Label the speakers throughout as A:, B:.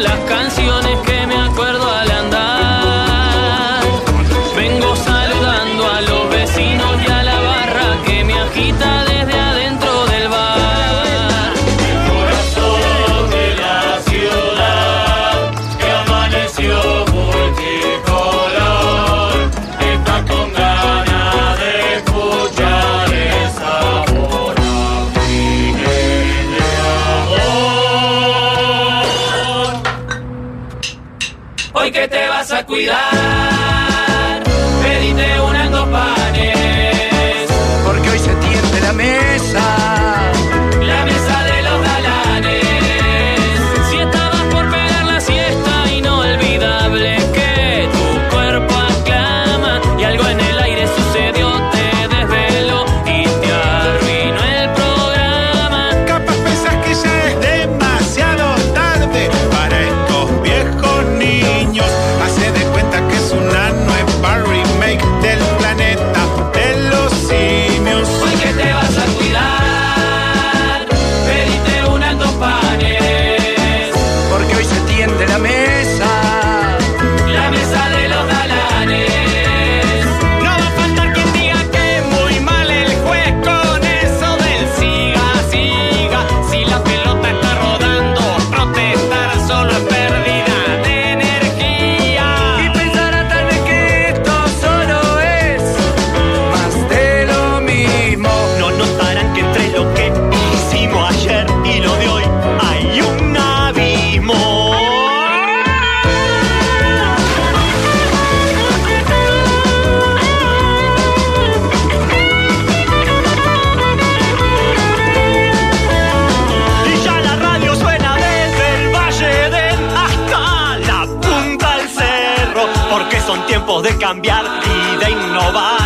A: las canciones que me acuerdo al andar. Vengo saludando a los vecinos y a la barra que me agita desde adentro del bar.
B: Corazón de la ciudad que amaneció multicolor, está con ganas de escuchar esa voz de amor.
A: Hoy que te vas a cuidar, pedite unas dos panes.
C: Porque hoy se tiende la mesa.
A: La mesa de los galanes. Si estabas por pegar la siesta, inolvidable que tu cuerpo aclama. Y algo en el aire sucedió, te desveló y te arruinó el programa.
D: Capaz pensás que ya es demasiado tarde para estos viejos niños. Hace de cuenta que es una nueva remake del planeta de los simios.
A: Hoy que te vas a cuidar, pediste unas dos panes.
C: Porque hoy se tiende la mesa.
A: La mesa de los galanes.
E: No va a faltar quien diga que muy mal el juez con eso del siga, siga. Si la pelota está rodando, protestar solo es pérdida de
C: Y
E: energía.
C: pensará tal vez que esto solo es más de lo mismo.
E: No notarán que entre lo que hicimos ayer y lo de hoy hay un abismo. Y ya la radio suena desde el Valle del hasta la punta al cerro, porque son tiempos de cambiar y de innovar.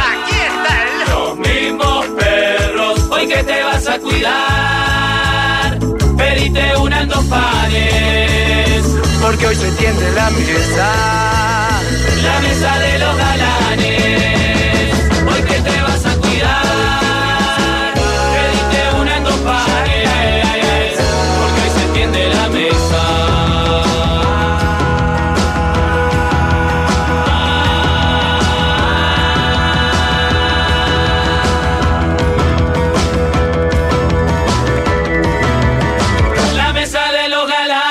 B: Los mismos perros
A: Hoy que te vas a cuidar, pediste unas dos panes.
C: Porque hoy se tiende la mesa.
A: La mesa de los galanes. Hoy que te vas a cuidar, pediste unas dos panes. Porque hoy se entiende la mesa. La mesa de los galanes.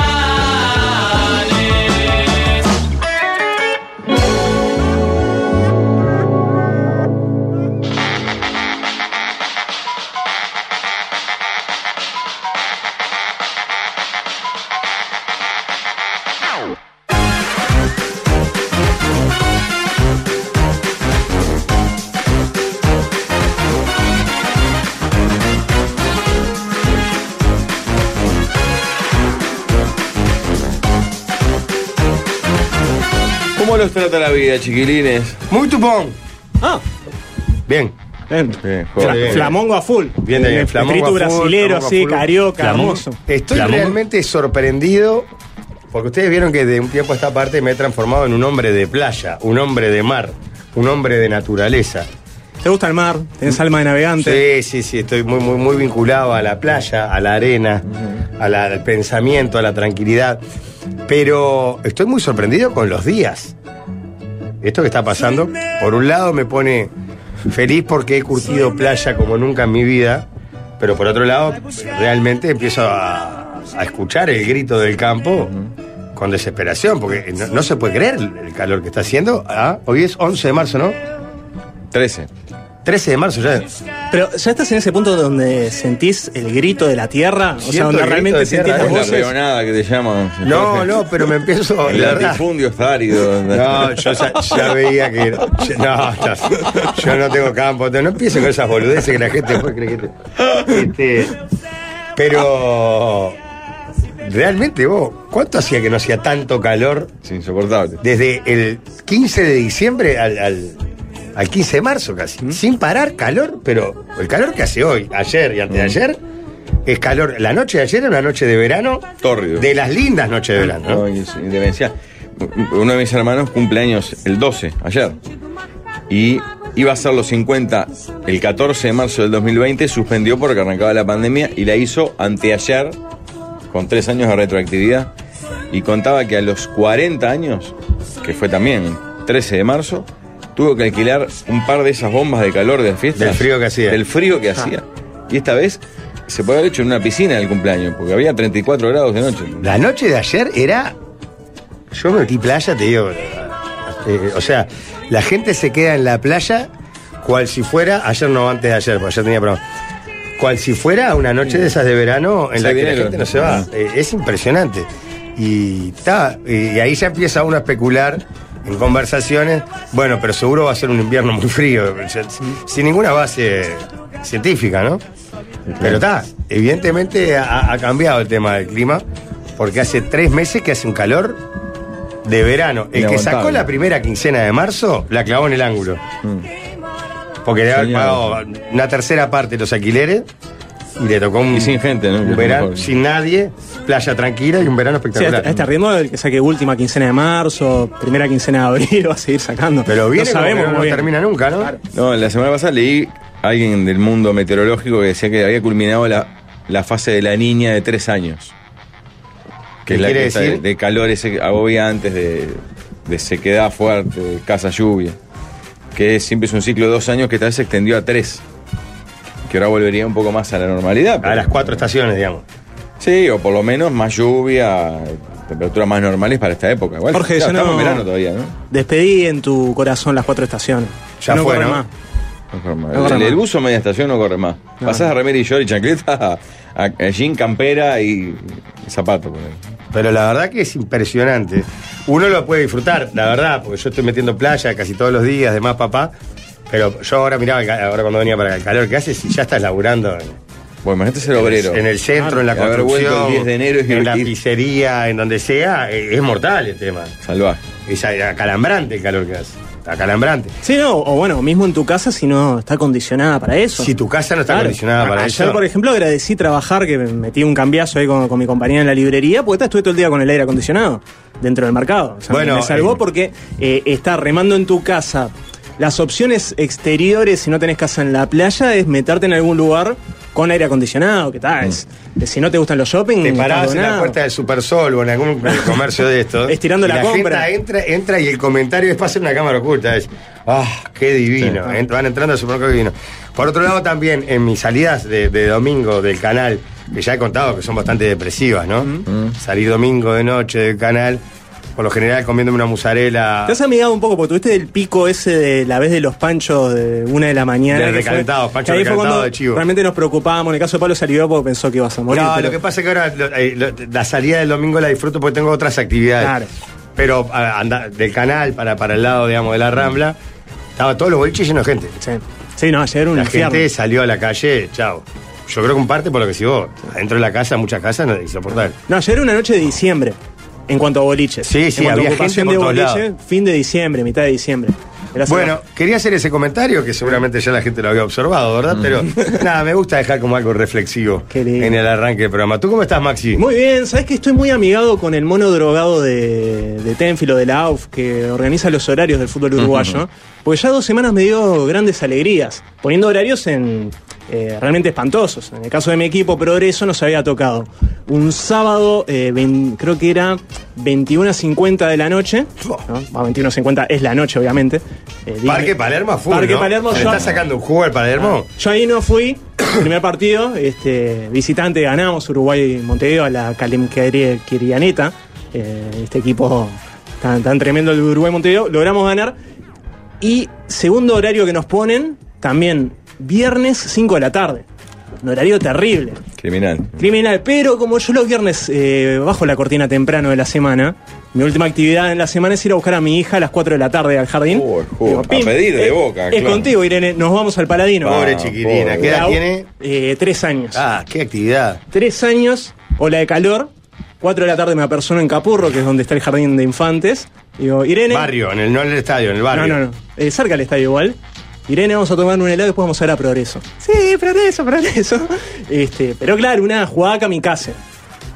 F: ¿Cómo los trata la vida, chiquilines?
G: Muy tupón.
D: Ah,
G: Bien.
F: Bien,
D: Fla-
F: joder.
D: Flamongo a full.
G: Bien, bien.
D: El
G: eh, Flamongo
D: espíritu
G: a full,
D: brasilero,
G: Flamongo a
D: así,
G: full.
D: carioca,
H: Flamongo.
D: hermoso.
G: Estoy
H: Clamor.
G: realmente sorprendido porque ustedes vieron que de un tiempo a esta parte me he transformado en un hombre de playa, un hombre de mar, un hombre de naturaleza.
D: ¿Te gusta el mar? ¿Tenés alma de navegante?
G: Sí, sí, sí, estoy muy, muy, muy vinculado a la playa, a la arena, a la- al pensamiento, a la tranquilidad. Pero estoy muy sorprendido con los días. Esto que está pasando, por un lado me pone feliz porque he curtido playa como nunca en mi vida, pero por otro lado realmente empiezo a, a escuchar el grito del campo con desesperación, porque no, no se puede creer el calor que está haciendo. Ah, Hoy es 11 de marzo, ¿no?
F: 13.
G: Ah, 13 de marzo ya.
H: Pero ya estás en ese punto donde sentís el grito de la tierra, o sea,
G: Siento
H: donde
G: el grito
H: realmente
G: de
H: sentís
G: tierra,
H: las
F: Es la
H: voces.
F: peonada que te llaman.
G: No,
F: Jorge.
G: no, pero me empiezo.
F: El
G: la verdad.
F: latifundio está árido.
G: No, yo ya, ya veía que. era- ya- no, ya- yo no tengo campo. No empiezo con esas boludeces que la gente después cree que te- este, Pero. Realmente vos, ¿cuánto hacía que no hacía tanto calor
F: Es insoportable.
G: desde el 15 de diciembre al, al, al 15 de marzo casi? Sin parar calor, pero el calor que hace hoy, ayer y antes de ayer, es calor. La noche de ayer era una noche de verano.
F: Tórrido.
G: De las lindas noches de verano. ¿no?
F: No, es demencial. Uno de mis hermanos cumpleaños el 12, ayer. Y iba a ser los 50 el 14 de marzo del 2020, suspendió porque arrancaba la pandemia y la hizo anteayer, con tres años de retroactividad. y contaba que a los 40 años, que fue también 13 de marzo, tuvo que alquilar un par de esas bombas de calor de fiesta.
G: Del frío que hacía. Ah.
F: Del frío que hacía. Y esta vez se puede haber hecho en una piscina el cumpleaños, porque había 34 grados de noche.
G: La noche de ayer era. Yo me metí playa, te digo. eh, o sea, la gente se queda en la playa cual si fuera. Ayer no, antes de ayer, porque ayer tenía programa. Cual si fuera una noche de esas de verano en
F: Se
G: la que la
F: viene
G: gente
F: con-
G: no se va.
F: Ah.
G: Eh, es impresionante. Y, ta, y ahí ya empieza uno a especular en conversaciones. Bueno, pero seguro va a ser un invierno muy frío. o sea, Sin ninguna base científica, ¿no? Pero está, evidentemente ha, ha cambiado el tema del clima, porque hace tres meses que hace un calor de verano. El que
F: Inaguantable.
G: sacó la primera quincena de marzo la clavó en el ángulo. Porque le habían
F: Soñado.
G: pagado una tercera parte de los alquileres y le tocó un,
F: Y sin gente, ¿no?
G: un
F: Que es
G: verano
F: mejor.
G: sin nadie, playa tranquila y un verano
H: Sí, a,
G: espectacular.
H: este- a este ritmo, el que saque última quincena de marzo, primera quincena de abril, va a seguir sacando.
G: Pero viene
H: no
G: como
H: sabemos
G: que
H: cómo
G: no
H: viene.
G: termina nunca, ¿no?
F: No, la semana pasada leí a alguien del mundo meteorológico que decía que había culminado la, la fase de la niña de tres años.
G: ¿Qué
F: Que es la
G: quiere
F: que está de-
G: decir?
F: de calor ese agobiantes, de, de sequedad fuerte, de casa lluvia. Que siempre es un ciclo de dos años que tal vez se extendió a tres. Que ahora volvería un poco más a la normalidad.
G: A
F: pero-
G: las cuatro estaciones, digamos.
F: Sí, o por lo menos más lluvia, temperaturas más normales para esta época. Igual,
H: Jorge,
F: claro,
H: yo no-
F: estamos en verano todavía, ¿no?
H: Despedí en tu corazón las cuatro estaciones.
G: Ya fue,
H: corre
G: ¿no?
H: más.
F: No corre más.
H: No corre
F: el,
H: más.
F: el buzo media estación no corre más.
H: No.
F: Pasás a remera y short y chancleta a, a jean, campera y zapato. por ahí.
G: Pero la verdad que es impresionante. Uno lo puede disfrutar, la verdad, porque yo estoy metiendo playa casi todos los días, demás papá. Pero yo ahora miraba, el ca- ahora cuando venía para acá, el calor que hace, si ya estás laburando en,
F: Bueno, imagínate ser obrero.
G: en el centro, en la
F: Haber
G: construcción,
F: vuelto Ah, el 10 de enero y-
G: en la
F: y-
G: pizzería, en donde sea, eh, es mortal el tema.
F: Salvaje.
G: Es acalambrante el calor que hace. Acalambrante.
H: Sí, no, o bueno, mismo en tu casa si no está condicionada para eso.
G: Si tu casa no está
H: Claro.
G: condicionada para
H: Ayer,
G: eso.
H: por ejemplo, agradecí trabajar, que me metí un cambiazo ahí con, con mi compañía en la librería, porque ta, estuve todo el día con el aire acondicionado dentro del mercado. O sea,
G: Bueno,
H: me salvó
G: eh,
H: porque eh, está remando en tu casa. Las opciones exteriores, si no tenés casa en la playa, es meterte en algún lugar con aire acondicionado, que tal, es- si no te gustan los shopping,
G: Mm. te
H: estás
G: parabas en la
H: donado.
G: puerta del Supersol o en algún comercio de estos.
H: Estirando
G: y
H: la compra.
G: gente entra, entra y el comentario es pasa en una cámara oculta. Es, ¡ah, qué divino! Ent- van entrando al supermercado divino. Por otro lado, también en mis salidas de, de domingo del canal, que ya he contado que son bastante depresivas, ¿no? Salir domingo de noche del canal, por lo general comiéndome una mozzarella.
H: Te has amigado un poco, porque tuviste el pico ese de la vez de los panchos de una de la mañana.
G: Del
H: que fue-
G: recalentado, pancho
H: que ahí fue
G: recalentado
H: cuando
G: de chivo.
H: Realmente nos preocupábamos. En el caso de Pablo salió porque pensó que ibas a morir.
G: No,
H: pero-
G: lo que pasa es que ahora lo- eh, lo- la salida del domingo la disfruto porque tengo otras actividades.
H: Claro.
G: Pero a- anda- del canal para, para el lado, digamos, de la Rambla, estaba todos los boliches llenos de gente.
H: Sí. Sí, no, ayer un
G: La
H: infierno.
G: gente salió a la calle, chao. Yo creo que un parte por lo que si vos, adentro de la casa, muchas casas, no es insoportable.
H: No, ayer era una noche de diciembre. En cuanto a boliches.
G: Sí, sí,
H: En cuanto a
G: había
H: ocupación
G: gente por
H: de
G: todos
H: boliches, fin de diciembre, mitad de diciembre. Era
G: Bueno,
H: cerrado.
G: quería hacer ese comentario que seguramente ya la gente lo había observado, ¿verdad? Pero nada, me gusta dejar como algo reflexivo
H: Mm. Qué lindo.
G: en el arranque del programa. ¿Tú cómo estás, Maxi?
H: Muy bien, sabes que estoy muy amigado con el mono drogado de, de Tenfilo, de la AUF, que organiza los horarios del fútbol uruguayo. Porque ya dos semanas me dio grandes alegrías, poniendo horarios en eh, realmente espantosos. En el caso de mi equipo, Progreso, nos había tocado un sábado, eh, vein- creo que era 21.50 de la noche. ¿no? Ah, 21.50 es la noche, obviamente. Eh, dije-
G: Parque Palermo a full,
H: Parque
G: ¿no?
H: Palermo,
G: ¿Le
H: yo- Ah,
G: está sacando un jugo al Palermo?
H: yo ahí no fui, primer partido, este, visitante ganamos Uruguay y Montevideo a la Calimquirianeta, este equipo tan, tan tremendo el Uruguay Montevideo, logramos ganar. Y segundo horario que nos ponen, también viernes 5 de la tarde. Un horario terrible,
F: Criminal.
H: criminal. Pero como yo los viernes eh, bajo la cortina temprano de la semana, mi última actividad en la semana es ir a buscar a mi hija a las 4 de la tarde al jardín.
F: Uy, uy, a pedir de
H: eh,
F: boca,
H: Es
F: claro.
H: contigo, Irene, nos vamos al Paladino.
G: Pobre
F: Ah,
G: chiquilina,
F: pobre.
G: ¿qué edad
H: La-
G: tiene?
H: eh, tres años.
G: Ah, qué actividad.
H: Tres años, ola de calor. Cuatro de la tarde me apersono en Capurro, que es donde está el jardín de infantes. Digo, Irene.
G: Barrio, en el, no en el estadio, en el
H: No,
G: barrio.
H: no, no. Eh, cerca del estadio igual. Irene, vamos a tomar un helado y después vamos a ver a Progreso. Sí, Progreso, Progreso. Este, pero claro, una jugada kamikaze.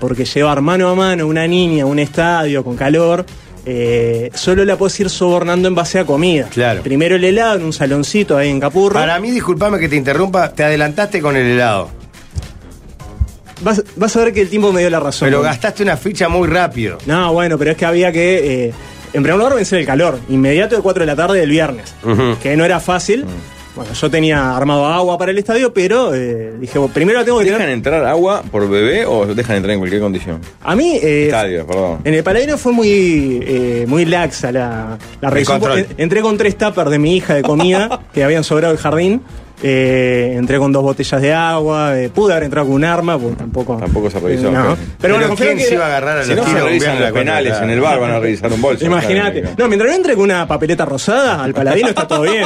H: Porque llevar mano a mano una niña a un estadio con calor, eh, solo la puedes ir sobornando en base a comida.
G: Claro.
H: Primero el helado en un saloncito ahí en Capurro.
G: Para mí, disculpame que te interrumpa, te adelantaste con el helado.
H: vas, vas a ver que el tiempo me dio la razón.
G: Pero gastaste una ficha muy rápido.
H: No, bueno, pero es que había que, eh, en primer lugar, vencer el calor. Inmediato de 4 de la tarde del viernes.
G: Ujú.
H: Que no era fácil. Bueno, yo tenía armado agua para el estadio, pero eh, dije, bueno, primero la tengo que
F: ¿Dejan
H: tener.
F: entrar agua por bebé o dejan entrar en cualquier condición?
H: A mí, eh,
F: Estadio, perdón.
H: en el paladino fue muy, eh, muy laxa la, la
G: El
H: revisión.
G: control.
H: En- Entré con tres tuppers de mi hija de comida que habían sobrado del jardín. Eh, entré con dos botellas de agua. eh, pude haber entrado con un arma, porque tampoco.
F: Tampoco se revisó,
H: eh, no.
F: claro.
H: Pero, bueno, confío
G: ¿quién
H: que
G: se
H: era-
G: iba a agarrar a
F: Si no
G: los
F: se
G: tiros?
F: revisan los penales, en el bar van a revisar un bolso.
H: Imagínate.
F: Claro,
H: No, mientras no entre con una papeleta rosada, al paladino está todo bien.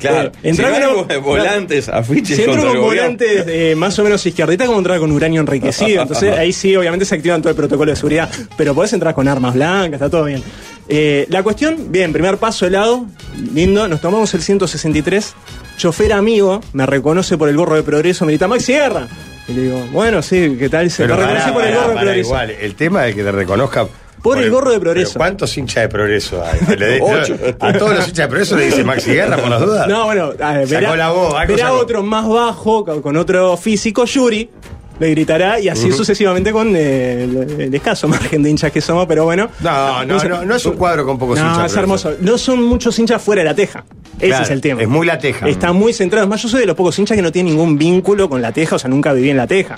F: Claro,
H: Eh, entrar
F: si
H: con
F: no
H: una-
F: hay volantes, afiches
H: Si entro
F: contra
H: con
F: el gobierno.
H: volantes eh, más o menos izquierdita, como entrar con uranio enriquecido. Entonces ahí sí, obviamente se activan todo el protocolo de seguridad. Pero podés entrar con armas blancas, está todo bien. Eh, la cuestión, bien, primer paso helado, lindo. Nos tomamos el 163. Chofer amigo me reconoce por el gorro de progreso. Me grita, Max Sierra. Y le digo, bueno, sí, ¿qué tal? Se me
G: Pero
H: reconoce
G: pará,
H: por el
G: pará,
H: gorro de
G: pará,
H: progreso.
G: igual, el tema de que te reconozca. Por,
H: el gorro de Progreso.
G: pero ¿Cuántos hinchas de progreso hay? Le-
F: Ocho.
G: A todos los hinchas de progreso le dice Maxi Guerra, por las dudas.
H: No, bueno, a ver,
G: Sacó
H: verá,
G: la voz, algo
H: verá
G: sacó.
H: otro más bajo, con con otro físico, Yuri, le gritará y así sucesivamente con eh, el, el escaso margen de hinchas que somos, pero bueno.
G: No, no, no, no es un cuadro con pocos hinchas.
H: No, es
G: progreso.
H: hermoso. No son muchos hinchas fuera de la teja. Ese
G: Claro,
H: es el tema.
G: es muy La Teja.
H: Está muy centrado. Es más, yo soy de los pocos hinchas que no tiene ningún vínculo con la teja, o sea, nunca viví en la teja.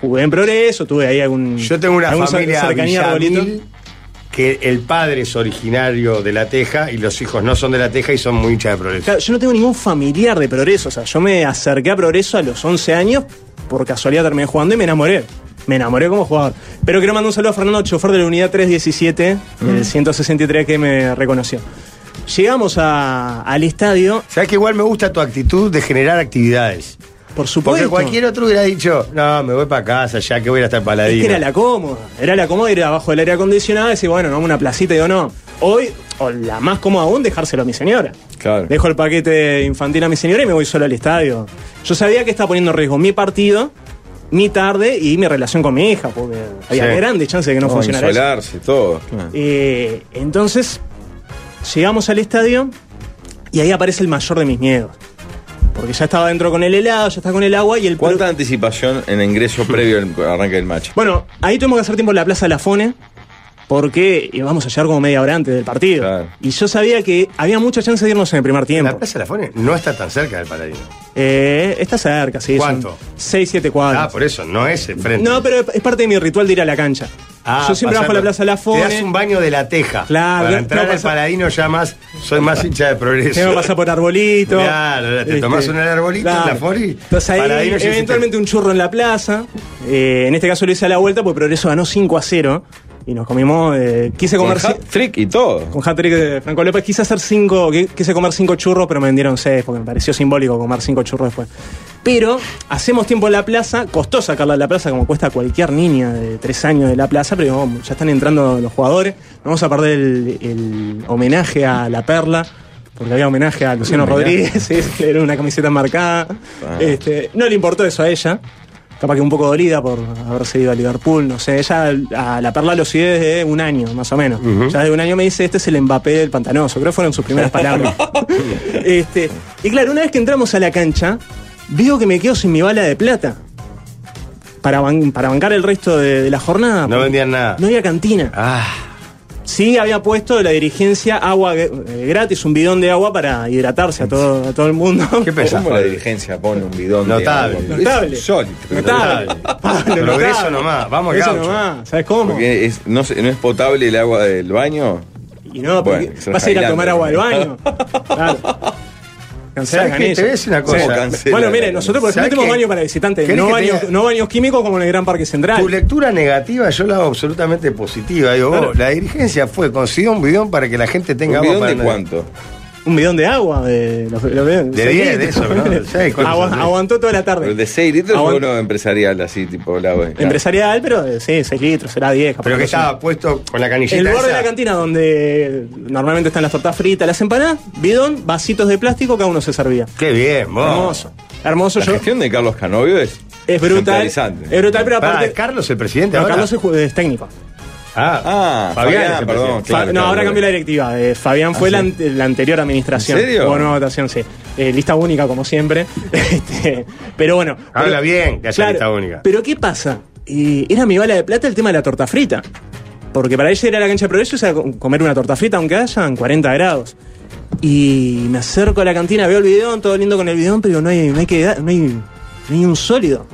H: Jugué en progreso, tuve ahí algún.
G: Yo tengo una
H: algún cer-
G: familia
H: arbolito.
G: Villamil, que el padre es originario de La Teja y los hijos no son de La Teja y son muy hinchas de progreso.
H: Claro, yo no tengo ningún familiar de Progreso. O sea, yo me acerqué a Progreso a los 11 años, por casualidad terminé jugando y me enamoré. Me enamoré como jugador. Pero quiero mandar un saludo a Fernando, chofer de la unidad 317, el 163 que me reconoció. Llegamos a- al estadio,
G: ¿Sabes que igual me gusta tu actitud de generar actividades?
H: por
G: Porque
H: supuesto.
G: cualquier otro hubiera dicho, no, me voy para casa, ya que voy a ir hasta el
H: Es
G: paladín.
H: que era la cómoda. Era la cómoda ir abajo del aire acondicionado y decir, bueno, vamos a una placita y digo, no. Hoy, o la más cómoda aún, dejárselo a mi señora.
F: Claro.
H: Dejo el paquete infantil a mi señora y me voy solo al estadio. Yo sabía que estaba poniendo en riesgo mi partido, mi tarde y mi relación con mi hija, porque había
G: Sí.
H: grandes chances de que no,
F: No,
H: funcionara eso.
F: insolarse, todo. claro.
H: Eh, entonces, llegamos al estadio y ahí aparece el mayor de mis miedos. Porque ya estaba dentro con el helado, ya está con el agua y el
F: ¿Cuánta anticipación en el ingreso previo al arranque del match?
H: Bueno, ahí tuvimos que hacer tiempo en la Plaza de la Fone porque íbamos a llegar como media hora antes del partido.
F: Claro.
H: Y yo sabía que había mucha chance de irnos en el primer tiempo.
G: La Plaza de la Fone no está tan cerca del paladín.
H: Eh, está cerca, sí. son
G: ¿Cuánto?
H: Seis, siete cuadras.
G: Ah, por eso, no es enfrente.
H: No, pero es parte de mi ritual de ir a la cancha.
G: Ah,
H: yo siempre
G: pasar
H: bajo a la
G: por-
H: Plaza de la Fone.
G: Te das un baño de la teja.
H: Claro,
G: Para
H: claro,
G: entrar al
H: pasar-
G: paladino ya más, soy más hincha de progreso.
H: Tengo que pasar por arbolito. Este,
G: Claro, te tomás una de arbolito, la Fori,
H: Entonces ahí,
G: para ahí no llegas
H: eventualmente un churro en la plaza. Eh, en este caso lo hice a la vuelta porque Progreso ganó 5 a 0. Y nos comimos. eh, quise
F: Con
H: comer. si-
F: hat-trick y todo.
H: Con hat-trick de Franco López quise hacer cinco, qui- quise comer cinco churros, pero me vendieron seis, porque me pareció simbólico comer cinco churros después. Pero hacemos tiempo en la plaza, costó sacarla de la plaza, como cuesta cualquier niña de tres años de la plaza, pero digo, "Oh, ya están entrando los jugadores, no vamos a perder el, el homenaje a La Perla. Porque había homenaje a Luciano Rodríguez, sí, era una camiseta marcada.
G: Ah.
H: Este, no le importó eso a ella. Capaz que un poco dolida por haberse ido a Liverpool, no sé. Ella a la perla lo sigue desde un año, más o menos. Ya desde un año me dice, este es el Mbappé del pantanoso. Creo que fueron sus primeras palabras. este, y claro, una vez que entramos a la cancha, veo que me quedo sin mi bala de plata. Para, ban- para bancar el resto de, de la jornada.
G: No vendían nada.
H: No había cantina.
G: Ah,
H: Sí, había puesto de la dirigencia agua eh, gratis, un bidón de agua para hidratarse a todo, a todo el mundo.
G: qué pesado.
F: ¿Cómo la dirigencia pone un bidón? de
G: Notable.
F: agua? Es
H: Notable.
F: insólito, pero
H: Notable. Pablo,
G: Progreso
H: notable.
G: nomás. Vamos,
H: Progreso
G: gaucho.
H: nomás. ¿Sabes cómo?
F: Porque es- no, se- no es potable el agua del baño.
H: Y no, porque
F: Bueno, sos
H: vas a ir a tomar
F: Highlander.
H: agua al baño. Claro. Cancelá
G: ¿Sabes
H: la
G: qué?
H: canilla.
G: Te voy a decir una cosa.
H: Sí.
F: Cancela
H: Bueno,
F: la
H: mire,
F: canilla.
H: nosotros por
G: ¿Sabes
H: ejemplo tenemos
G: qué?
H: baños para visitantes,
G: ¿Querés
H: no
G: que
H: baños,
G: te diga?
H: no baños químicos como en el Gran Parque Central.
G: Tu lectura negativa yo la hago absolutamente positiva. Digo, vos,
H: Claro.
G: la dirigencia fue, consiguió un bidón para que la gente tenga
F: ¿Un
G: agua
F: bidón
G: para
F: de cuánto?
H: Un bidón de agua de los, los bidones.
G: De 10 de esos, ¿no? Sí, ¿cuántos
H: Agua-
G: son?
H: aguantó toda la
F: Pero
H: tarde.
F: el de 6 litros
H: Ah,
F: fue
H: bueno.
F: uno empresarial, así, tipo la claro.
H: Empresarial, pero eh, sí, 6 litros, será 10. capaz
G: Pero que
H: no sé.
G: estaba puesto con la canillita.
H: El borde de
G: esa.
H: la cantina donde normalmente están las tortas fritas, las empanadas, bidón, vasitos de plástico, cada uno se servía.
G: Qué bien, vos.
H: Hermoso. Hermoso
F: La
H: yo.
F: gestión de Carlos Canovio es.
H: Es brutal.
F: centralizante.
H: Es brutal, pero
G: Pará,
H: aparte.
G: Carlos, el presidente.
H: No,
G: ahora.
H: Carlos es, ju- es técnico.
G: Ah,
F: Ah,
G: Fabián,
F: Fabián,
G: es el
F: perdón,
G: presidente.
F: claro.
H: no, ahora cambió la directiva. eh, Fabián fue
G: ¿Ah,
H: la, an- la anterior administración.
F: ¿En serio?
H: Hubo nueva votación, sí. Eh, lista única, como siempre. Este, pero bueno.
G: Habla
H: pero-
G: bien que haya lista única.
H: Pero ¿qué pasa? Eh, era mi bala de plata el tema de la torta frita. Porque para ella ir a la cancha de progreso es a co- comer una torta frita, aunque hayan 40 grados. Y me acerco a la cantina, veo el bidón, todo lindo con el bidón, pero no hay, no hay, que dar- no hay, no hay un sólido.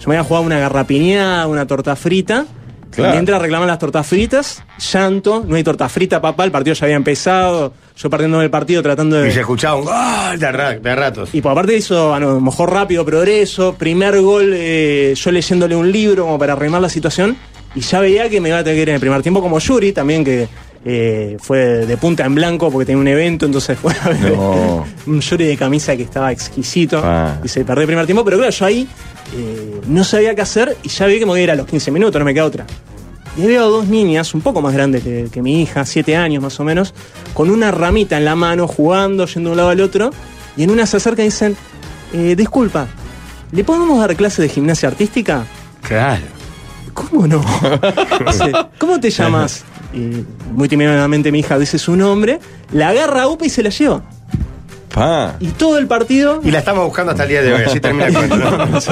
H: Yo me había jugado una garrapiñada, una torta frita.
F: Claro.
H: Mientras reclaman las tortas fritas, llanto, no hay torta frita, papá, el partido ya había empezado, yo perdiendo el partido tratando de...
G: Y se escuchaba un gol de, ra- de ratos.
H: Y por aparte hizo, a lo mejor rápido, progreso, primer gol, eh, yo leyéndole un libro como para arrimar la situación, y ya veía que me iba a tener que ir en el primer tiempo, como Yuri también, que eh, fue de punta en blanco porque tenía un evento, entonces fue a ver
F: No.
H: un Yuri de camisa que estaba exquisito,
F: Ah.
H: y se perdió el primer tiempo, pero claro, yo ahí eh, no sabía qué hacer, y ya vi que me voy a ir a los 15 minutos, no me queda otra. Y veo dos niñas, un poco más grandes que, que mi hija, siete años más o menos, con una ramita en la mano, jugando, yendo de un lado al otro. Y en una se acercan y dicen, eh, disculpa, ¿le podemos dar clase de gimnasia artística?
G: Claro.
H: ¿Cómo no? Dice, ¿Cómo te llamas? Y muy tímidamente mi hija dice su nombre, la agarra a UPA y se la lleva.
F: Pa.
H: Y todo el partido
G: Y la estamos buscando hasta el día de hoy, así termina el cuento.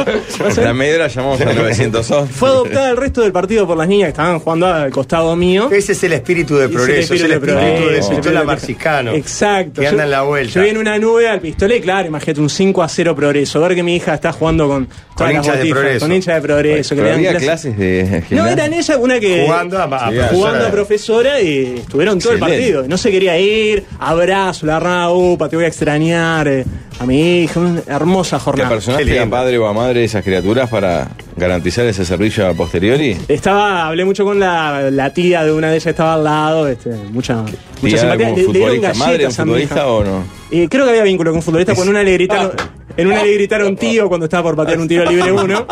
F: La media hora llamamos al 911.
H: fue adoptada el resto del partido por las niñas que estaban jugando al costado mío.
G: Ese es el espíritu de
H: Y
G: progreso, es el
H: espíritu de
G: espíritu de
H: progreso, el espíritu
G: Pistola
H: de-
G: Marciscano.
H: Exacto.
G: Que
H: Yo-
G: anda en la vuelta.
H: Yo vi en una nube al pistolet, claro, imagínate, un 5 a 0 progreso. Ver que mi hija está jugando con todas las
G: hinchas de
H: botifas,
G: progreso.
H: Con hinchas de progreso. que le
F: Pero
H: dan
F: había
H: clases.
F: clases de
H: No,
F: gimnasia.
H: eran ella una que.
G: Jugando a, a-
F: Sí,
G: a-
H: eh, jugando a
G: a-
H: profesora y estuvieron todo el
F: Excelente.
H: partido. No se quería ir, abrazo, la raupa, te voy a extrañar, eh, a mi hija, una hermosa
F: que
H: jornada.
F: personaje a
G: lindo.
F: padre o a madre de esas criaturas para garantizar ese servicio a posteriori.
H: Estaba, hablé mucho con la, la tía de una de ellas, estaba al lado, este, mucha, mucha
F: Tía
H: simpatía.
F: como
H: Le- le dieron
F: futbolista, madre un
H: galletas a mi hija.
F: futbolista o Ah. no.
H: Eh, creo que había vínculo con un futbolista, porque en una le gritaron, en una le gritaron tío cuando estaba por patear un tiro libre uno.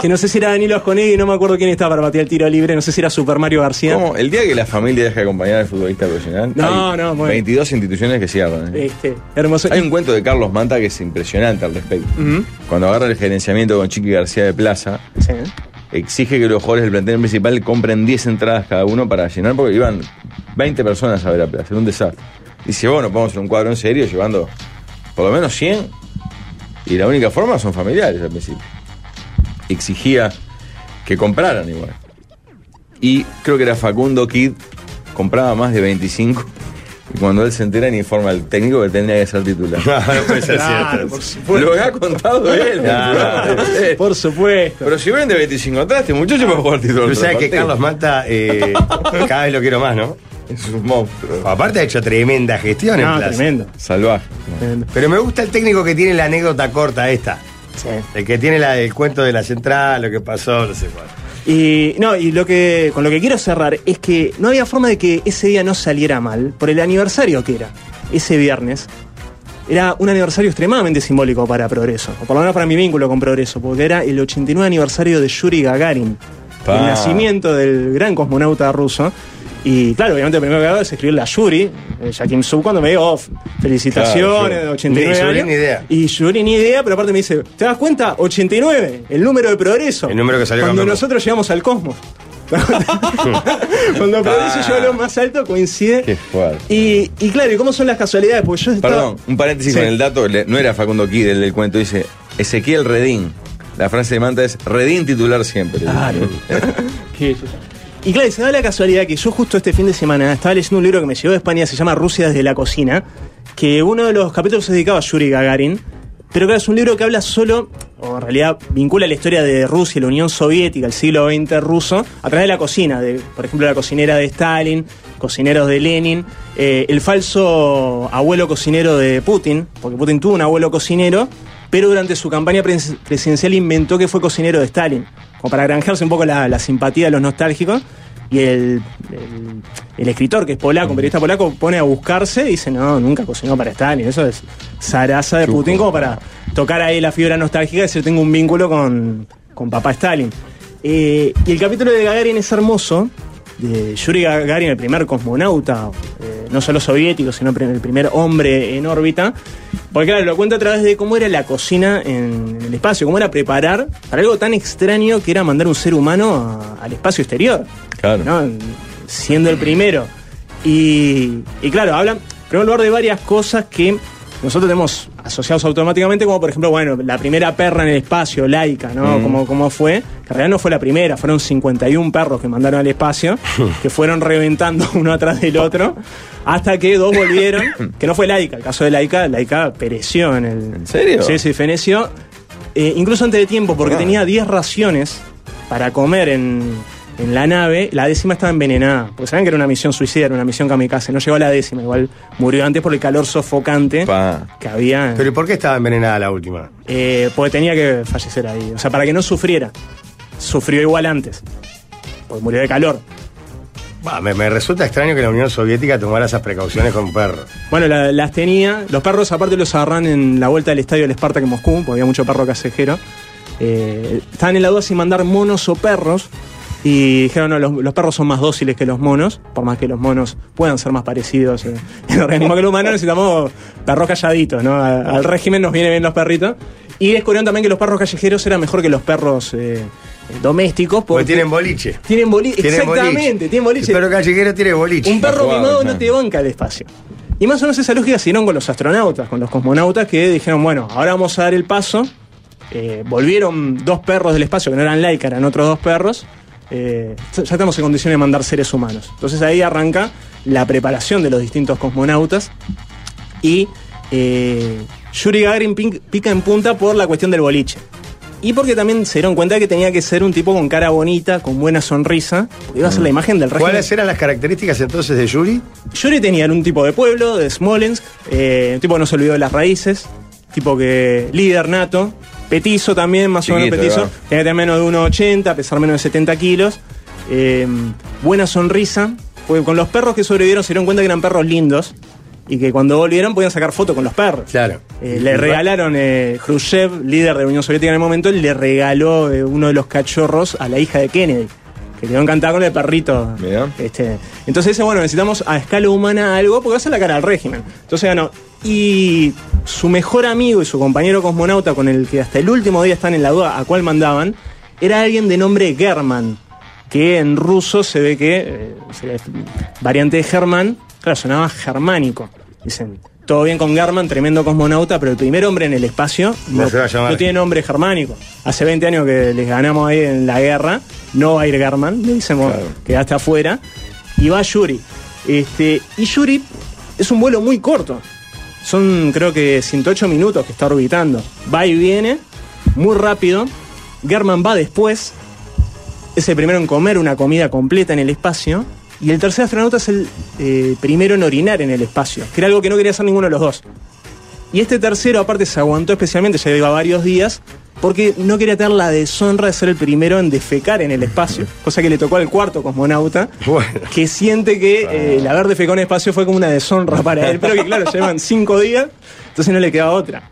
H: Que no sé si era Danilo Asconegui, no me acuerdo quién estaba para patear el tiro libre, no sé si era Super Mario García.
F: ¿Cómo? El día que la familia deja de acompañar al futbolista profesional,
H: No,
F: hay
H: no, bueno.
F: 22 instituciones que cierran. ¿eh?
H: Este, hermoso.
F: Hay un cuento de Carlos Manta que es impresionante al respecto. Cuando agarra el gerenciamiento con Chiqui García de Plaza,
H: Sí.
F: exige que los jugadores del plantel principal compren 10 entradas cada uno para llenar, porque iban 20 personas a ver a Plaza, era un desastre. Dice, bueno, podemos hacer un cuadro en serio llevando por lo menos 100, y la única forma son familiares al principio. Exigía que compraran igual. Y creo que era Facundo Kid, compraba más de 25, y cuando él se entera ni informa al técnico que tenía que ser titular.
G: No, no puede ser
H: Claro,
G: cierto.
H: por supuesto.
F: Lo ha contado él.
G: Claro.
F: Eh,
H: Por supuesto.
F: Pero si vende 25 atrás, este muchacho puede jugar titular.
G: Pero sabes
F: todo el
G: que Carlos
F: partido.
G: Manta eh, cada vez lo quiero más, ¿no?
F: Es un monstruo.
G: Aparte ha hecho tremenda gestión en
H: No,
G: Plaza.
H: tremendo.
F: Salvaje.
H: tremendo.
G: Pero me gusta el técnico que tiene la anécdota corta esta. El que tiene la, el cuento de la central, lo que pasó, no sé cuál.
H: Y no, y lo que con lo que quiero cerrar es que no había forma de que ese día no saliera mal por el aniversario que era ese viernes. Era un aniversario extremadamente simbólico para Progreso, o por lo menos para mi vínculo con Progreso, porque era el 89 aniversario de Yuri Gagarin,
F: Pa.
H: el nacimiento del gran cosmonauta ruso. Y claro, obviamente lo primero que hago es escribirle a Yuri, eh, ya Kim Su, cuando me dijo, "Oh, felicitaciones,
F: Claro,
H: 89
G: Ni Yuri
H: años".
G: ni idea.
H: Y Yuri ni idea, pero aparte me dice, ¿te das cuenta? 89, el número de Progreso.
G: El número que salió
H: Cuando
G: campeón.
H: nosotros llegamos al cosmos. Cuando Progreso
F: Ah.
H: llegó a lo más alto, coincide.
F: Qué fuerte.
H: Y, y claro, ¿y cómo son las casualidades? Porque yo estaba.
F: Perdón, un paréntesis
H: Sí.
F: con el dato. le- No era Facundo Kid el del cuento. Dice Ezequiel Redín. La frase de Manta es Redín titular siempre.
H: Claro. Y claro, y se da la casualidad que yo justo este fin de semana estaba leyendo un libro que me llegó de España, se llama Rusia desde la cocina, que uno de los capítulos se dedicaba a Yuri Gagarin, pero claro, es un libro que habla solo, o en realidad vincula la historia de Rusia, y la Unión Soviética, el siglo XX ruso, a través de la cocina, de, por ejemplo, la cocinera de Stalin, cocineros de Lenin, eh, el falso abuelo cocinero de Putin, porque Putin tuvo un abuelo cocinero, pero durante su campaña pres- presidencial inventó que fue cocinero de Stalin, como para granjearse un poco la, la simpatía de los nostálgicos. Y el, el- el escritor, que es polaco, un periodista polaco, pone a buscarse y dice, no, nunca cocinó para Stalin. Eso es zaraza de Putin, como para tocar ahí la fibra nostálgica y decir, tengo un vínculo con, con papá Stalin. Eh, y el capítulo de Gagarin es hermoso, de Yuri Gagarin, el primer cosmonauta, eh, no solo soviético, sino pr- el primer hombre en órbita. Porque claro, lo cuenta a través de cómo era la cocina en, en el espacio, cómo era preparar para algo tan extraño que era mandar un ser humano a- al espacio exterior.
F: Claro.
H: ¿no? siendo el primero. Y, y claro, hablan, en primer lugar, de varias cosas que nosotros tenemos asociados automáticamente, como por ejemplo, bueno, la primera perra en el espacio, laica, ¿no?
F: Mm.
H: Como, como fue, que en realidad no fue la primera, fueron 51 perros que mandaron al espacio, que fueron reventando uno atrás del otro, hasta que dos volvieron, que no fue laica, el caso de laica, laica pereció en el...
F: ¿En serio?
H: Sí, sí, feneció. eh, incluso antes de tiempo, porque
F: Ah.
H: tenía 10 raciones para comer en, en la nave. La décima estaba envenenada. Porque saben que era una misión suicida, era una misión kamikaze. No llegó a la décima, igual murió antes por el calor sofocante
F: Pa.
H: que había.
G: Pero ¿y por qué estaba envenenada la última?
H: eh, porque tenía que fallecer ahí. O sea, para que no sufriera. Sufrió igual antes. Porque murió de calor.
G: Bah, me, me resulta extraño que la Unión Soviética tomara esas precauciones con perros.
H: Bueno, la- las tenía. Los perros, aparte, los agarran en la vuelta del estadio del Spartak en Moscú, porque había mucho perro casejero. Eh, estaban en la duda si mandar monos o perros. Y dijeron, no, los, los perros son más dóciles que los monos, por más que los monos puedan ser más parecidos eh, en organismo que el humano, necesitamos perros calladitos, ¿no? A- al régimen nos vienen bien los perritos. Y descubrieron también que los perros callejeros eran mejor que los perros eh, domésticos.
G: Porque tienen boliche.
H: Tienen boli-
G: Tienen boliche.
H: Exactamente, tienen boliche.
G: El perro callejero tiene boliche.
H: Un perro
F: Jugado,
H: mimado
F: claro.
H: no te banca el espacio. Y más o menos esa lógica siguieron con los astronautas, con los cosmonautas que dijeron, bueno, ahora vamos a dar el paso. Eh, volvieron dos perros del espacio, que no eran laica, eran otros dos perros. Eh, ya estamos en condiciones de mandar seres humanos. Entonces ahí arranca la preparación de los distintos cosmonautas. Y eh, Yuri Gagarin pin- pica en punta por la cuestión del boliche. Y porque también se dieron cuenta que tenía que ser un tipo con cara bonita, con buena sonrisa, porque iba a ser la imagen del régimen.
G: ¿Cuáles eran las características entonces de Yuri?
H: Yuri tenía un tipo de pueblo, de Smolensk, eh, un tipo que no se olvidó de las raíces, tipo que líder nato, petizo también, más o
F: Chiquito,
H: menos petizo,
F: ¿verdad?
H: tenía que tener menos de 1,80, pesar menos de 70 kilos, eh, buena sonrisa, porque con los perros que sobrevivieron se dieron cuenta que eran perros lindos y que cuando volvieron podían sacar fotos con los perros.
G: Claro.
H: Eh, le regalaron, eh, Khrushchev, líder de la Unión Soviética en el momento, le regaló eh, uno de los cachorros a la hija de Kennedy, que quedó encantada con el perrito.
F: Mirá.
H: Este, entonces dice, bueno, necesitamos a escala humana algo porque va a ser la cara al régimen. Entonces ganó. Y su mejor amigo y su compañero cosmonauta con el que hasta el último día están en la duda a cuál mandaban, era alguien de nombre German, que en ruso se ve que, eh, se- variante de Germán, claro, sonaba germánico. Dicen, todo bien con German, tremendo cosmonauta, pero el primer hombre en el espacio
G: No se va a llamar.
H: no tiene nombre germánico. Hace 20 años que les ganamos ahí en la guerra, no va a ir German, le dicen, bueno,
F: Claro.
H: quedaste afuera. Y va Yuri. Este, y Yuri es un vuelo muy corto. Son creo que 108 minutos que está orbitando. Va y viene, muy rápido. German va después. Es el primero en comer una comida completa en el espacio. Y el tercer astronauta es el eh, primero en orinar en el espacio, que era algo que no quería hacer ninguno de los dos. Y este tercero, aparte, se aguantó especialmente, ya lleva varios días, porque no quería tener la deshonra de ser el primero en defecar en el espacio, cosa que le tocó al cuarto cosmonauta,
G: Bueno.
H: que siente que eh, el haber defecado en el espacio fue como una deshonra para él, pero que claro, llevan cinco días, entonces no le queda otra.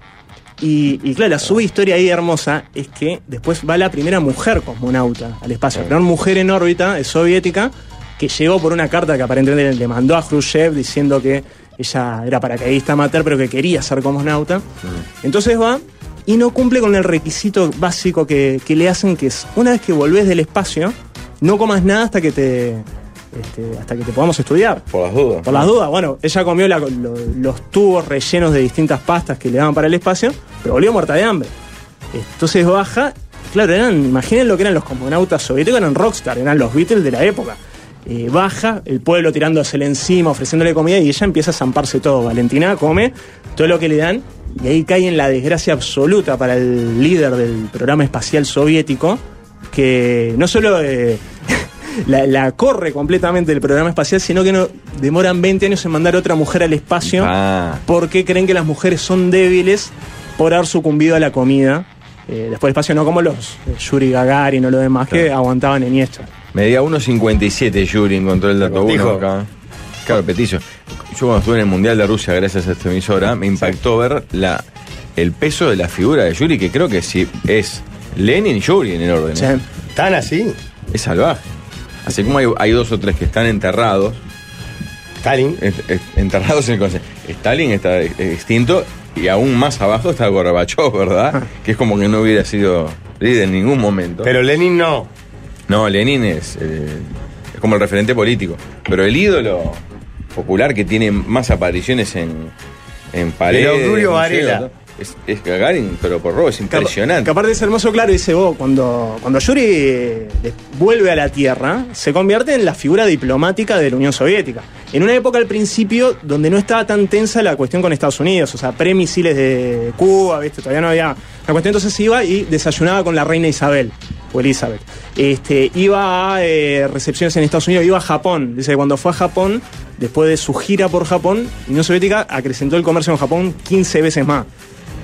H: Y, y claro, su historia ahí hermosa es que después va la primera mujer cosmonauta al espacio. La primera mujer en órbita es soviética que llegó por una carta que aparentemente le mandó a Khrushchev diciendo que ella era paracaidista amateur pero que quería ser cosmonauta. Entonces va y no cumple con el requisito básico que, que le hacen que es una vez que volvés del espacio no comas nada hasta que te, este, hasta que te podamos estudiar.
F: Por las dudas.
H: Por las dudas, bueno, ella comió la- lo- los tubos rellenos de distintas pastas que le daban para el espacio, pero volvió muerta de hambre. Entonces baja, claro, eran, imaginen lo que eran los cosmonautas soviéticos, eran rockstar, eran los Beatles de la época. Eh, baja, el pueblo tirándosele encima, ofreciéndole comida y ella empieza a zamparse todo. Valentina come todo lo que le dan y ahí cae en la desgracia absoluta para el líder del programa espacial soviético, que no solo... eh, la, la corre completamente el programa espacial, sino que no demoran 20 años en mandar otra mujer al espacio
F: Ah.
H: porque creen que las mujeres son débiles por haber sucumbido a la comida. Eh, después del espacio, no como los eh, Yuri Gagarin o lo demás que aguantaban en Iniesta.
F: Medía 1.57 Yuri, encontró el dato
G: Petizo.
F: uno acá. Claro, petizo. Yo cuando estuve en el Mundial de Rusia, gracias a esta emisora, me impactó ver la, el peso de la figura de Yuri, que creo que sí es Lenin y Yuri en el orden. ¿eh?
H: O sea,
G: ¿Tan así?
F: Es salvaje. Así como hay, hay dos o tres que están enterrados,
G: Stalin.
F: es- es- enterrados en el concepto. Stalin está eh, extinto y aún más abajo está Gorbachev,
H: Ah.
F: ¿verdad? Que es como que no hubiera sido líder en ningún momento.
G: Pero Lenin no.
F: No, Lenin es, eh, es como el referente político. Pero el ídolo popular que tiene más apariciones en, en paredes.
G: Obdulio
F: museos,
G: Varela.
F: ¿no? Es, es Gagarin, pero por robo, es impresionante.
H: Que aparte es hermoso, claro, dice vos, cuando, cuando Yuri eh, des- vuelve a la Tierra, se convierte en la figura diplomática de la Unión Soviética. En una época al principio donde no estaba tan tensa la cuestión con Estados Unidos, o sea, premisiles de Cuba, ¿viste? todavía no había... La cuestión entonces iba y desayunaba con la reina Isabel, o Elizabeth. Este, iba a eh, recepciones en Estados Unidos, iba a Japón. Dice que cuando fue a Japón, después de su gira por Japón, la Unión Soviética acrecentó el comercio en Japón 15 veces más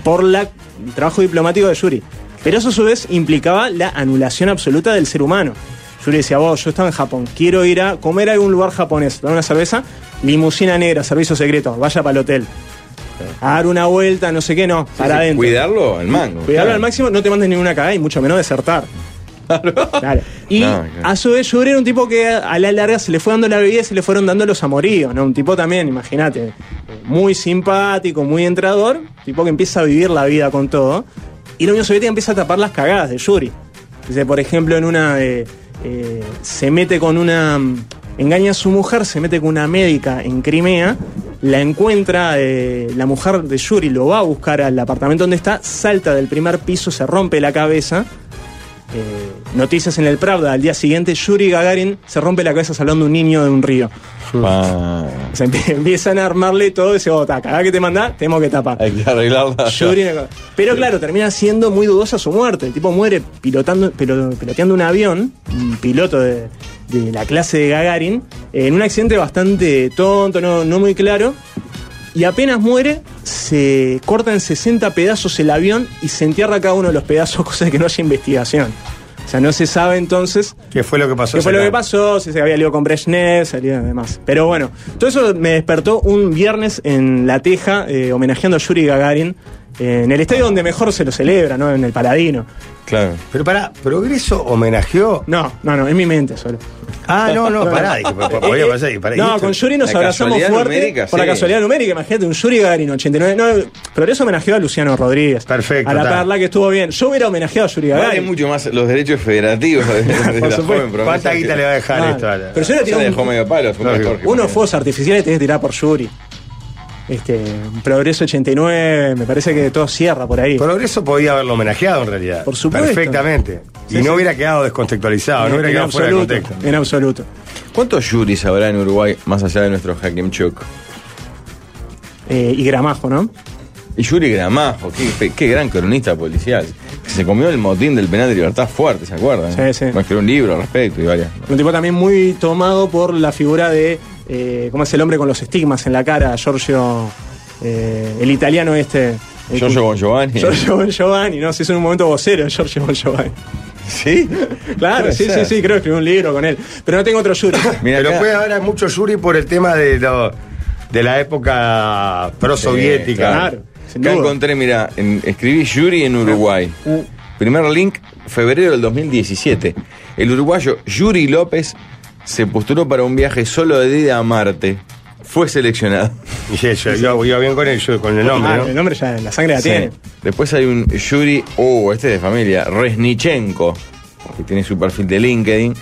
H: por la- el trabajo diplomático de Yuri. Pero eso a su vez implicaba la anulación absoluta del ser humano. Yuri decía, vos, yo estaba en Japón, quiero ir a comer a algún lugar japonés, dar una cerveza, limusina negra, servicio secreto, vaya para el hotel. A dar una vuelta, no sé qué, no, para
F: Sí, sí,
H: adentro.
F: Cuidarlo al mango.
H: Cuidarlo
F: claro.
H: al máximo, no te mandes ninguna cagada y mucho menos desertar. Claro. Y
F: No, claro.
H: a su vez Yuri era un tipo que a la larga se le fue dando la bebida y se le fueron dando los amoríos, ¿no? Un tipo también, imagínate, muy simpático, muy entrador, tipo que empieza a vivir la vida con todo. Y la Unión Soviética empieza a tapar las cagadas de Yuri. Dice, por ejemplo, en una de, eh, se mete con una. Engaña a su mujer, se mete con una médica en Crimea, la encuentra, eh, la mujer de Yuri lo va a buscar al apartamento donde está, salta del primer piso, se rompe la cabeza. Eh, noticias en el Pravda, al día siguiente Yuri Gagarin se rompe la cabeza salvando a un niño de un río.
F: Ah,
H: O sea, empie- empiezan a armarle todo ese bota, cagada que te mandá, tenemos que tapar.
F: hay que arreglarla.
H: Yuri Gagarin. Pero claro, termina siendo muy dudosa su muerte. El tipo muere pilotando, pilo- piloteando un avión, un piloto de, de la clase de Gagarin, en un accidente bastante tonto, no, no muy claro. Y apenas muere, se corta en 60 pedazos el avión y se entierra cada uno de los pedazos, cosa de que no haya investigación. O sea, no se sabe entonces
G: ¿Qué fue lo que pasó?
H: ¿Qué fue lo
G: ese
H: que
G: día?
H: pasó? Si se había liado con Brezhnev, salía demás. Pero bueno, todo eso me despertó un viernes en La Teja, eh, homenajeando a Yuri Gagarin, eh, en el estadio donde mejor se lo celebra, ¿no? En el Paladino.
F: Claro.
G: Pero pará, ¿Progreso homenajeó?
H: No, no, no, en mi mente solo. Eh,
G: Ah, no, no, pará. Dije, pa- pa- podía pasar y pará, y
H: No,
G: esto-
H: con Yuri nos
F: La
H: abrazamos
F: casualidad
H: fuerte
F: numérica,
H: por la
F: sí.
H: casualidad numérica. Imagínate, un Yuri Gagarin 89. No, Progreso homenajeó a Luciano Rodríguez.
G: Perfecto,
H: A la
G: está.
H: perla que estuvo bien. Yo hubiera homenajeado a Yuri
F: Vale
H: Gagarin.
F: mucho más los derechos federativos de, de
H: Por
F: la
H: supuesto.
F: joven promesa
G: ¿Cuánta
F: que-
G: guita le va a dejar
H: No,
G: esto? a la-
H: Ah, pero yo le
F: Ya
H: tiré
F: le
H: un-
F: dejó medio palo. fue un
G: Lógico.
F: Jorge,
H: Unos
F: imagínate.
H: fuegos artificiales tenés que tirar por Yuri. Este, un Progreso 89, me parece que todo cierra por ahí.
G: Progreso podía haberlo homenajeado en realidad.
H: Por supuesto.
G: Perfectamente.
H: Sí,
G: y no
H: sí.
G: hubiera quedado descontextualizado, ah, no hubiera
H: en
G: quedado fuera de
H: absoluto.
G: contexto.
H: En absoluto.
F: ¿Cuántos yuris habrá en Uruguay más allá de nuestro Hakimchuk?
H: Eh, y Gramajo, ¿no?
F: Y Yuri Gramajo, qué, pe- qué gran cronista policial. Que se comió el motín del penal de libertad fuerte, ¿se acuerdan?
H: Sí, sí.
F: Va a escribir un libro al respecto y varias.
H: Un tipo también muy tomado por la figura de. eh, ¿Cómo es el hombre con los estigmas en la cara? Giorgio. eh, el italiano este. el
F: Giorgio
H: cu-
F: Bon Giovanni.
H: Giorgio Bon Giovanni, ¿no? Se hizo en un momento vocero de Giorgio Bon Giovanni.
F: ¿Sí?
H: Claro,
F: Puede
H: sí,
F: ser.
H: sí, sí, creo que escribí un libro con él. Pero no tengo otro Yuri.
F: Mira
G: Pero
F: acá.
G: puede haber mucho Yuri por el tema de, lo- de la época
F: Sí,
G: prosoviética.
H: claro. sin
F: Acá
H: duda. Uh.
F: encontré, mira, escribí Yuri en Uruguay. Primer link, febrero del 2017. El uruguayo Yuri López se postuló para un viaje solo de ida a Marte. Fue seleccionado.
G: Y sí, yo, yo- yo bien con el, yo- con el
H: Ah,
G: nombre, ¿no?
H: El nombre ya, la sangre la
F: Sí.
H: tiene.
F: Después hay un Yuri, oh, este es de familia, Resnichenko, que tiene su perfil de LinkedIn.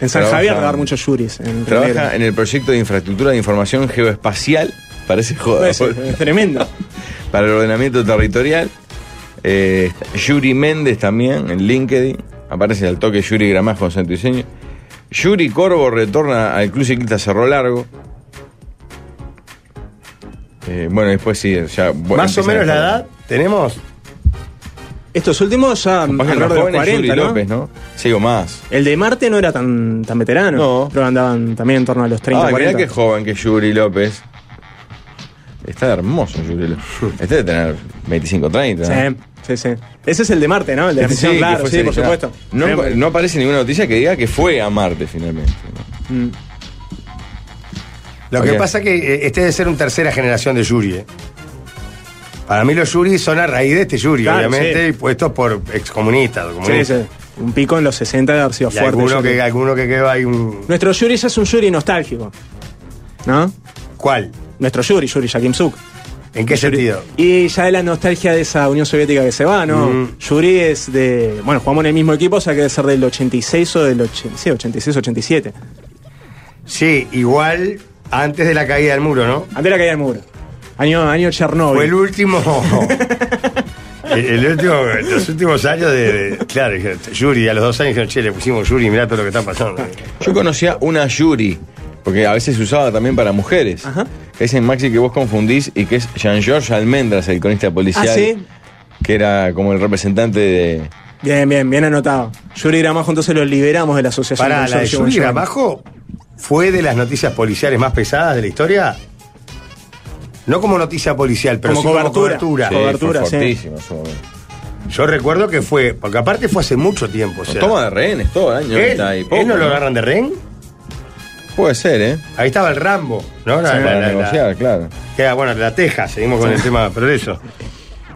H: En San
F: Trabaja-
H: Javier va a dar muchos yuris. En Rivera.
F: Trabaja en el proyecto de infraestructura de información geoespacial, parece joda,
H: Pues, es tremendo.
F: para el ordenamiento territorial. Eh, Yuri Méndez también en LinkedIn. Aparece al toque Yuri Gramás con santo y seña. Yuri Corvo retorna al Club Ciclista Cerro Largo. Eh, bueno, después sí, ya. bueno,
G: Más o
F: empiezan
G: menos
F: a-
G: la edad tenemos.
H: Estos últimos ya
F: Capaz que el
H: alrededor
F: más
H: de los
F: joven es
H: 40,
F: Yuri
H: ¿no?
F: López, ¿no? Sí, o más.
H: El de Marte no era tan, tan veterano.
F: No.
H: Pero andaban también en torno a los 30,
F: Ah, mirá
H: 40.
F: qué joven que es Yuri López. Está hermoso Yuri López. Este debe tener 25, 30. ¿no?
H: Sí, sí, sí. Ese es el de Marte, ¿no? El de la
F: Este
H: misión,
F: que
H: claro,
F: fue
H: sí, por
F: seleccionado.
H: supuesto.
F: No,
H: Tenemos-
F: no aparece ninguna noticia que diga que fue a Marte finalmente. ¿no?
H: Mm.
G: Lo
F: Ok.
G: que pasa que eh, este debe ser una tercera generación de Yuri. ¿eh? Para mí los Yuri son a raíz de este Yuri,
H: Claro,
G: obviamente,
H: sí.
G: y puestos por excomunistas. o
H: Sí,
G: comunistas.
H: sí. Un pico en los 60 de haber sido
G: Y
H: fuerte.
G: alguno
H: Yuri.
G: que, alguno que quedó ahí un...
H: Nuestro Yuri ya es un Yuri nostálgico. ¿No?
G: ¿Cuál?
H: Nuestro Yuri, Yuri Yakimsuk.
G: ¿En qué sentido?
H: Y ya de la nostalgia de esa Unión Soviética que se va, ¿no?
G: Mm.
H: Yuri es de. Bueno, jugamos en el mismo equipo, o sea que debe ser del 86 o del 80, sí, 86, 87.
G: Sí, igual antes de la caída del muro, ¿no?
H: Antes de la caída del muro. Año, año Chernobyl.
G: Fue el último. el, el último los últimos años de. de- claro, dijeron, Yuri, a los dos años dijeron, che, le pusimos Yuri, mirá todo lo que está pasando.
F: Yo conocía una Yuri, porque a veces se usaba también para mujeres. Que dicen, Maxi, que vos confundís y que es Jean-Georges Almendras, el cronista policial.
H: Ah, sí.
F: Que era como el representante de.
H: Bien, bien, bien anotado. Yuri Gramajo, entonces lo liberamos de la asociación.
G: Para
H: de
G: la de
H: Giorgio
G: Yuri
H: Bongiorno.
G: Gramajo fue de las noticias policiales más pesadas de la historia. No como noticia policial, pero
H: Como
G: sí
H: cobertura.
G: como cobertura.
H: Sí. Cobertura,
F: fue
H: sí.
F: fortísimo. en su momento.
G: Yo recuerdo que fue, porque aparte fue hace mucho tiempo. O sea,
F: Toma de rehenes todo el año.
G: ¿Él,
F: 90 y
G: él
F: poco,
G: no lo agarran de rehén?
F: Puede ser, ¿eh?
G: Ahí estaba el Rambo, ¿no? La- la-
F: para
G: la- la-
F: negociar, claro.
G: queda, bueno, la Teja, seguimos con el tema, pero eso.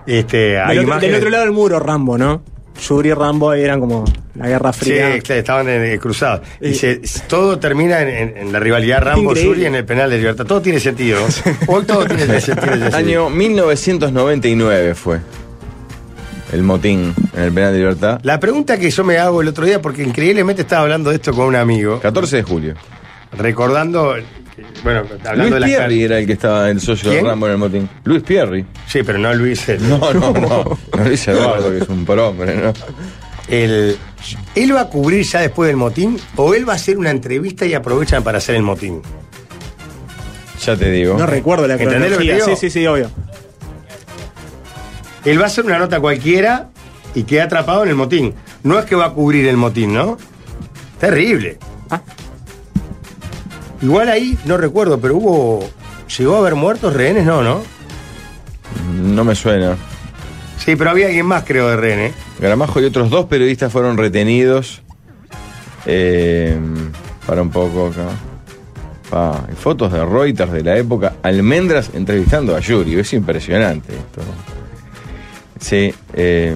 G: Este, hay
H: Del otro,
G: imágenes-
H: del otro lado del muro, Rambo, ¿no? Yuri y Rambo eran como la guerra
G: Sí,
H: fría.
G: claro, estaban en- eh, cruzados. Y
H: Y-
G: se- todo termina en, en- en la rivalidad Rambo-Yuri
H: increíble.
G: en el penal de libertad. Todo tiene sentido. Hoy todo tiene sentido. ya sé.
F: Año 1999 fue el motín en el penal de libertad.
G: La pregunta que yo me hago el otro día, porque increíblemente estaba hablando de esto con un amigo,
F: 14 de julio.
G: recordando, bueno, hablando de
F: Luis
G: las
F: Pierri era el que estaba el socio
G: ¿Quién?
F: de Rambo en el motín. Luis Pierri.
G: Sí, pero no Luis. el-
F: No, no, no. No Luis Eduardo, que es un hombre, ¿no?
G: el- ¿Él va a cubrir ya después del motín o él va a hacer una entrevista y aprovechan para hacer el motín?
F: Ya te digo.
H: No recuerdo la
G: ¿Entendés lo que
H: cronología.
G: te digo?
H: Sí, sí, sí, obvio.
G: Él va a hacer una nota cualquiera y queda atrapado en el motín. No es que va a cubrir el motín, ¿no? Terrible.
H: Ah.
G: Igual ahí, no recuerdo, pero hubo... ¿Llegó a haber muertos rehenes? No, ¿no?
F: No me suena.
G: Sí, pero había alguien más, creo, de rehenes.
F: Gramajo y otros dos periodistas fueron retenidos. Eh, para un poco acá. Pa, hay fotos de Reuters de la época. Almendras entrevistando a Yuri. Es impresionante esto. Sí. eh,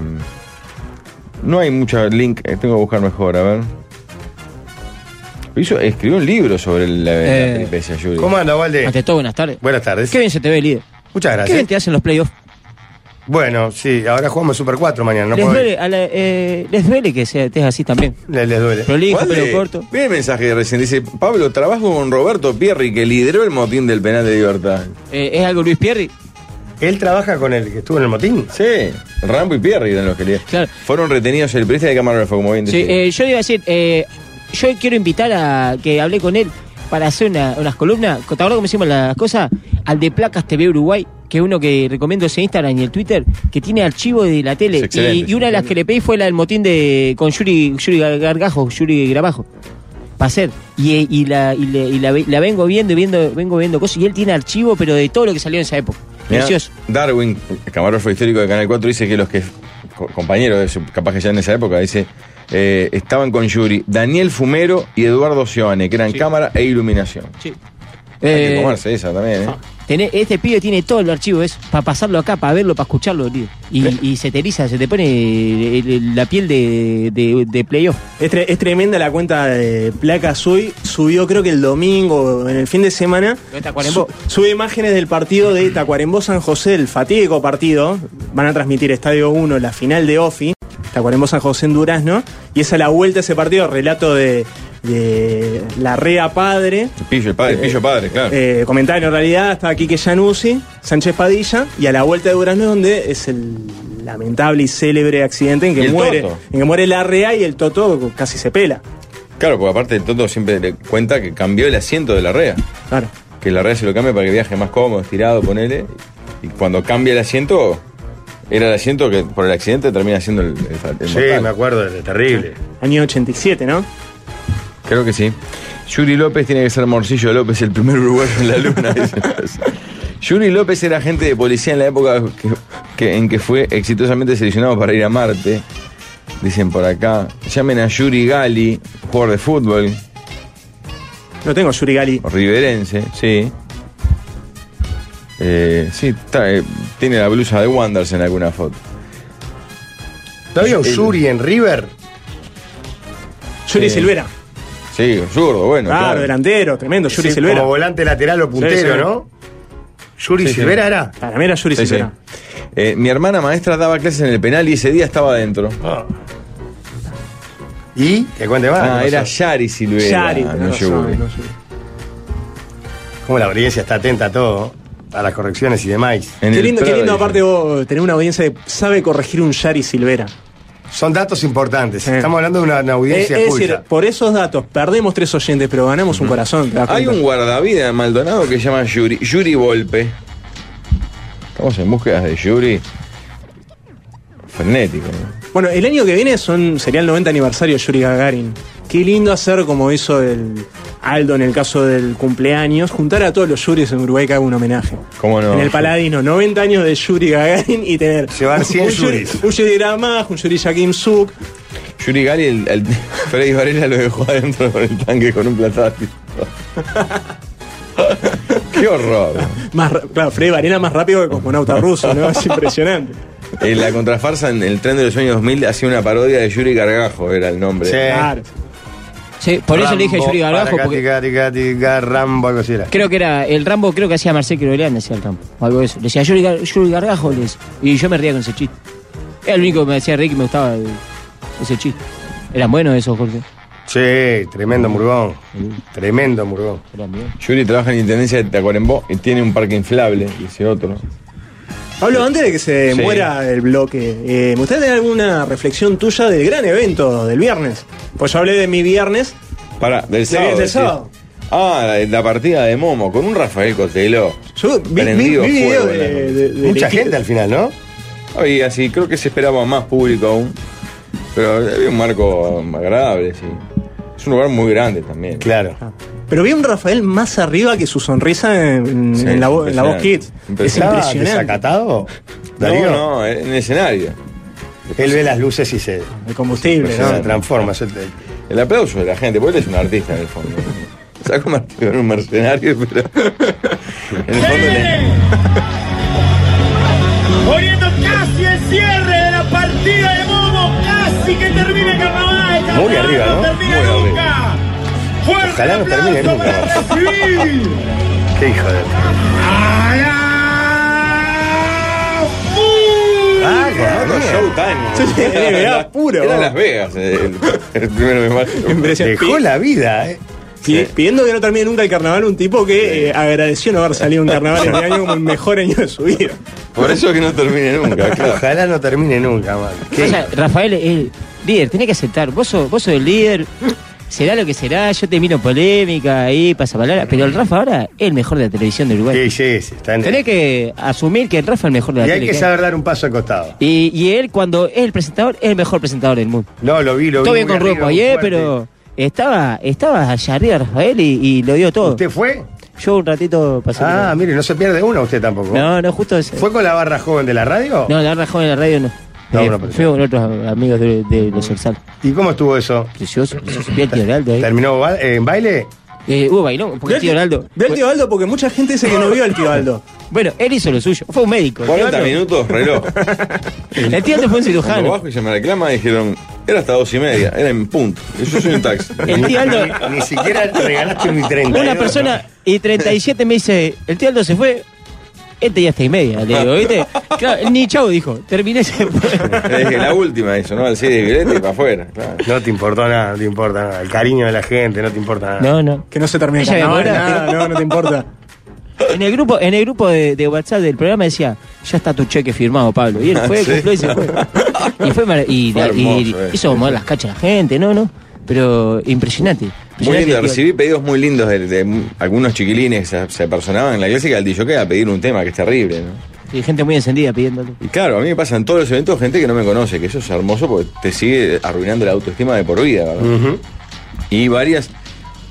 F: no hay mucho link. eh, Tengo que buscar mejor, a ver. Hizo, escribió un libro sobre la, la
I: Eh,
F: peripecia Yuri.
G: ¿Cómo anda, Valde?
I: Ante todo, buenas tardes.
G: Buenas tardes.
I: Qué bien se te ve, líder.
G: Muchas
I: Qué bien
G: gracias.
I: te hacen los playoffs.
G: Bueno, sí, ahora jugamos Super 4 mañana, no
I: les,
G: puedo
I: duele,
G: ir.
I: a la- eh, les duele que sea, estés así también.
G: Les, les duele.
I: Prolijo,
F: ¿Cuál
I: pelo
F: de-
I: corto.
F: Mira el mensaje de recién. Dice, Pablo, trabajo con Roberto Pierri, que lideró el motín del penal de libertad.
I: Eh, ¿Es algo Luis Pierri?
G: ¿Él trabaja con el que estuvo en el motín?
F: Sí, Rambo y Pierri eran los que le...
I: Claro.
F: Fueron retenidos el periodista de camarógrafo, como bien
I: Sí,
F: decía.
I: eh, yo iba a decir, eh, yo quiero invitar a que hablé con él para hacer una- unas columnas. ¿Te acuerdas cómo hicimos las cosas? Al de Placas TV Uruguay, que es uno que recomiendo ese Instagram y el Twitter, que tiene archivos de la
F: Es
I: tele. Y,
F: excelente,
I: y una de las que le pedí fue la del motín de con Yuri, Yuri Gar- Gargajo, Yuri Grabajo. Para hacer. Y, eh, y la, y, le- y la, ve- la vengo viendo, y viendo, vengo viendo cosas. Y él tiene archivo, pero de todo lo que salió en esa época.
F: Mirá,
I: Precioso.
F: Darwin, camarógrafo histórico de Canal 4, dice que los que... co- Compañeros, de su- capaz que ya en esa época, dice... eh, estaban con Yuri, Daniel Fumero y Eduardo Sioane, que eran cámara e iluminación.
I: Sí.
F: Hay que
I: Eh,
F: comerse esa también, ¿eh?
I: Tenés- este pibe tiene todo el archivo, es para pasarlo acá, para verlo, para escucharlo, tío. Y, y se te eriza, se te pone el- el- la piel de, de, de playoff.
H: Es, tre- es tremenda la cuenta de Placa Sui. Subió, creo que el domingo, en el fin de semana.
I: Lo de Tacuarembó.
H: Su- sube imágenes del partido de Tacuarembó San José, el fatídico partido. Van a transmitir Estadio 1, la final de OFI. Tacuarembó San José en Durazno. Y es a la vuelta ese partido, relato de, de la Rea Padre.
F: El pillo, el padre, el pillo padre, claro.
H: Eh, comentario en realidad, estaba Quique Januzzi, Sánchez Padilla, y a la vuelta de Durazno es donde es el lamentable y célebre accidente en
F: Y
H: que
F: el
H: muere
F: Toto.
H: en que muere la REA y el Toto casi se pela.
F: Claro, porque aparte el Toto siempre le cuenta que cambió el asiento de la rea.
H: Claro.
F: Que la rea se lo cambia para que viaje más cómodo, estirado, ponele. Y cuando cambia el asiento, era el asiento que por el accidente termina siendo el, el- el
G: Sí,
F: mortal.
G: me acuerdo, es terrible.
H: Año 87, ¿no?
F: Creo que sí. Yuri López tiene que ser Morcillo López, el primer uruguayo en la luna. dice. Yuri López era agente de policía en la época que- que- en que fue exitosamente seleccionado para ir a Marte. Dicen por acá. Llamen a Yuri Gali, jugador de fútbol,
H: No tengo Yuri Gali.
F: riverense, sí. Eh, sí, trae- tiene la blusa de Wanders en alguna foto.
G: ¿No había
F: El-
G: Usuri en River?
H: Yuri
F: Sí.
H: Silvera.
F: Sí, un zurdo, bueno.
H: Claro,
F: Ah, claro.
H: delantero, tremendo, Yuri
G: Sí,
H: Silvera.
G: Como volante lateral o puntero,
H: Sí, sí.
G: ¿no? Yuri
F: Sí, sí.
G: Silvera era.
H: Para mí era Yuri
F: Sí, sí.
H: Silvera.
F: Eh, mi hermana maestra daba clases en el penal y ese día estaba adentro.
H: Ah,
G: ¿Y? Que cuente más.
F: Ah,
G: ¿Qué
F: era
G: pasó?
F: Ah, Yari Silvera.
H: Yari,
F: no
H: tenés razón,
F: Yuri.
H: no Yuri.
G: Como la audiencia está atenta a todo, a las correcciones y demás.
F: En
H: Qué
F: el
H: lindo, qué
F: Prado
H: lindo
F: dicen.
H: aparte vos tener una audiencia que sabe corregir un Yari Silvera.
G: Son datos importantes.
H: Sí.
G: Estamos hablando de una, una
H: Eh, Es,
G: audiencia
H: decir,
G: culta.
H: por esos datos perdemos tres oyentes, pero ganamos un corazón. ¿te das
F: Hay
H: cuenta?
F: un guardavida en Maldonado que se llama Yuri, Yuri Volpe. Estamos en búsqueda de Yuri. Frenético. ¿no?
H: Bueno, el año que viene son, sería el 90 aniversario de Yuri Gagarin. Qué lindo hacer como hizo el Aldo en el caso del cumpleaños, juntar a todos los Yuris en Uruguay que haga un homenaje.
F: ¿Cómo no?
H: En el Paladino, 90 años de Yuri Gagarin y tener.
G: Llevar 100
H: un Yuri-
G: Yuris.
H: Un Yuri Gramaj, un Yuri Yakim Suk.
F: Yuri Gary, el, el- Freddy Varela lo dejó adentro con el tanque con un platástico. Qué horror.
H: Más, ra- claro, Freddy Varela más rápido que cosmonauta ruso, ¿no? Es impresionante.
F: En Eh, la contrafarsa en el tren de los años 2000 hacía una parodia de Yuri Gargajo, era el nombre.
G: Sí.
H: Claro.
I: Sí, por eso le dije a Yuri Garbajo, porque
G: Rambo, algo así era.
I: creo que era el Rambo, creo que hacía Marcel Quiroleán, decía el Rambo, o algo de eso. Le decía Yuri, Gar Yuri Gargajo, le decía. y yo me reía con ese chiste. Era el único que me decía Ricky me gustaba el- ese chiste. Eran buenos esos, Jorge.
G: Sí, tremendo murgón. Tremendo murgón.
I: Eran bien.
F: Yuri trabaja en Intendencia de Tacuarembó y tiene un parque inflable, dice otro.
H: Pablo, antes de que se
F: Sí.
H: muera el bloque, eh, me gustaría tener alguna reflexión tuya del gran evento del viernes. Pues yo hablé de mi viernes.
F: Para, del sábado.
H: del
F: decís.
H: sábado.
F: Ah, la, la partida de Momo con un Rafael Cotelo.
H: Yo vi, vi, vi
F: Prendido
H: videos
F: fuego
H: de,
F: en la noche.
H: de- de-
G: Mucha
H: de-
G: gente al final, ¿no?
F: Había, sí, creo que se esperaba más público aún. Pero había un marco agradable, sí. Es un lugar muy grande también.
G: Claro.
I: Ah.
H: Pero vi un Rafael más arriba que su sonrisa en, en-
F: Sí,
H: en la, vo- en la voz
F: impresionante.
H: Kids. Es
F: Impresionante.
G: ¿Estaba
H: impresionante.
G: desacatado? Darío,
F: No, no, en el escenario.
G: él ve las luces y se,
H: El combustible,
G: se
H: ¿no?
G: transforma. se-
F: El aplauso de la gente, porque él es un artista en el fondo. Se ha convertido en un mercenario, pero. en el fondo le-
B: Poniendo casi el cierre de la partida de Momo, casi que termina el carnaval. el
G: Muy
B: carnaval
G: arriba, ¿no?
B: termina
G: Muy arriba.
B: nunca. Fuerte
G: Ojalá no termine
B: aplauso
G: nunca.
B: para recibir
G: Qué hijo de.
B: a la Furia.
G: Ah,
F: Otro showtime.
H: Sí, NBA puro.
F: Era Las Vegas, el, el primero de mayo.
H: Impresionante.
G: Dejó la vida, ¿eh?
H: Pi- Pidiendo que no termine nunca el carnaval, un tipo que eh, agradeció no haber salido un carnaval en el año como el mejor año de su vida.
F: Por eso es que no termine nunca, claro.
G: Ojalá no termine nunca, man. Qué
I: O sea, Rafael es el líder, tenés que aceptar. Vos sos, vos sos el líder, será lo que será, yo te miro polémica ahí, pasa palabra. Pero el Rafa ahora es el mejor de la televisión de Uruguay.
G: Sí, sí, sí, está en-
I: Tenés que asumir que el Rafa es el mejor de la
G: Y hay que
I: televisión.
G: saber dar un paso al costado.
I: Y, y él, cuando es el presentador, es el mejor presentador del mundo.
G: No, lo vi, lo vi.
I: todo bien
G: muy
I: con
G: arriba,
I: ropa
G: muy
I: ayer,
G: fuerte.
I: pero estaba, estaba allá arriba Rafael y, y lo dio todo.
G: ¿Usted fue?
I: Yo un ratito pasé.
G: Ah,
I: por-
G: mire, no se pierde una usted tampoco.
I: no, no, justo ese.
G: ¿Fue con la barra joven de la radio?
I: No, la verdad, joven de la radio no.
G: No,
I: Eh,
G: no, pero-
I: fui con otros amigos de, de los Orsal.
G: ¿Y cómo estuvo eso?
I: Precioso, precioso. Vi al tío Heraldo ahí.
G: ¿Terminó ba- en baile?
I: Eh, hubo bailón, porque el tío Heraldo.
H: Ve al tío Aldo porque mucha gente dice que no vio al tío Aldo.
I: Bueno, él hizo lo suyo. Fue un médico. El tío
F: 40
I: Aldo-
F: minutos, reloj.
I: El tío Aldo fue
F: Cuando
I: un cirujano.
F: bajo y se me reclama, dijeron, era hasta dos y media, era en punto. Yo soy un taxi.
I: El tío Aldo.
G: Ni, ni siquiera regalaste un 30.
I: Una persona y 37 me dice, el tío Aldo se fue. Este ya está y media, le digo, ¿viste? Claro, ni chau dijo, terminé se fue.
F: Le dije, la última eso, ¿no? Al 6 de Violeta y para afuera. Claro.
G: No te importó nada, no te importa nada. El cariño de la gente, no te importa nada.
I: No, no.
H: Que no se termine el
I: Ella
H: carnaval,
I: demora.
H: nada, no, no te importa.
I: En el grupo, en el grupo de, de WhatsApp del programa decía, ya está tu cheque firmado, Pablo. Y él fue,
F: Ah, ¿sí?
I: cumplió y se fue. Y fue mara- y,
F: Fue
I: y- y
F: hermoso, eh.
I: hizo mover las cachas a la gente, no, no. Pero impresionante.
F: Muy
I: Impresionante,
F: lindo,
I: tío.
F: recibí pedidos muy lindos de, de algunos chiquilines que se, se personaban en la clase que al DJ a pedir un tema que es terrible, ¿no?
I: Y gente muy encendida pidiéndolo.
F: Y claro, a mí me pasa en todos los eventos gente que no me conoce, que eso es hermoso porque te sigue arruinando la autoestima de por vida, ¿verdad?
G: Ujú.
F: Y varias,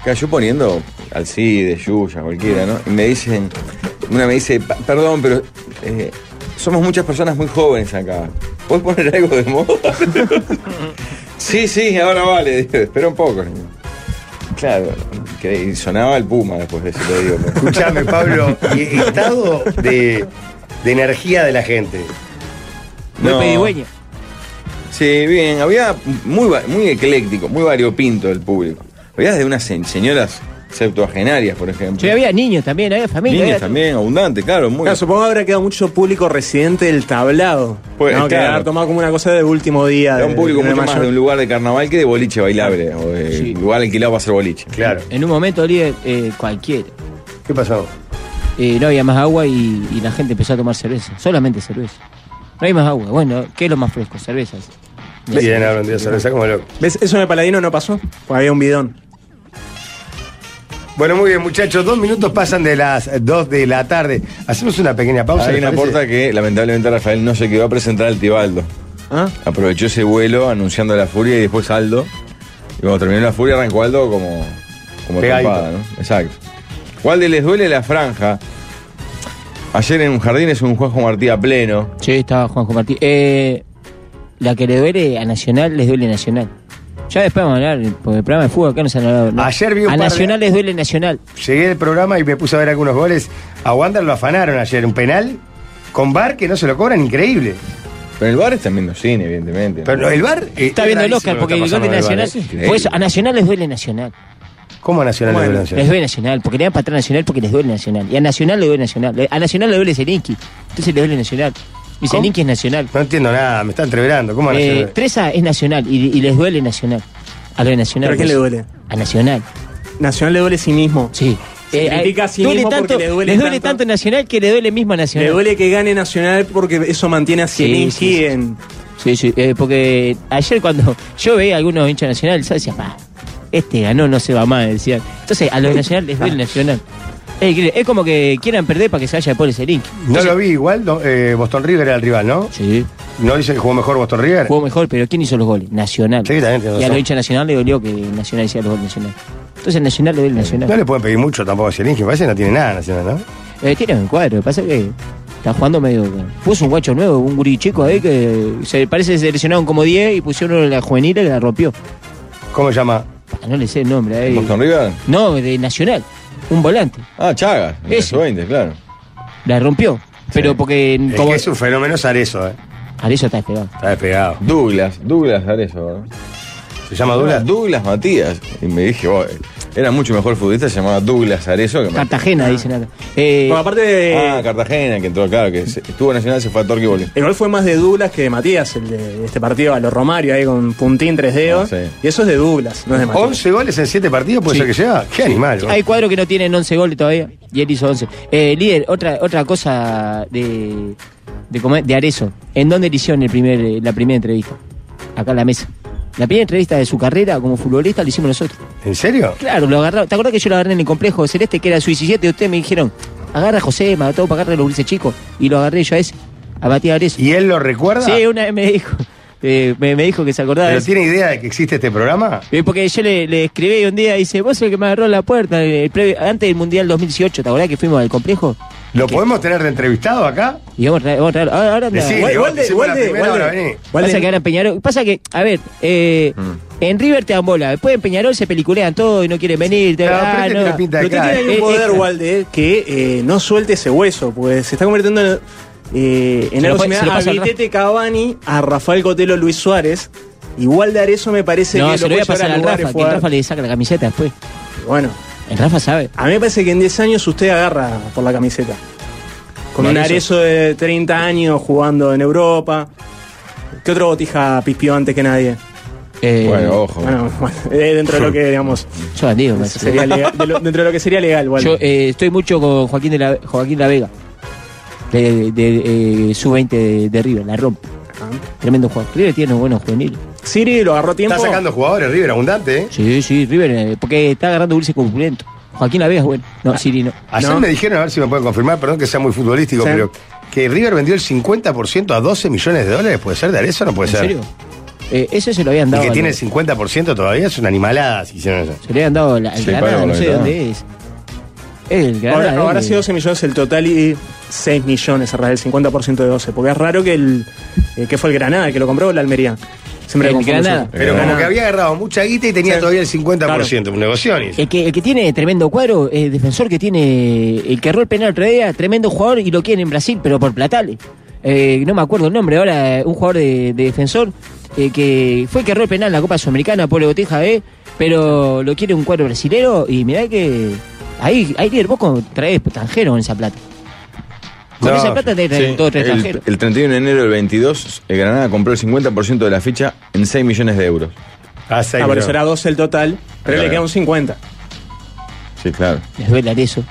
F: cayó poniendo al CIDE, Yuya, cualquiera, ¿no? Y me dicen, una me dice, "Pa- perdón, pero eh, somos muchas personas muy jóvenes acá. ¿Puedes poner algo de moda? sí, sí, ahora vale, digo, espera un poco. niño. Claro, que- y sonaba el Puma después de eso, te digo. pero-
G: Escuchame, Pablo, y- y estado de, de energía de la gente.
I: Muy
F: No.
I: pedigüeño.
F: Sí, bien, había muy, va- muy ecléctico, muy variopinto el público. Había desde unas se- señoras septuagenarias, por ejemplo.
I: Sí, había niños también, había familia.
F: Niños
I: había-
F: también, abundante, claro, muy.
H: Claro, supongo que habrá quedado mucho público residente del tablado.
F: Pues,
H: no, que
F: claro.
H: habrá tomado como una cosa de último día.
F: Era un
H: de-
F: público
H: de
F: mucho más
H: mayor.
F: de un lugar de carnaval que de boliche bailable, o de
I: Sí.
F: lugar alquilado para hacer boliche.
G: Claro.
I: En un momento, líder, eh, cualquiera.
G: ¿Qué pasó?
I: Eh, no había más agua y, y la gente empezó a tomar cerveza. Solamente cerveza. No hay más agua. Bueno, ¿qué es lo más fresco? Cervezas.
G: Bien, hablan de cerveza como loco.
H: ¿Ves? Eso en el Paladino no pasó, porque había un bidón.
G: Bueno, muy bien, muchachos. Dos minutos pasan de las dos de la tarde. Hacemos una pequeña pausa.
F: Hay
G: ¿les
F: una
G: parece?
F: porta que lamentablemente Rafael no se quedó a presentar al tío Aldo.
H: ¿Ah?
F: Aprovechó ese vuelo anunciando la furia y después Aldo. Y cuando terminó la furia arrancó Aldo como, como
G: Pegadito.
F: trompada, ¿no? Exacto. ¿Cuál de les duele la franja? Ayer en un jardín es un Juanjo Martí a pleno.
I: Sí, estaba Juanjo Martí. Eh, la que le duele a Nacional, les duele Nacional. Ya después vamos a hablar, porque el programa de fútbol acá no se ha hablado. ¿no?
G: Ayer vi un
I: A
G: par de-
I: Nacional les duele Nacional.
G: Llegué del programa y me puse a ver algunos goles. A Wander lo afanaron ayer. Un penal con bar que no se lo cobran, increíble.
F: Pero el bar es también no cine, evidentemente. ¿no?
G: Pero el bar. eh,
I: Está
G: es
I: viendo el
G: rarísimo
I: Oscar
G: lo
I: porque
G: que
I: el
G: está
I: gol de
G: pasando
I: Nacional.
G: con el VAR,
F: increíble.
I: Por eso, a Nacional les duele Nacional.
G: ¿eh? ¿Cómo a Nacional le
H: Bueno,
G: duele
I: Les
G: Nacional?
I: duele Nacional, porque le dan para atrás a Nacional porque les duele Nacional. Y a Nacional le duele Nacional. Le- A Nacional le duele Zelinsky. Entonces le duele Nacional. Y
G: ¿Cómo?
I: Zelinsky es Nacional.
G: No entiendo nada, me están entreverando. ¿Cómo a
I: Eh,
G: Nacional?
I: Treza es Nacional y, y les duele Nacional. A lo de Nacional.
H: ¿Pero a quién
I: pues.
H: le duele?
I: A Nacional.
H: Nacional le duele sí mismo.
I: Sí.
H: Se
I: Eh,
H: critica a sí
I: duele
H: mismo porque
I: tanto,
H: le duele
I: les duele
H: tanto.
I: tanto. Nacional que le duele mismo a Nacional.
H: Le duele que gane Nacional porque eso mantiene a Zielinski
I: sí, sí.
H: en.
G: pues.
I: Sí, sí, eh, porque ayer cuando yo veía a algunos hinchas nacionales, yo decía, pa, este ganó, no se va más, decían. Entonces, a los nacionales les
G: Ah.
I: duele nacional. Es, increíble, es como que quieran perder para que se vaya por ese link.
G: No lo vi igual. no, eh, Boston River era el rival, ¿no?
I: Sí,
G: ¿No dice que jugó mejor Boston River?
I: jugó mejor, pero ¿quién hizo los goles? Nacional.
G: Sí, también tenés
I: y a
G: razón.
I: los hinchas nacional le dolió que Nacional hiciera los goles nacional. Entonces, Nacional le duele
G: No
I: nacional.
G: le pueden pedir mucho tampoco a Zielinski, parece que no tiene nada Nacional, ¿no?
I: Eh, tiene un cuadro, lo que pasa es que está jugando medio. que- Puso un guacho nuevo, un gurí chico ahí que se parece que se lesionaron como 10 y pusieron uno en la juvenil y la rompió.
G: ¿Cómo se llama?
I: Pa, No le sé el nombre. ahí.
F: ¿Boston River?
I: No, de Nacional. Un volante.
F: Ah, Chagas. en el
I: Ese.
F: 20, claro.
I: La rompió. Pero porque
G: Es
I: como
G: que es un fenómeno Sarezo, ¿eh?
I: Arezzo está este despegado.
G: Está despegado.
F: Douglas, Douglas Areso, ¿verdad?
G: ¿Se llama Douglas?
F: Douglas Matías. Y me dije, "Oh, era mucho mejor futbolista, se llamaba Douglas Areso que me-
I: Cartagena, dicen acá. Eh,
H: Porque aparte de-
F: Ah, Cartagena, que entró, claro, que se- estuvo nacional, se fue a Torque y volvió.
H: El gol fue más de Douglas que de Matías, el de este partido a los Romario ahí con puntín tres dedos.
F: Ah, sí.
H: Y eso es de Douglas, no es de Matías.
G: 11 goles en 7 partidos, puede ser que sea. Qué animal. ¿no?
I: hay cuadros que no tienen 11 goles todavía. Y él hizo 11. Eh, líder, otra otra cosa de de, cómo es, de Arezzo. ¿En dónde le hicieron el primer, eh, la primera entrevista? Acá en la mesa. La primera entrevista de su carrera como futbolista la hicimos nosotros.
G: ¿En serio?
I: Claro, lo agarraron. ¿Te acuerdas que yo lo agarré en el complejo celeste, que era su 17? Y ustedes me dijeron, agarra a José, mató para agarrar los grises chicos. Y lo agarré yo a ese, a Matías Arezzo.
G: ¿Y él lo recuerda?
I: Sí, una vez me dijo, eh, me, me dijo que se acordaba. de
G: Ah. ¿Pero
I: eso.
G: tiene idea de que existe este programa?
I: Eh, Porque yo le, le escribí un día, dice, vos sos el que me agarró la puerta eh, el previo- antes del Mundial 2018, ¿te acordás que fuimos al complejo?
G: ¿Lo
I: ¿Qué?
G: podemos tener de entrevistado acá?
I: Y vamos a traer- vamos a traer- ahora, ahora anda-
G: Decí,
I: Igual-
G: Walde,
H: Walde,
G: hicimos la
H: Walde,
G: primera, ahora
H: Walde.
G: vení.
I: Pasa que
H: Walde.
I: ahora en Peñarol. Pasa que, a ver, eh, en River te dan bola, después en Peñarol se peliculean todo y no quieren venir. te-
G: Pero este
I: ah,
G: aparte
I: no.
G: tiene pinta de
H: Pero usted
G: acá,
H: tiene ahí
I: eh,
H: un poder,
I: eh,
H: Walde, que eh, no suelte ese hueso, pues se está convirtiendo en, eh, en
I: Se lo
H: algo
I: pa- se
H: similar
I: lo
H: a
I: pasa al
H: Vitete Cavani, a Rafael Cotelo, Luis Suárez. Y Walde Arezzo me parece
I: No,
H: que
I: se lo voy
H: puede
I: a pasar
H: llevar
I: al
H: lugares
I: Rafa, que el Rafa
H: fuertes.
I: le saca la camiseta después.
H: Bueno,
I: El Rafa sabe.
H: a mí me parece que en 10 años usted agarra por la camiseta. Con un
I: Arezzo.
H: Arezzo de 30 años jugando en Europa. ¿Qué otro botija pispió antes que nadie?
I: Eh,
F: Bueno, ojo.
H: Bueno, bueno, eh, dentro de lo que, digamos,
I: Yo bandido, me parece.
H: sería legal- de lo- dentro de lo que sería legal, Walde.
I: Yo eh, estoy mucho con Joaquín de la, Joaquín la Vega, de, de, eh, sub-20 de, de River, la rompe. Tremendo jugador. River tiene buenos juveniles.
H: Siri lo agarró a tiempo.
G: Está sacando jugadores, River, abundante, ¿eh?
I: Sí, sí, River, eh, porque está agarrando dulce cumplimiento. Joaquín la Vega es bueno. No, Siri no.
G: Ayer
H: No.
G: me dijeron, a ver si me pueden confirmar, perdón que sea muy futbolístico,
H: Sí.
G: pero que River vendió el 50% a 12 millones de dólares, ¿puede ser? ¿De Arezzo no puede
I: ¿En
G: ser?
I: serio? Eh, eso se lo habían
G: Y
I: dado.
G: que
I: al-
G: tiene el 50% todavía, es una animalada si hicieron eso.
H: Eh,
I: Se lo habían dado al al
F: Sí,
I: Granada,
F: paga
I: no sé
F: la mitad.
I: dónde es. Es El Granada.
H: Ahora, ahora
I: es-
H: sí 12 millones el total y 6 millones, el 50% de 12. Porque es raro que el eh, que fue el Granada, el que lo compró o la Almería. Siempre
I: El
H: me confundo
I: Granada.
H: yo.
G: Pero como que había agarrado mucha guita y tenía
H: Sí. Eh,
G: todavía el 50%, un negocio. ni-
I: El que, el que tiene tremendo cuadro, el defensor que tiene, el que erró el penal otro día, tremendo jugador y lo quieren en Brasil, pero por platales. Eh, no me acuerdo el nombre ahora, eh, un jugador de, de defensor eh, que fue el que erró el penal en la Copa Sudamericana, Polo Botija, eh, pero lo quiere un cuadro brasilero y mirá que ahí, ahí líder, vos con- traes extranjeros en esa plata. Con
G: No,
I: esa plata te traes
F: Sí,
I: todo tres
F: el,
I: extranjeros.
F: el 31 de enero del 22, el Granada compró el 50% de la ficha en 6 millones de euros.
G: Ah, seis
H: Ah, pero
G: millones.
H: será 12 el total, pero
F: Claro.
H: le queda un 50.
F: Sí, claro.
I: Les duele eso.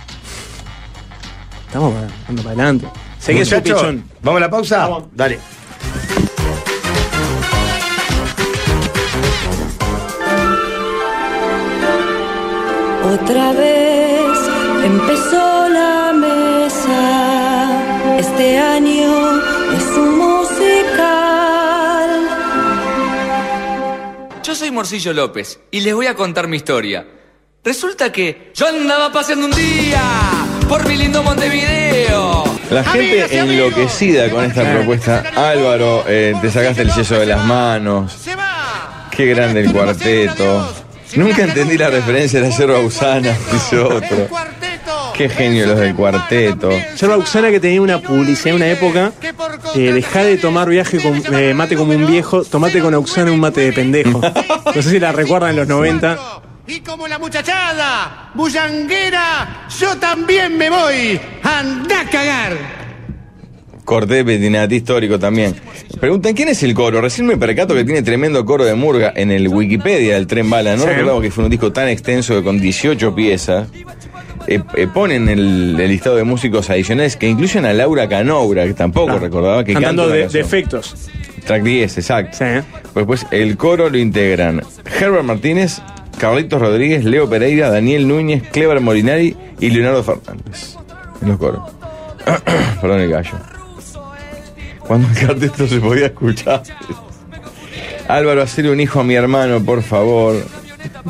H: Estamos para- dando para adelante. Sé que es un
G: Muchachos,
H: pichón.
G: ¿Vamos a la pausa?
H: Vamos.
G: Dale.
J: Otra vez empezó la mesa. Este año es un musical.
C: Yo soy Morcillo López y les voy a contar mi historia. Resulta que yo andaba paseando un día por mi lindo Montevideo.
F: La gente
C: Amigas y amigos,
F: enloquecida con esta propuesta. Álvaro, eh, te sacaste el yeso de las manos.
C: ¡Se va!
F: Qué grande el cuarteto. Nunca entendí la referencia de la yerba gusana, dice otro. Qué genio los del cuarteto.
H: Yerba Uxana que tenía una publicidad en una época. Eh, dejá de tomar viaje con, eh, mate como un viejo, tomate con Auxana un mate de pendejo. No sé si la recuerdan en los 90.
B: Y como la muchachada, bullanguera, yo también me voy. Anda a cagar.
F: Corté de Petinati histórico también. Preguntan quién es el coro. Recién me percato que tiene tremendo coro de murga en el Wikipedia del Tren Bala. No recordaba que fue un disco tan extenso que con 18 piezas. eh, eh, ponen el, el listado de músicos adicionales que incluyen a Laura Canobra, que tampoco recordaba que
H: Ah. Cantando
F: canta una
H: de, de
F: canción.
H: efectos.
F: Track 10, exacto.
H: Sí. ¿eh?
F: Pues, pues, el coro lo integran Herbert Martínez, Carlitos Rodríguez, Leo Pereira, Daniel Núñez, Clever Molinari y Leonardo Fernández. En los coros. Perdón el gallo. Cuando el carteto se podía escuchar. Álvaro, hacerle un hijo a mi hermano, por favor.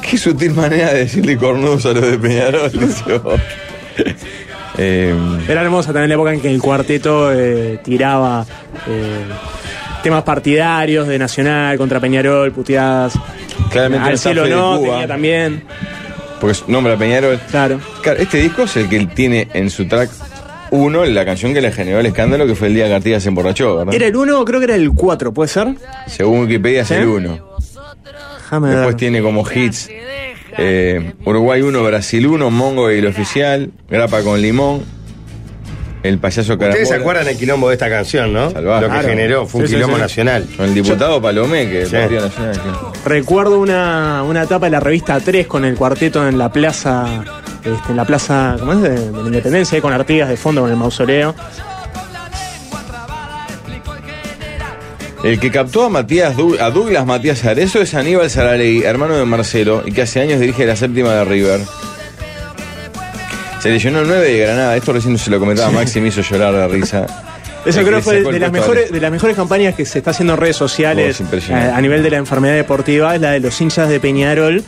F: Qué sutil manera de decirle cornudos a los de Peñarol, dice otro. Em,
H: Era hermosa también la época en que el cuarteto eh, tiraba eh, temas partidarios de Nacional contra Peñarol, puteadas.
F: Claramente
H: Al
F: no está
H: cielo
F: Fede
H: no,
F: Cuba.
H: tenía también.
F: porque su nombre a Peñarol.
H: Claro.
F: Claro, este disco es el que él tiene en su track 1, la canción que le generó el escándalo, que fue el día que Artigas se emborrachó, ¿verdad?
H: ¿Era el 1 creo que era el ¿Eh? Ah. 4, puede ser?
F: Según Wikipedia es
H: ¿Sí?
F: el 1.
H: Déjame
F: Después
H: ver.
F: tiene como hits eh, Uruguay 1, Brasil 1, Mongo y el oficial, Grapa con Limón, El payaso
G: Ustedes se
F: Caramola,
G: acuerdan el quilombo de esta canción, ¿no?
F: Salvaje.
G: Lo que
F: Claro.
G: generó, fue un
H: Sí, sí,
G: quilombo
H: sí.
G: nacional.
F: con el diputado Palomé, que
G: Sí.
F: Partido Nacional, que-
H: Recuerdo una, una etapa de la revista 3 con el cuarteto en la plaza, este, en la plaza, ¿cómo es? De, de la Independencia, ahí con Artigas de fondo, con el mausoleo.
F: El que captó a Matías Du- a Douglas Matías Arezo es Aníbal Saralegui, hermano de Marcelo, y que hace años dirige la séptima de River. Se lesionó el 9 de Granada, esto recién se lo comentaba Maxi, me hizo llorar de risa.
H: Eso
F: El
H: creo
F: que
H: fue
F: sacó
H: de
F: el
H: las,
F: puesto
H: mejores,
F: a-
H: de las mejores campañas que se está haciendo en redes sociales
F: Oh, es impresionante.
H: eh, a nivel de la enfermedad deportiva, es la de los hinchas de Peñarol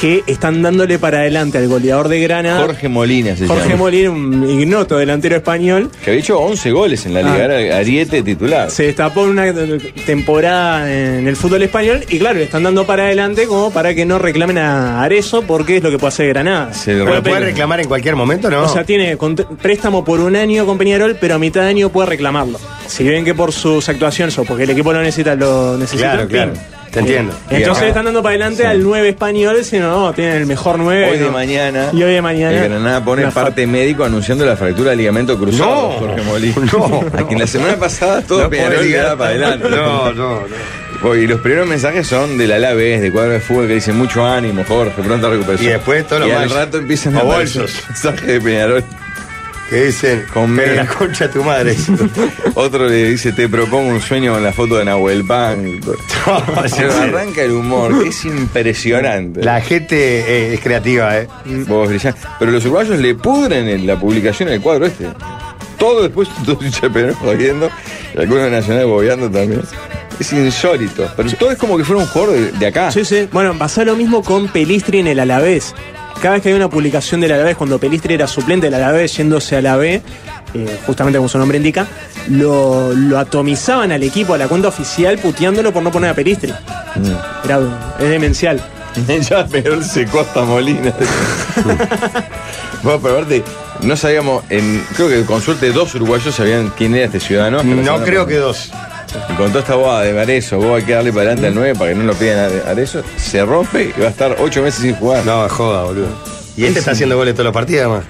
H: que están dándole para adelante al goleador de Granada, Ah. Jorge,
F: Jorge Molina se llama.
H: Molina, un ignoto delantero español.
F: Que había hecho 11 goles en la liga,
H: Ah.
F: era ariete titular.
H: Se destapó en una temporada en el fútbol español y claro, le están dando para adelante como para que no reclamen a Arezo porque es lo que puede hacer Granada.
F: Se le
G: Pero
F: rompe-
G: puede reclamar en cualquier momento, ¿no?
H: O sea, tiene cont- préstamo por un año con Peñarol, pero a mitad de año puede reclamarlo. Si bien que por sus actuaciones o porque el equipo lo necesita, lo necesita.
G: claro, claro.
H: bien.
G: Te entiendo.
H: Entonces
F: acá-
H: están dando para adelante
F: Sí.
H: al 9 español, sino no, tienen el mejor 9.
F: Hoy de
H: ¿no?
F: mañana.
H: Y hoy de mañana.
F: El Granada pone
H: una fa-
F: parte médico anunciando la fractura del ligamento
G: No.
F: cruzado. Jorge Molina.
G: No.
F: A quien la semana pasada todo
G: No
F: Peñarol
G: puedo
F: le daba
G: olvidar.
F: para adelante.
G: No, no, no.
F: Bueno, Y los primeros mensajes son del Alavés, de cuadro de fútbol, que dicen mucho ánimo, Jorge, pronta recuperación.
G: Y después todos los
F: Y al
G: bolsos.
F: rato empiezan a
G: O
F: aparecer
G: bolsos.
F: mensajes de Peñarol.
G: Que dicen,
F: Con
G: pero
F: menos.
G: la concha de tu madre.
F: Otro le dice, te propongo un sueño con la foto de Nahuel Pan. Se arranca el humor, que es impresionante.
G: Ah, la gente eh, es creativa, ¿eh?
F: Vos brillás. Pero los uruguayos le pudren en la publicación del cuadro este. Todo después, todo hincha de Peñarol jodiendo, y algunos nacionales bobeando también. Es insólito. Pero todo es como que fuera un jugador de, de acá.
H: Sí, sí. Bueno, pasó lo mismo con Pelistri en el Alavés. Cada vez que hay una publicación del Alavés, cuando Pelistri era suplente del Alavés, yéndose a la B, eh, justamente como su nombre indica, lo, lo atomizaban al equipo, a la cuenta oficial, puteándolo por no poner a Pelistri.
G: Mm.
H: Era, es demencial.
F: ya Peñarol secó hasta Molina. bueno, pero aparte, no sabíamos, en, creo que con suerte dos uruguayos sabían quién era este ciudadano. hasta la
G: No
F: semana
G: creo
F: pasada.
G: que dos.
F: Y con toda esta boda de Arezo, vos hay que darle para adelante al 9 para que no lo pidan a Arezo, se rompe y va a estar ocho meses sin jugar.
G: No, es joda, boludo. Y este está haciendo goles todos los partidos, además.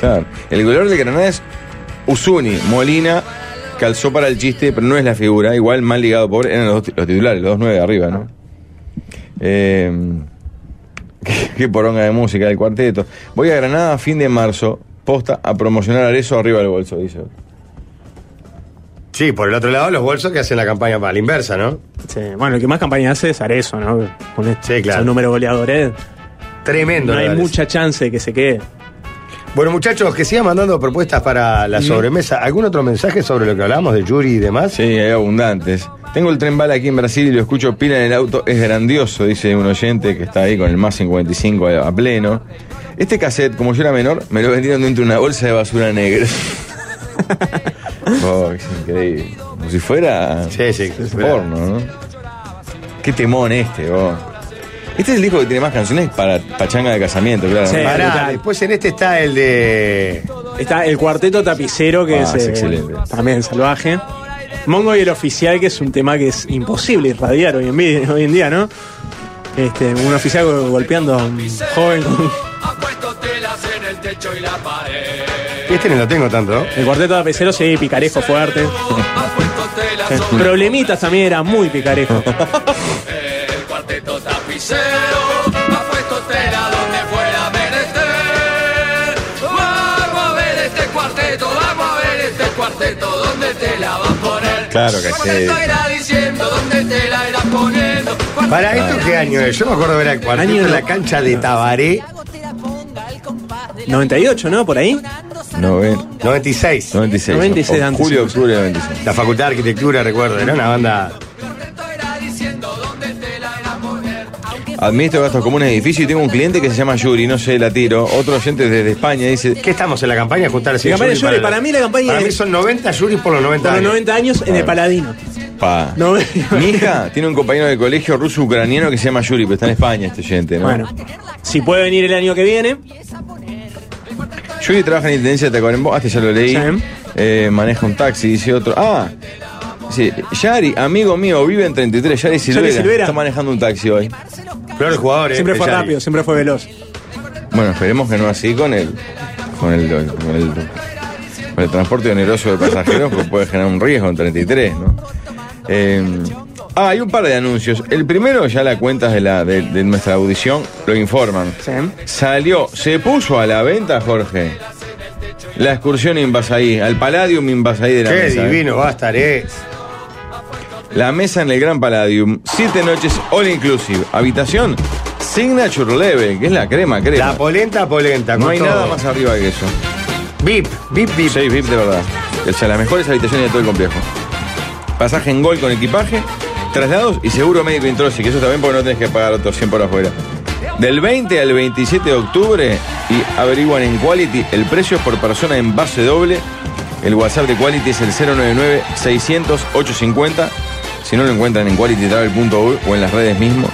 F: Claro. El goleador de Granada es Usuni, Molina, calzó para el chiste, pero no es la figura. Igual mal ligado por. Eran los, dos- los titulares, los dos nueve de arriba, ¿no? Eh, qué, qué poronga de música del cuarteto. Voy a Granada a fin de marzo. posta a promocionar Arezo arriba del bolso, dice. otro.
G: Sí, por el otro lado, los bolsos que hacen la campaña para la inversa, ¿no?
H: Sí, Bueno, lo que más campaña hace es Arezo, ¿no? Con
G: Sí, claro.
H: esos números goleadores.
G: Tremendo.
H: No
G: la
H: hay
G: verdad.
H: mucha chance de que se quede.
G: Bueno, muchachos, que sigan mandando propuestas para la sobremesa. ¿Algún otro mensaje sobre lo que hablamos de Yuri y demás?
F: Sí, hay abundantes. Tengo el tren bala aquí en Brasil y lo escucho pila en el auto. Es grandioso, dice un oyente que está ahí con el más 55 a a pleno. Este cassette, como yo era menor, me lo vendieron dentro de una bolsa de basura negra. oh, es increíble. Como si fuera
G: Sí, sí.
F: porno, ¿no? Qué temón este, vos. Este es el disco que tiene más canciones para pachanga de casamiento, claro.
H: Sí.
G: Pará,
H: Brutal.
G: después en este está el de.
H: Está el cuarteto tapicero, que
F: Ah,
H: es,
F: es
H: eh,
F: excelente.
H: también salvaje. Mongo y el oficial, que es un tema que es imposible irradiar hoy en, vi- hoy en día, ¿no? Este, un oficial go- golpeando a un joven con
G: Este no lo tengo tanto. ¿no?
H: el cuarteto tapicero, sí, picaresco fuerte. Problemitas también era muy picaresco.
A: este
F: Claro que sí.
G: ¿Para esto qué año es? Yo me acuerdo ver al cuarteto
H: Año
G: en la
H: no-
G: cancha de Tabaré,
H: 98, ¿no? Por ahí.
F: Noven-
G: 96.
F: 96.
H: 96
F: O
H: antes.
F: Julio, octubre de 96.
G: La Facultad de Arquitectura, recuerdo, era una banda.
F: Administro gastos comunes de edificio y tengo un cliente que se llama Yuri, no sé, la tiro. Otro oyente desde España dice,
G: ¿Qué estamos en la campaña? Juntarse
H: La campaña
G: Yuri
H: Yuri, para mí la campaña
G: Para
H: es-
G: mí son 90 Yuri por los 90
H: Por los
G: años.
H: 90 años en el Paladino.
F: pa.
H: No-
F: Mi hija tiene un compañero de colegio ruso-ucraniano que se llama Yuri, pero está en España este oyente, ¿no?
H: Bueno, si puede venir el año que viene,
F: Yuri trabaja en Intendencia de Tacuarembó, hasta ya lo leí.
H: Sí.
F: Eh, maneja un taxi, dice otro. Ah, sí, Yari, amigo mío, vive en 33, Yari Silvera.
H: Silvera.
F: Está manejando un taxi hoy.
G: Claro, el jugador, eh,
H: siempre fue
G: el Yari.
H: rápido, siempre fue veloz.
F: Bueno, esperemos que no así con el. con el. con el, con el transporte oneroso de pasajeros, que puede generar un riesgo en 33, ¿no? Eh, ah, hay un par de anuncios. El primero, ya las cuentas de, la, de, de nuestra audición lo informan.
H: Sí.
F: Salió, se puso a la venta, Jorge, la excursión Invasaí, al Palladium Invasaí de la
G: Qué
F: mesa.
G: divino va a estar, eh.
F: La mesa en el Gran Palladium, siete noches all inclusive. Habitación Signature Level, que es la crema, crema.
G: La polenta, polenta.
F: no
G: con
F: hay
G: todo.
F: nada más arriba que eso.
G: VIP, VIP, VIP.
F: Sí, VIP de verdad. O sea, las mejores habitaciones de todo el complejo. Pasaje en gol con equipaje, traslados y seguro médico introsi, que eso también porque no tenés que pagar otros 100 por afuera. Del 20 al 27 de octubre y averiguan en Quality el precio por persona en base doble. El WhatsApp de Quality es el 099-600-850. Si no lo encuentran en qualitytravel.org e o en las redes mismo,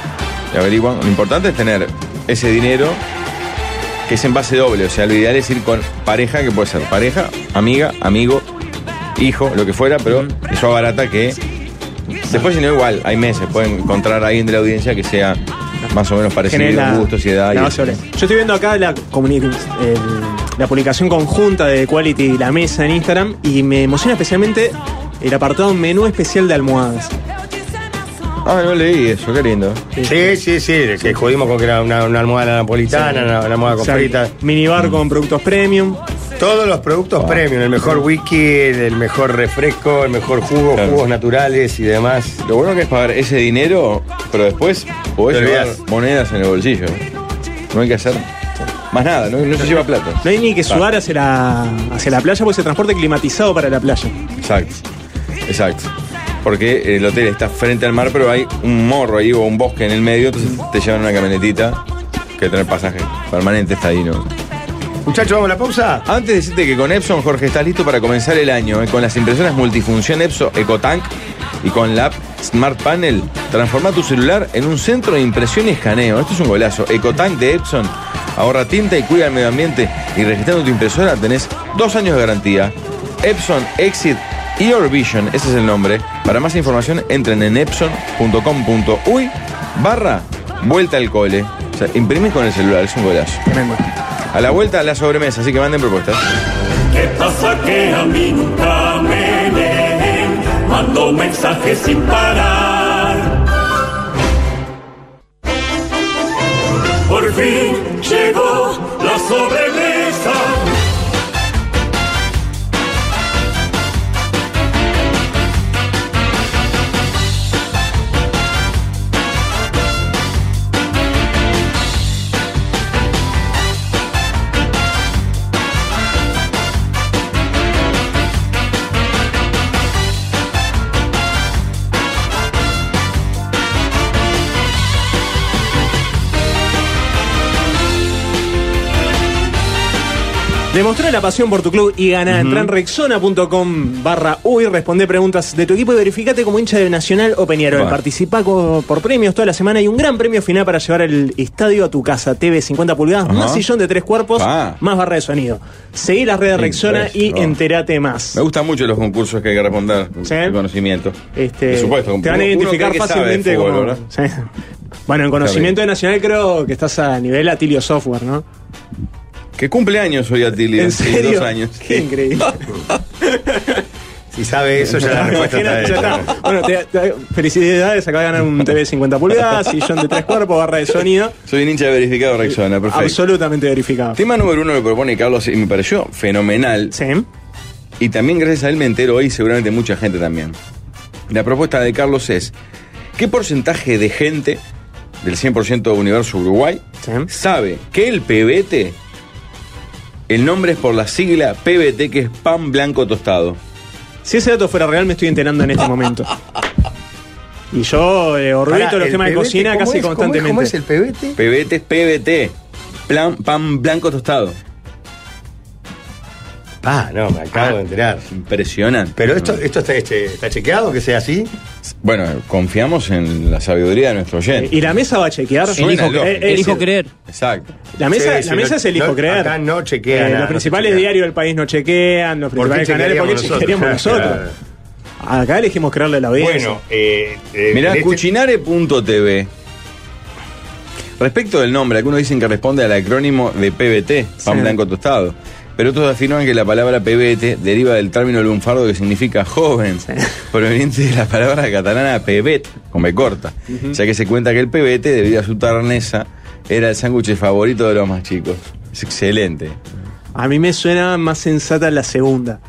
F: y averiguan. Lo importante es tener ese dinero que es en base doble. O sea, lo ideal es ir con pareja, que puede ser pareja, amiga, amigo, hijo, lo que fuera, pero eso abarata que. Después, si no, igual, hay meses, pueden encontrar a alguien de la audiencia que sea más o menos parecido
H: Genera
F: en gustos y edad. y
H: la base
F: eso.
H: oral. Yo estoy viendo acá la, comuni- el- la publicación conjunta de Quality y la mesa en Instagram y me emociona especialmente el apartado menú especial de almohadas.
F: Ah, no leí eso, qué lindo.
G: Sí, sí, sí, que jodimos con que era una, una almohada napolitana, una, una almohada
H: O
G: con
H: sea,
G: fritas.
H: minibar
F: Mm.
H: con productos premium.
G: Todos los productos premium, el mejor wiki, el mejor refresco, el mejor jugo,
F: Claro.
G: jugos naturales y demás.
F: Lo bueno que es pagar ese dinero, pero después podés
G: Te
F: llevar
G: olvidás.
F: monedas en el bolsillo. No hay que hacer más nada, no, no se lleva plata.
H: No hay ni que sudar hacia la, hacia la playa, pues el transporte climatizado para la playa.
F: Exacto, exacto. Porque el hotel está frente al mar, pero hay un morro ahí o un bosque en el medio, entonces te llevan una camionetita que tener pasaje permanente está ahí, ¿no?
G: Muchachos, vamos a la pausa.
F: Antes de decirte que con Epson, Jorge, estás listo para comenzar el año. ¿eh? Con las impresoras multifunción Epson EcoTank y con la app Smart Panel, transforma tu celular en un centro de impresión y escaneo. Esto es un golazo. EcoTank de Epson ahorra tinta y cuida el medio ambiente. Y registrando tu impresora tenés dos años de garantía. Epson Exit Your Vision, ese es el nombre. Para más información entren en epson.com.uy barra vuelta al cole. O sea, imprimís con el celular, es un golazo. A la vuelta a la sobremesa, así que manden propuestas.
K: ¿Qué pasa que a mí nunca me leen? Mando mensajes sin parar. Por fin llegó la sobremesa.
H: Demostrá la pasión por tu club y gana. Entrá en rexona.com barra uy, responde preguntas de tu equipo y verificate como hincha del Nacional o Peñarol.
F: Bueno.
H: Participá co- por premios toda la semana y un gran premio final para llevar el estadio a tu casa. TV 50 pulgadas,
F: Ajá.
H: más sillón de tres cuerpos,
F: Pa.
H: más barra de sonido. Seguí las redes de Rexona y
F: Impresionante.
H: enterate más.
F: Me gustan mucho los concursos que hay que responder.
H: Sí.
F: El conocimiento.
H: Este,
F: Por supuesto.
H: te van a
F: uno- uno
H: identificar
F: cree que sabe de
H: fácilmente
F: fútbol,
H: como-
F: ¿verdad?
H: Sí. Bueno, en conocimiento de Nacional creo que estás a nivel Atilio Software, ¿no?
F: Que cumple años hoy Atilio.
H: ¿En
F: sí,
H: serio?
F: dos años.
H: Qué increíble.
G: Si sabe eso, ya la respuesta
H: Imagínate, ya
G: está
H: está.
G: hecha.
H: Bueno, te- te- felicidades, acabas de ganar un TV de 50 pulgadas, sillón de tres cuerpos, barra de sonido.
F: Soy un hincha verificado, Rexona. Perfecto.
H: Absolutamente verificado.
F: Tema número uno que propone Carlos y me pareció fenomenal.
H: Sí.
F: Y también gracias a él me entero hoy, seguramente mucha gente también. La propuesta de Carlos es, ¿qué porcentaje de gente del 100% de universo Uruguay
H: Sí.
F: sabe que el PBT, el nombre es por la sigla PBT, que es pan blanco tostado?
H: Si ese dato fuera real, me estoy enterando en este momento. Y yo eh, orbito
G: Pará,
H: los
G: el
H: temas de
G: PBT,
H: cocina
G: ¿cómo
H: casi
G: es? ¿Cómo es?
H: constantemente.
G: ¿Cómo es el PBT?
F: PBT es PBT, plan, pan blanco tostado.
G: Ah, no, me acabo de enterar.
F: Impresionante.
G: Pero
H: Ah.
G: esto, esto está, este, está chequeado que sea así.
F: Bueno, confiamos en la sabiduría de nuestro oyente.
H: Eh, Y la mesa va a chequear.
F: Suena
H: Elijo-
F: lógico.
H: eh, eh,
I: Elijo
H: sí.
I: creer.
F: Exacto.
H: La mesa,
G: Sí, sí,
H: la mesa
G: no-
H: es el hijo
G: no-
H: creer.
G: acá no chequea nada,
H: Los
G: no
H: principales
G: chequea.
H: diarios del país no chequean, los
G: ¿Por qué
H: principales canales, porque chequearíamos nosotros.
G: Claro.
H: Acá elegimos creerle a la audiencia.
G: Bueno, eh, eh,
F: Mirá,
G: en este-
F: cuchinare.tv. Respecto del nombre, algunos dicen que responde al acrónimo de PBT, pan
H: Sí.
F: blanco tostado. Pero otros afirman que la palabra PBT deriva del término lunfardo que significa joven, proveniente de la palabra catalana pebet, con B corta, ya que se cuenta que el PBT, debido a su tarneza, era el sándwich favorito de los más chicos. Es excelente.
H: A mí me suena más sensata la segunda,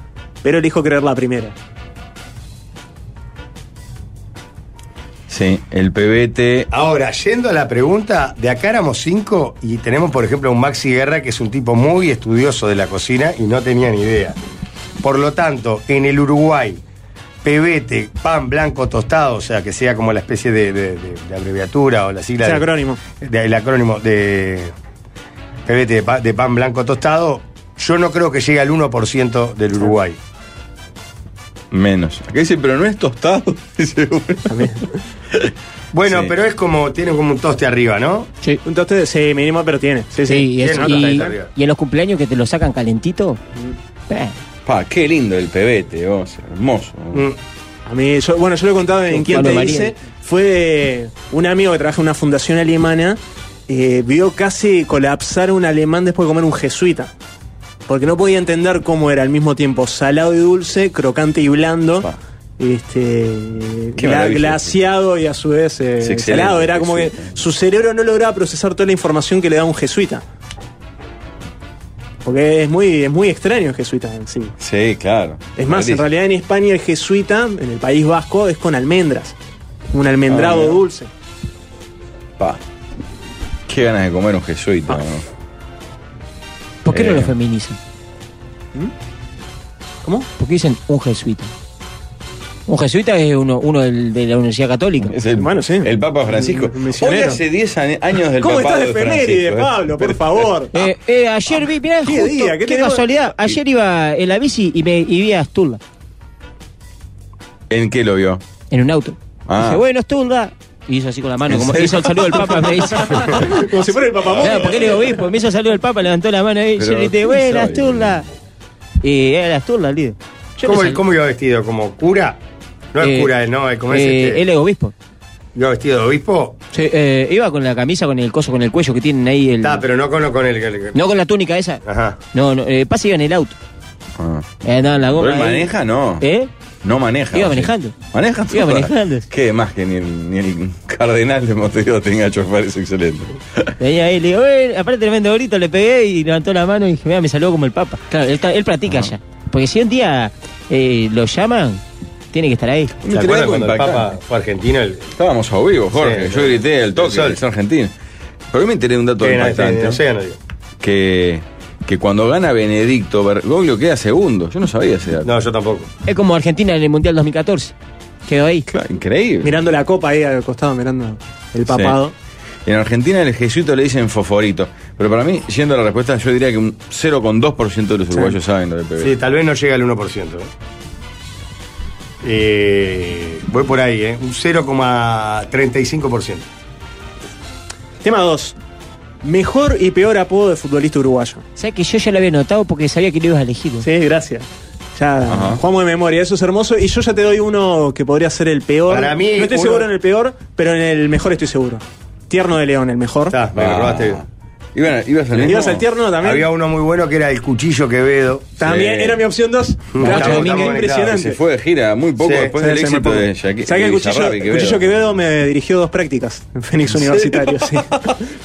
H: pero elijo creer la primera.
F: Sí, el PBT
G: Ahora, yendo a la pregunta, de acá éramos cinco y tenemos, por ejemplo, a un Maxi Guerra que es un tipo muy estudioso de la cocina y no tenía ni idea. Por lo tanto, en el Uruguay, pebete, pan blanco tostado, o sea, que sea como la especie de, de- de- de abreviatura o la sigla.
H: O sea,
G: de-
H: acrónimo.
G: de- el acrónimo de pebete de, pa- de pan blanco tostado, yo no creo que llegue al 1% del Uruguay.
F: menos. Acá dice, pero no es tostado. Dice uno.
G: Bueno,
F: Sí.
G: pero es como, tiene como un toste arriba, ¿no?
I: Sí.
H: Entonces, sí, mínimo, pero tiene. Sí, sí.
I: Sí, y, es-
G: tiene
I: y-
G: nota, está arriba.
I: y en los cumpleaños que te lo sacan calentito. eh,
F: Pa, qué lindo el PBT, vos, hermoso.
G: Mm.
H: A mí, yo- bueno, yo lo he contado en
I: Sí,
H: Quién
I: Pablo
H: te
I: María.
H: dice. Fue de un amigo que trabaja en una fundación alemana. eh, vio casi colapsar un alemán después de comer un jesuita. Porque no podía entender cómo era al mismo tiempo salado y dulce, crocante y blando.
F: Pa.
H: Este,
F: Qué
H: gla-
F: maravilla.
H: glaciado y a su vez eh,
F: Es excelente,
H: salado. Era como que
F: jesuita.
H: su cerebro no lograba procesar toda la información que le da un jesuita. Porque es muy, es muy extraño el jesuita en sí.
F: Sí, claro.
H: Es más, en
F: Clarísimo.
H: realidad en España el jesuita, en el País Vasco, es con almendras. Un almendrado
F: Ah, mira.
H: dulce.
F: Pa. Qué ganas de comer un jesuita, ¿no?
I: ¿Por qué
F: Eh.
I: no lo feminizan?
H: ¿Mm? ¿Cómo?
I: ¿Por qué dicen un jesuita? Un jesuita es uno, uno del- de la Universidad Católica.
F: Es el,
H: Bueno, sí.
F: el Papa Francisco.
H: Un misionero.
F: Hoy hace 10 ane- años del
H: ¿Cómo estás
F: papado
H: de efeméride,
F: Francisco, ¿eh?
H: Pablo? Por favor.
I: Eh, eh, ayer vi, mirá,
H: Ah. Qué
I: justo,
H: día, qué
I: qué
H: tenemos-
I: casualidad. Ayer iba en la bici y, me, y vi a Sturla
F: ¿En qué lo vio?
I: en un auto.
F: Ah.
I: Dice, bueno, Sturla. Y hizo así con la mano,
F: ¿En
I: como
F: serio?
I: hizo el saludo del Papa, me hizo. claro,
H: Como si fuera el papamóvil.
I: porque él es obispo, me hizo el saludo del Papa, levantó la mano ahí,
F: Pero
I: yo le dije,
F: ¿quién
I: buena,
F: sabe?
I: Sturla. Y era Sturla, el líder. Yo no
G: ¿Cómo,
I: sé.
G: cómo iba vestido? ¿Como cura? No es
I: Eh,
G: cura, él, no, es como
I: eh,
G: es este,
I: Él es obispo.
G: iba vestido de obispo.
I: Sí, eh, iba con la camisa, con el coso, con el cuello que tienen ahí. El,
G: Está, pero Ah. no con, con el, el- el-
I: No con la túnica esa.
G: Ajá.
I: No, no, eh, pasa iba en el auto.
F: Ah.
I: Eh, andaba en la
F: ¿Pero
I: goma.
F: él
I: ahí.
F: maneja? No.
I: ¿Eh?
F: No maneja.
I: Iba
F: o sea.
I: manejando.
F: ¿Maneja?
I: Iba manejando.
F: Qué más que ni el, ni el cardenal de Montevideo tenga chofer, es excelente.
I: Venía ahí, le digo, "Eh", aparte tremendo grito, le pegué y levantó la mano y dije, mira, me saludó como el Papa. Claro, él, ta- él
G: Ah.
I: practica ya. Porque si un día eh, lo llaman, tiene que estar ahí.
G: ¿Se
F: Tremendo
G: acuerdan cuando el
F: impactante.
G: Papa fue argentino? El,
F: Estábamos a vivo, Jorge.
G: Sí,
F: Yo
G: no.
F: grité el toque,
G: El sol.
F: el argentino. Pero hoy me enteré de un dato
G: que no,
F: impactante.
G: no sé, no digo.
F: que, que cuando gana Benedicto, Bergoglio queda segundo. Yo no sabía ese dato.
G: No, yo tampoco.
I: Es como Argentina en el Mundial 2014. Quedó ahí.
F: Claro, increíble.
H: Mirando la copa ahí al costado, mirando el papado.
F: En Argentina el jesuito le dicen foforito. Pero para mí, yendo a la respuesta, yo diría que un 0,2% de los uruguayos saben lo de PB.
G: Sí, tal vez no llega al 1%. ¿eh? Eh, voy por ahí, ¿eh? Un 0,35%.
H: Tema 2. Mejor y peor apodo de futbolista uruguayo.
I: ¿Sabes que yo ya lo había notado porque sabía que lo ibas a elegir?
H: Sí, gracias. Ya jugamos de memoria, eso es hermoso. Y yo ya te doy uno que podría ser el peor.
G: Para mí,
H: No estoy
G: uno-
H: seguro en el peor, pero en el mejor estoy seguro. Tierno de León, el mejor.
G: Está, me
F: Ah.
G: robaste.
F: Iban- ibas al mismo.
H: Ibas al tierno también.
G: Había uno muy bueno que era el Cuchillo Quevedo.
H: También
F: Sí.
H: era mi opción 2.
G: Estamos- estamos conectados,
F: Que
H: impresionante.
F: Se fue de gira muy poco
G: Sí,
F: después
H: Sí,
F: del
H: se me
F: éxito
H: pongo.
F: de
H: ¿Sabés
F: Shakira.
H: que el
F: de
H: cuchillo,
F: Bizarrap y
H: el cuchillo Quevedo me dirigió dos prácticas en Fénix Universitario? Sí.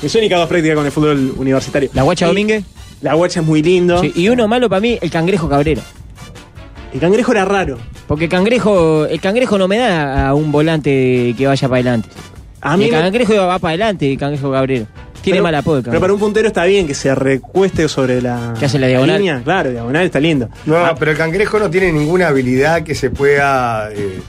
H: Mis únicas dos prácticas con el fútbol universitario.
I: ¿La Guacha
H: Y-
I: Domínguez?
H: La Guacha es muy lindo.
I: Sí, y uno malo para mí, el cangrejo Cabrera.
H: El cangrejo era raro.
I: Porque el cangrejo, el cangrejo no me da a un volante que vaya para adelante.
H: A mí
I: el
H: me-
I: cangrejo va para adelante, el cangrejo Cabrera. Tiene
H: pero-
I: mala poca.
H: Pero para un puntero está bien que se recueste sobre la,
I: Que hace la diagonal.
H: línea. Claro, diagonal está lindo.
G: No,
H: Ah,
G: pero el cangrejo no tiene ninguna habilidad que se pueda eh,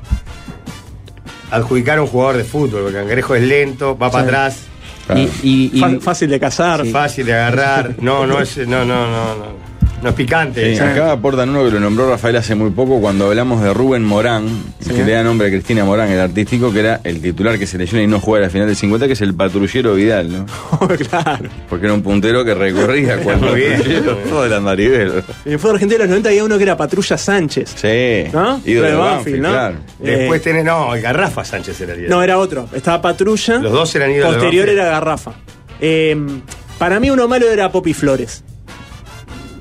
G: adjudicar a un jugador de fútbol. El cangrejo es lento, va para atrás,
F: Claro.
I: y, y- y-
H: fa- fácil de cazar.
G: fácil de agarrar. No, no es, no, no, no, no. No es picante.
F: Sí, acá aportan uno que lo nombró Rafael hace muy poco cuando hablamos de Rubén Morán, que le da nombre a Cristina Morán, el artístico, que era el titular que se lesiona y no juega a la final del 50, que es el patrullero Vidal, ¿no?
H: claro.
F: Porque era un puntero que recorría cuando
G: muy bien.
F: todo el andarivel.
H: En el fútbol argentino de los 90 había uno que era Patrulla Sánchez.
F: Sí.
H: ¿No? Lo
F: Ídolo de
H: de
F: Banfield,
H: Banfield, ¿no?
F: claro.
G: Después
H: Eh,
G: tiene, no, el Garrafa Sánchez era el líder.
H: No, era otro. Estaba Patrulla.
G: Los dos eran ídolos de
H: Posterior
G: Banfield.
H: era Garrafa. Eh, para mí uno malo era Poppy Flores.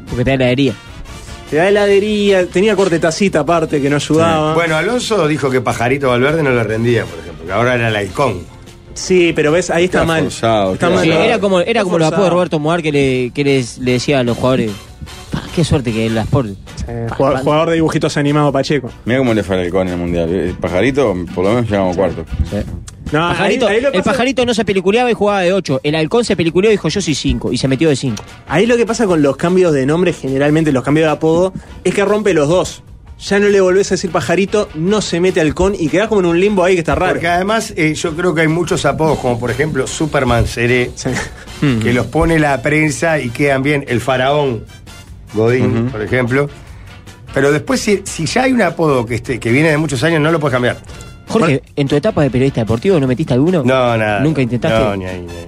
I: porque te da heladería.
H: Te da heladería, tenía cortetacita aparte que no ayudaba. Sí,
G: Bueno, Alonso dijo que Pajarito Valverde no le rendía, por ejemplo, que ahora era el halcón.
H: pero ves, ahí está
F: Está
H: mal.
F: forzado,
H: está
F: claro.
H: mal.
I: Sí,
F: Claro.
I: era como, era
H: Está
I: como los
H: forzado.
I: apodos de Roberto Moar que, le, que les- le decía a los jugadores. "Pa, Qué suerte que el Sport.
H: Eh, jugador, jugador de dibujitos animados Pacheco.
F: Mira cómo le fue al halcón en el mundial. El pajarito, por lo menos llegamos cuarto.
H: No,
I: Pajarito-
H: ahí- ahí lo
I: el
H: pasa-
I: pajarito no se peliculeaba y jugaba de 8. El halcón se peliculeó y dijo yo soy 5 y se metió de 5.
H: Ahí lo que pasa con los cambios de nombre, generalmente los cambios de apodo, es que rompe los dos. Ya no le volvés a decir pajarito, no se mete al con y quedás como en un limbo ahí que está raro.
G: Porque además eh, yo creo que hay muchos apodos, como por ejemplo Superman Seré,
H: Sí.
G: que los pone la prensa y quedan bien. El faraón Godín, por ejemplo. Pero después, si, si ya hay un apodo que, esté, que viene de muchos años, no lo puedes cambiar.
I: Jorge, ¿en tu etapa de periodista deportivo no metiste alguno?
G: No, nada.
I: ¿Nunca intentaste?
G: No, ni ahí, ni ahí.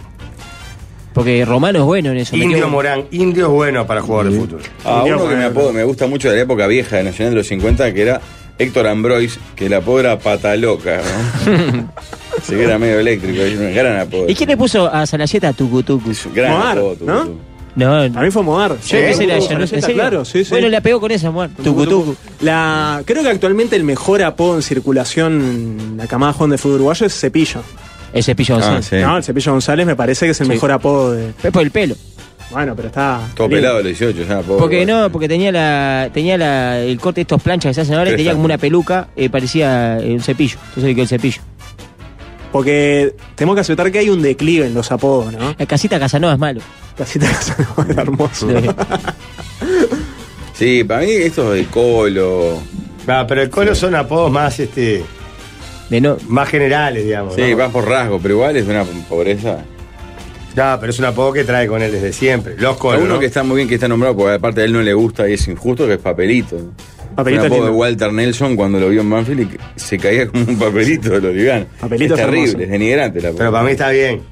I: Porque Romano es bueno en eso. metió-
G: Indio Morán, indio es bueno para jugar de fútbol.
F: Ah,
H: Mirá,
F: uno que me,
H: bueno.
F: apodo, me gusta mucho de la época vieja de Nacional de los 50, que era Héctor Ambrois, que el apodo era Pataloca. ¿no? Así que era medio eléctrico, era un gran apodo.
I: ¿Y quién le puso a Salalleta Tucu Tucu?
F: Es un gran
H: Moar,
F: apodo, tu-
H: ¿no?
F: tu-
I: No,
H: A mí fue Moar.
I: Sí, ese
H: Tucu,
I: era ella, ¿no? ¿En
H: Saralleta,
I: serio?
H: Claro, sí, sí.
I: Bueno, la pegó con esa, Juan.
H: Tucu, tucu. La, creo que actualmente el mejor apodo en circulación en la camada joven de fútbol uruguayo es Cepillo.
I: El cepillo
F: Ah,
I: González.
F: sí.
H: No, el Cepillo González me parece que es el
I: Sí.
H: mejor apodo de.
I: Es por el pelo.
H: Bueno, pero está.
F: Todo
H: lindo.
F: pelado a los 18, ya. apodo.
I: Porque no, porque tenía la tenía la, el corte de estos planchas que se hacen ahora y tenía como una peluca, eh, parecía eh, un cepillo. Entonces le quedó el cepillo.
H: Porque tenemos que aceptar que hay un declive en los apodos, ¿no?
I: La casita Casanova es malo.
H: Casita Casanova era hermoso.
F: Sí, para mí estos de colo.
G: Ah, pero el colo son apodos más, este,
I: De no,
G: más generales, digamos.
F: Sí,
G: ¿no?
F: vas por rasgo, pero igual es una pobreza.
G: No, pero es un apodo que trae con él desde siempre. Los
F: Hay
G: colos.
F: uno
G: ¿no?
F: que está muy bien, que está nombrado, porque aparte a él no le gusta y es injusto, que es papelito.
H: Papelito
F: un apodo
H: lindo.
F: de Walter Nelson cuando lo vio en Banfield y que se caía como un papelito del Oliván.
H: Papelito
F: es
H: es
F: terrible,
H: hermoso.
F: es denigrante la
G: Pero para mí está bien.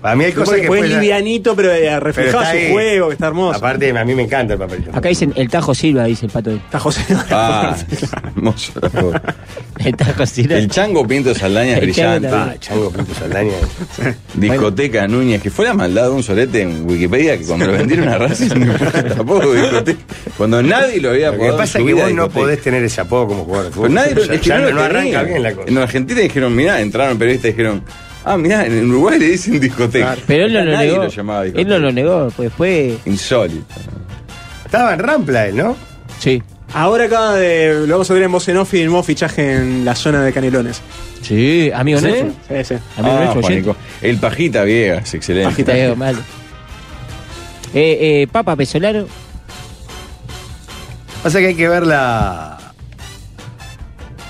G: Para mí hay cosas
H: Porque
G: que
H: fue
G: pueden-
H: livianito, pero eh,
G: pero
H: reflejaba
G: está
H: su
G: ahí.
H: juego, que está hermoso.
G: Aparte, a mí me encanta el papelito.
I: acá dicen el Tajo Silva, dice el pato. este.
H: Está José.
F: Ah, es hermoso el apodo.
I: El Tajo Silva.
F: El Chango Pinto Saldaña es
I: El Chango
F: brillante.
I: también.
G: Ah, Chango Pinto Saldaña.
F: Discoteca Núñez, que fue la maldad de un solete en Wikipedia que cuando lo vendieron a Racing tampoco discoteca. Cuando nadie lo había
G: Lo que
F: apodado en
G: pasa
F: su
G: es que
F: vida
G: vos no
F: discoteca.
G: podés tener ese apodo como jugador de
F: Pues
G: fútbol.
F: nadie lo,
G: Ya-
F: es que
G: ya
F: no
G: no,
F: lo
G: arranca
F: tenía.
G: bien la cosa.
F: En Argentina dijeron, mirá, entraron periodistas y dijeron, ah, mirá, en Uruguay le dicen discoteca.
I: Pero él no
F: Acá
I: lo
F: nadie
I: negó.
F: lo llamaba
I: él
F: discoteca.
I: no lo negó. Pues después.
F: Insólito.
G: Estaba en Rampla él, ¿no?
I: Sí.
H: Ahora acaba de. Lo vamos a ver en voz en off y firmó fichaje en la zona de Canelones.
I: Sí, amigo nuestro.
H: Sí, sí.
I: Amigo
F: Ah,
I: nuestro, oyente.
F: Juanico. El Pajita Viegas, excelente.
I: Pajita de mal. Eh, eh, Papa Pesolano.
G: Pasa que hay que ver la.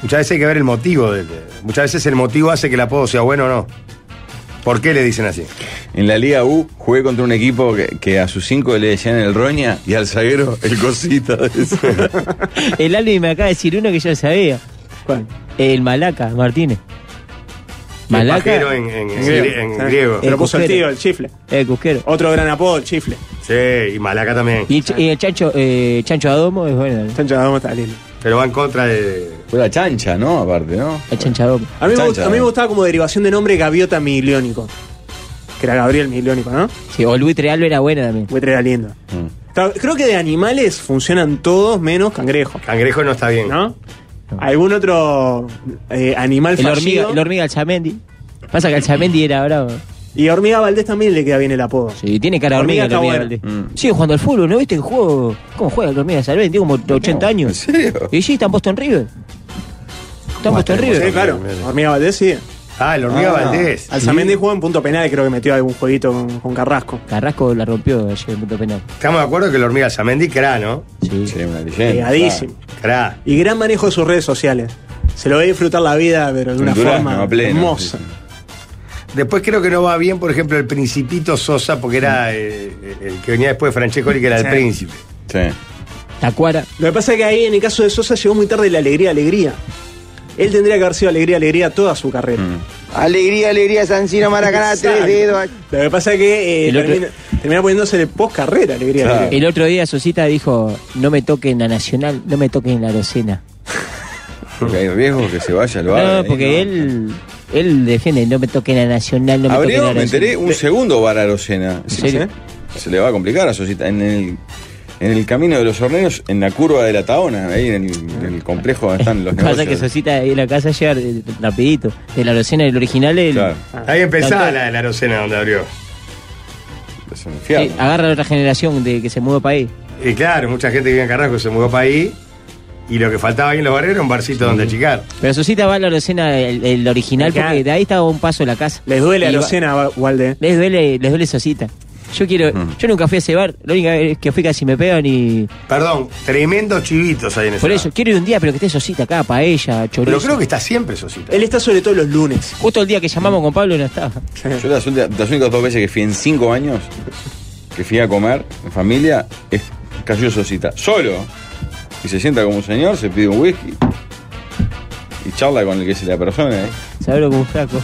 G: Muchas veces hay que ver el motivo. del- Muchas veces el motivo hace que el apodo sea bueno o no. ¿Por qué le dicen así?
F: En la Liga U jugué contra un equipo que, que a sus cinco le decían el Roña y al zaguero el Cosita. decía.
I: El Albi me acaba de decir uno que yo sabía.
H: ¿Cuál?
I: El Malaca, Martínez.
G: Malaca.
I: Malaca.
G: En, en- en- en
H: Ah,
G: griego.
H: Pero puso el
I: Cusquero.
H: tío, el chifle.
I: El Eh, Cusquero.
H: Otro gran apodo, el chifle. Eh.
G: Sí, y Malaca también.
I: Y el, ch- y el chancho, eh, chancho Adomo es bueno. ¿no?
H: Chancho Adomo está lindo.
G: Pero va en contra de.
F: Fue la chancha, ¿no? Aparte, ¿no?
I: El chancho Adomo.
H: A mí, me
F: Chancha, eh.
H: gust- a mí me
F: ¿no?
H: gustaba como derivación de nombre Gaviota Miliónico. Que era Gabriel Miliónico, ¿no?
I: Sí, o Luis Trealba era bueno también.
H: Buitre era lindo.
F: Mm.
H: Ta- Creo que de animales funcionan todos menos cangrejo,
G: Cangrejo no está bien.
H: ¿no? ¿Algún otro eh, animal
I: El hormiga,
H: fallido?
I: el hormiga Alzamendi. Pasa que Alzamendi era bravo.
H: Y a hormiga Valdés también le queda bien el apodo.
I: Sí, tiene cara de hormiga,
H: Hormiga
I: hormiga,
H: está
I: hormiga
F: Mm.
I: Valdés. Sigue jugando al fútbol, ¿no viste que juego? ¿Cómo juega el hormiga Salven? Tiene como 80 años.
F: ¿En serio?
I: Y sí, está en Boston River. Está en Boston River.
H: Sí, claro. Hormiga Valdés, sí.
G: Ah, el hormiga
F: Ah.
G: Valdés.
H: Alzamendi jugó en punto penal, creo que metió algún jueguito con, con Carrasco.
I: Carrasco la rompió ayer en punto penal.
G: Estamos de acuerdo que el hormiga Zamendi, cra, ¿no?
I: Sí.
F: Sí, una leyenda.
H: Pegadísimo.
G: Cra.
H: Y gran manejo de sus redes sociales. Se lo ve disfrutar la vida, pero de una
F: Un durazno
H: forma
F: a pleno,
H: hermosa.
F: sí, sí.
G: Después creo que no va bien, por ejemplo, el Principito Sosa, porque era eh, el que venía después de Francescoli, que era el
H: Sí.
G: príncipe.
F: Sí.
I: Tacuara.
H: Lo que pasa es que ahí, en el caso de Sosa, llegó muy tarde la alegría, alegría. Él tendría que haber sido alegría, alegría toda su carrera.
I: Mm.
L: Alegría, alegría, Sancino, Maracaná, tres
H: Exacto.
L: dedos.
H: Lo que pasa es que eh,
I: El otro-
H: termina, termina poniéndose de post carrera, alegría,
F: Claro.
H: alegría.
I: El otro día Sosita dijo, no me toquen la Nacional, no me toquen la Arocena.
F: Porque hay riesgo que se vaya al bar.
I: No,
F: ahí,
I: porque
F: ¿no?
I: él él defiende, no me toquen la Nacional, no me toquen la
F: Abrió, me
I: Arocena.
F: enteré, un segundo bar Arocena.
I: ¿En serio?
F: Se le va a complicar a Sosita. En el, en el camino de los horneros, en la curva de la Taona, ahí en el, en el complejo donde están los
I: Pasa que
F: negocios.
I: Sosita de la casa llega eh, rapidito. De la Arocena, del original, el,
F: Claro, Ah.
G: Ahí empezaba
I: Doctor.
G: la de la Arocena donde abrió.
F: es un
I: eh,
F: infierno.
I: agarra a otra generación de que se mudó para ahí.
G: Y claro, mucha gente que vivía en Carrasco se mudó para ahí. Y lo que faltaba ahí en los barrios era un barcito donde achicar.
I: Pero Sosita va a la Arocena, el, el original,
H: Claro.
I: porque de ahí estaba un paso de la casa.
H: Les duele
I: Y va-
H: Arocena, Walde.
I: Les duele, les duele Sosita. Yo quiero,
H: Mm.
I: yo nunca fui a ese bar, la única vez que fui casi me pegan y...
G: Perdón, tremendos chivitos ahí en ese
I: Por
G: bar.
I: eso, quiero ir un día, pero que esté Sosita acá, paella, chorizo.
G: Pero creo que está siempre Sosita.
H: Él está sobre todo los lunes.
I: Justo el día que llamamos con Pablo no estaba.
F: Yo las últimas, las únicas dos veces que fui en cinco años, que fui a comer en familia, es cayó Sosita. Solo. Y se sienta como un señor, se pide un whisky. Y charla con el que es la persona, ¿eh?
I: Sabes lo que buscaco.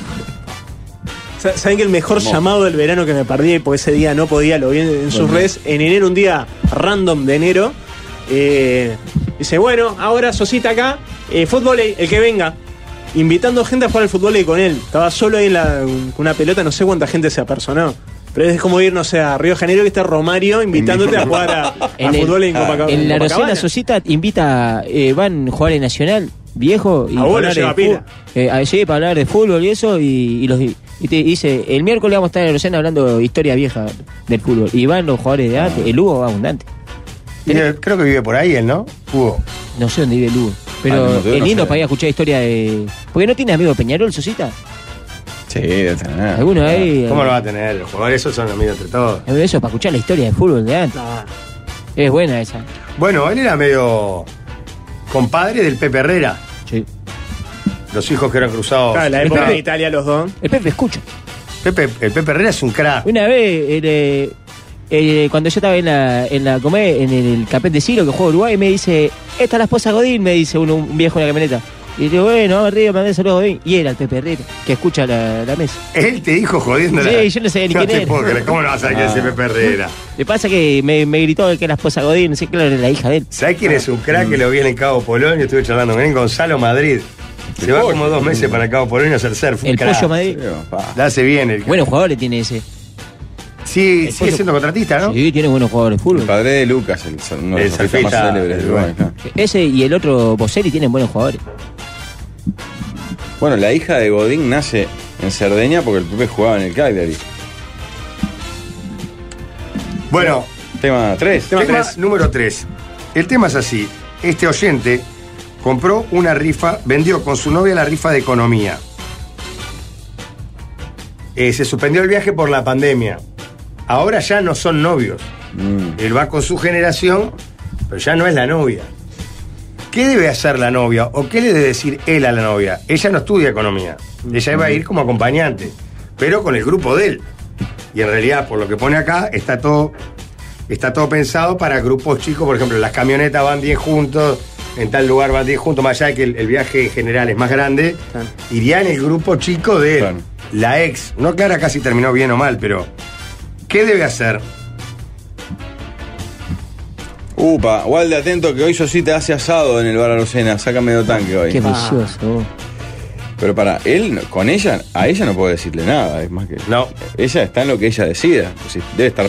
H: Sa- ¿Saben que el mejor
F: Hermoso.
H: llamado del verano que me perdí, porque ese día no podía, lo vi en, en sus redes, en enero, un día random de enero, eh, dice, bueno, ahora Sosita acá, eh, fútbol, el que venga, invitando gente a jugar al fútbol eh, con él. Estaba solo ahí en la- con una pelota, no sé cuánta gente se apersonó. Pero es como ir, no sé, a Río de Janeiro que está Romario invitándote a jugar a, a
I: En el-
H: fútbol en Copaca-
I: En la Rosena
H: Copacabana.
I: Sosita invita, eh, van a jugar en Nacional, viejo, y
H: A vos lo lleva
I: de
H: pila.
I: fu- eh, a- sí, para hablar de fútbol y eso, y, y los y te dice, el miércoles vamos a estar en la Rosena hablando historia vieja del fútbol. Y van los jugadores de
F: Ah.
I: antes, el Hugo va abundante.
G: Mira, Creo que vive por ahí él, ¿no? Hugo.
I: No sé dónde vive el Hugo. Pero
F: Ah, no, yo
I: es
F: no
I: lindo
F: sé.
I: para ir a escuchar historia de. Porque no tiene amigos Peñarol, Sosita.
F: Sí, de tener.
I: Alguno eh? ahí.
G: ¿Cómo lo va a tener? Los jugadores esos son amigos entre todos.
I: eh, Eso, para escuchar la historia del fútbol de antes.
H: Ah,
I: Es buena eh. esa.
G: Bueno, él era medio compadre del Pepe Herrera.
I: Sí.
G: Los hijos que eran cruzados.
H: claro, Ah, la época
G: Bueno,
H: de Italia los dos.
I: El Pepe escucha.
G: Pepe, el Pepe Herrera es un crack.
I: Una vez, el, eh, eh, cuando yo estaba en la, en la comé, en el, capet de Ciro, que juega Uruguay, me dice, esta es la esposa Godín, me dice uno, un viejo en la camioneta. Y digo, bueno, vamos arriba, mandé saludos a Godín. Y era el Pepe Herrera, que escucha la, la mesa.
G: Él te dijo jodiendo
I: Sí, yo no sabía ni
G: no
I: quién
G: te
I: era.
G: puedo creer. ¿Cómo no vas a saber quién es el Pepe Herrera?
I: Le pasa que me, me gritó que era la esposa Godín, no sé, claro, era la hija de él.
G: ¿Sabés quién es un crack que lo vi en el Cabo Polonio? Estuve charlando con él, Gonzalo Madrid. Se va como dos meses para el Cabo Polonio a hacer surf. un
I: El
G: crack.
I: Pollo Madrid.
F: Pero, pa.
G: La hace bien el
I: Buenos jugadores tiene ese.
G: Sí, sigue
I: pollo-
G: siendo contratista, ¿no?
I: Sí, tiene buenos jugadores de
F: El
I: fútbol.
F: padre de Lucas, el, sal- uno de
G: El
F: los surfistas
G: surfista
F: más célebres de
G: del
F: Uruguay.
G: Uruguay.
F: claro.
I: Ese y el otro Boselli tienen buenos jugadores.
F: Bueno, la hija de Godín nace en Cerdeña porque el Pepe jugaba en el Cagliari.
G: Bueno,
F: Tema 3.
G: tema número 3. El tema es así. Este oyente compró una rifa, vendió con su novia la rifa de economía. Eh, se suspendió el viaje por la pandemia. Ahora ya no son novios. Él va con su generación, pero ya no es la novia. ¿Qué debe hacer la novia o qué le debe decir él a la novia? Ella no estudia economía. Ella iba a ir como acompañante. pero con el grupo de él. Y en realidad, por lo que pone acá, está todo, está todo pensado para grupos chicos. Por ejemplo, las camionetas van 10 juntos, en tal lugar van 10 juntos, más allá de que el, el viaje en general es más grande. Iría en el grupo chico de él. La ex. No clara casi terminó bien o mal, pero. ¿Qué debe hacer?
F: Upa, Walde, atento que hoy Sosita hace asado en el bar Arocena. Saca medio tanque hoy.
I: Qué delicioso.
F: Pero para él, no- con ella, a ella no puedo decirle nada. Es más que. No. Ella está en lo que ella decida. O sea, debe estar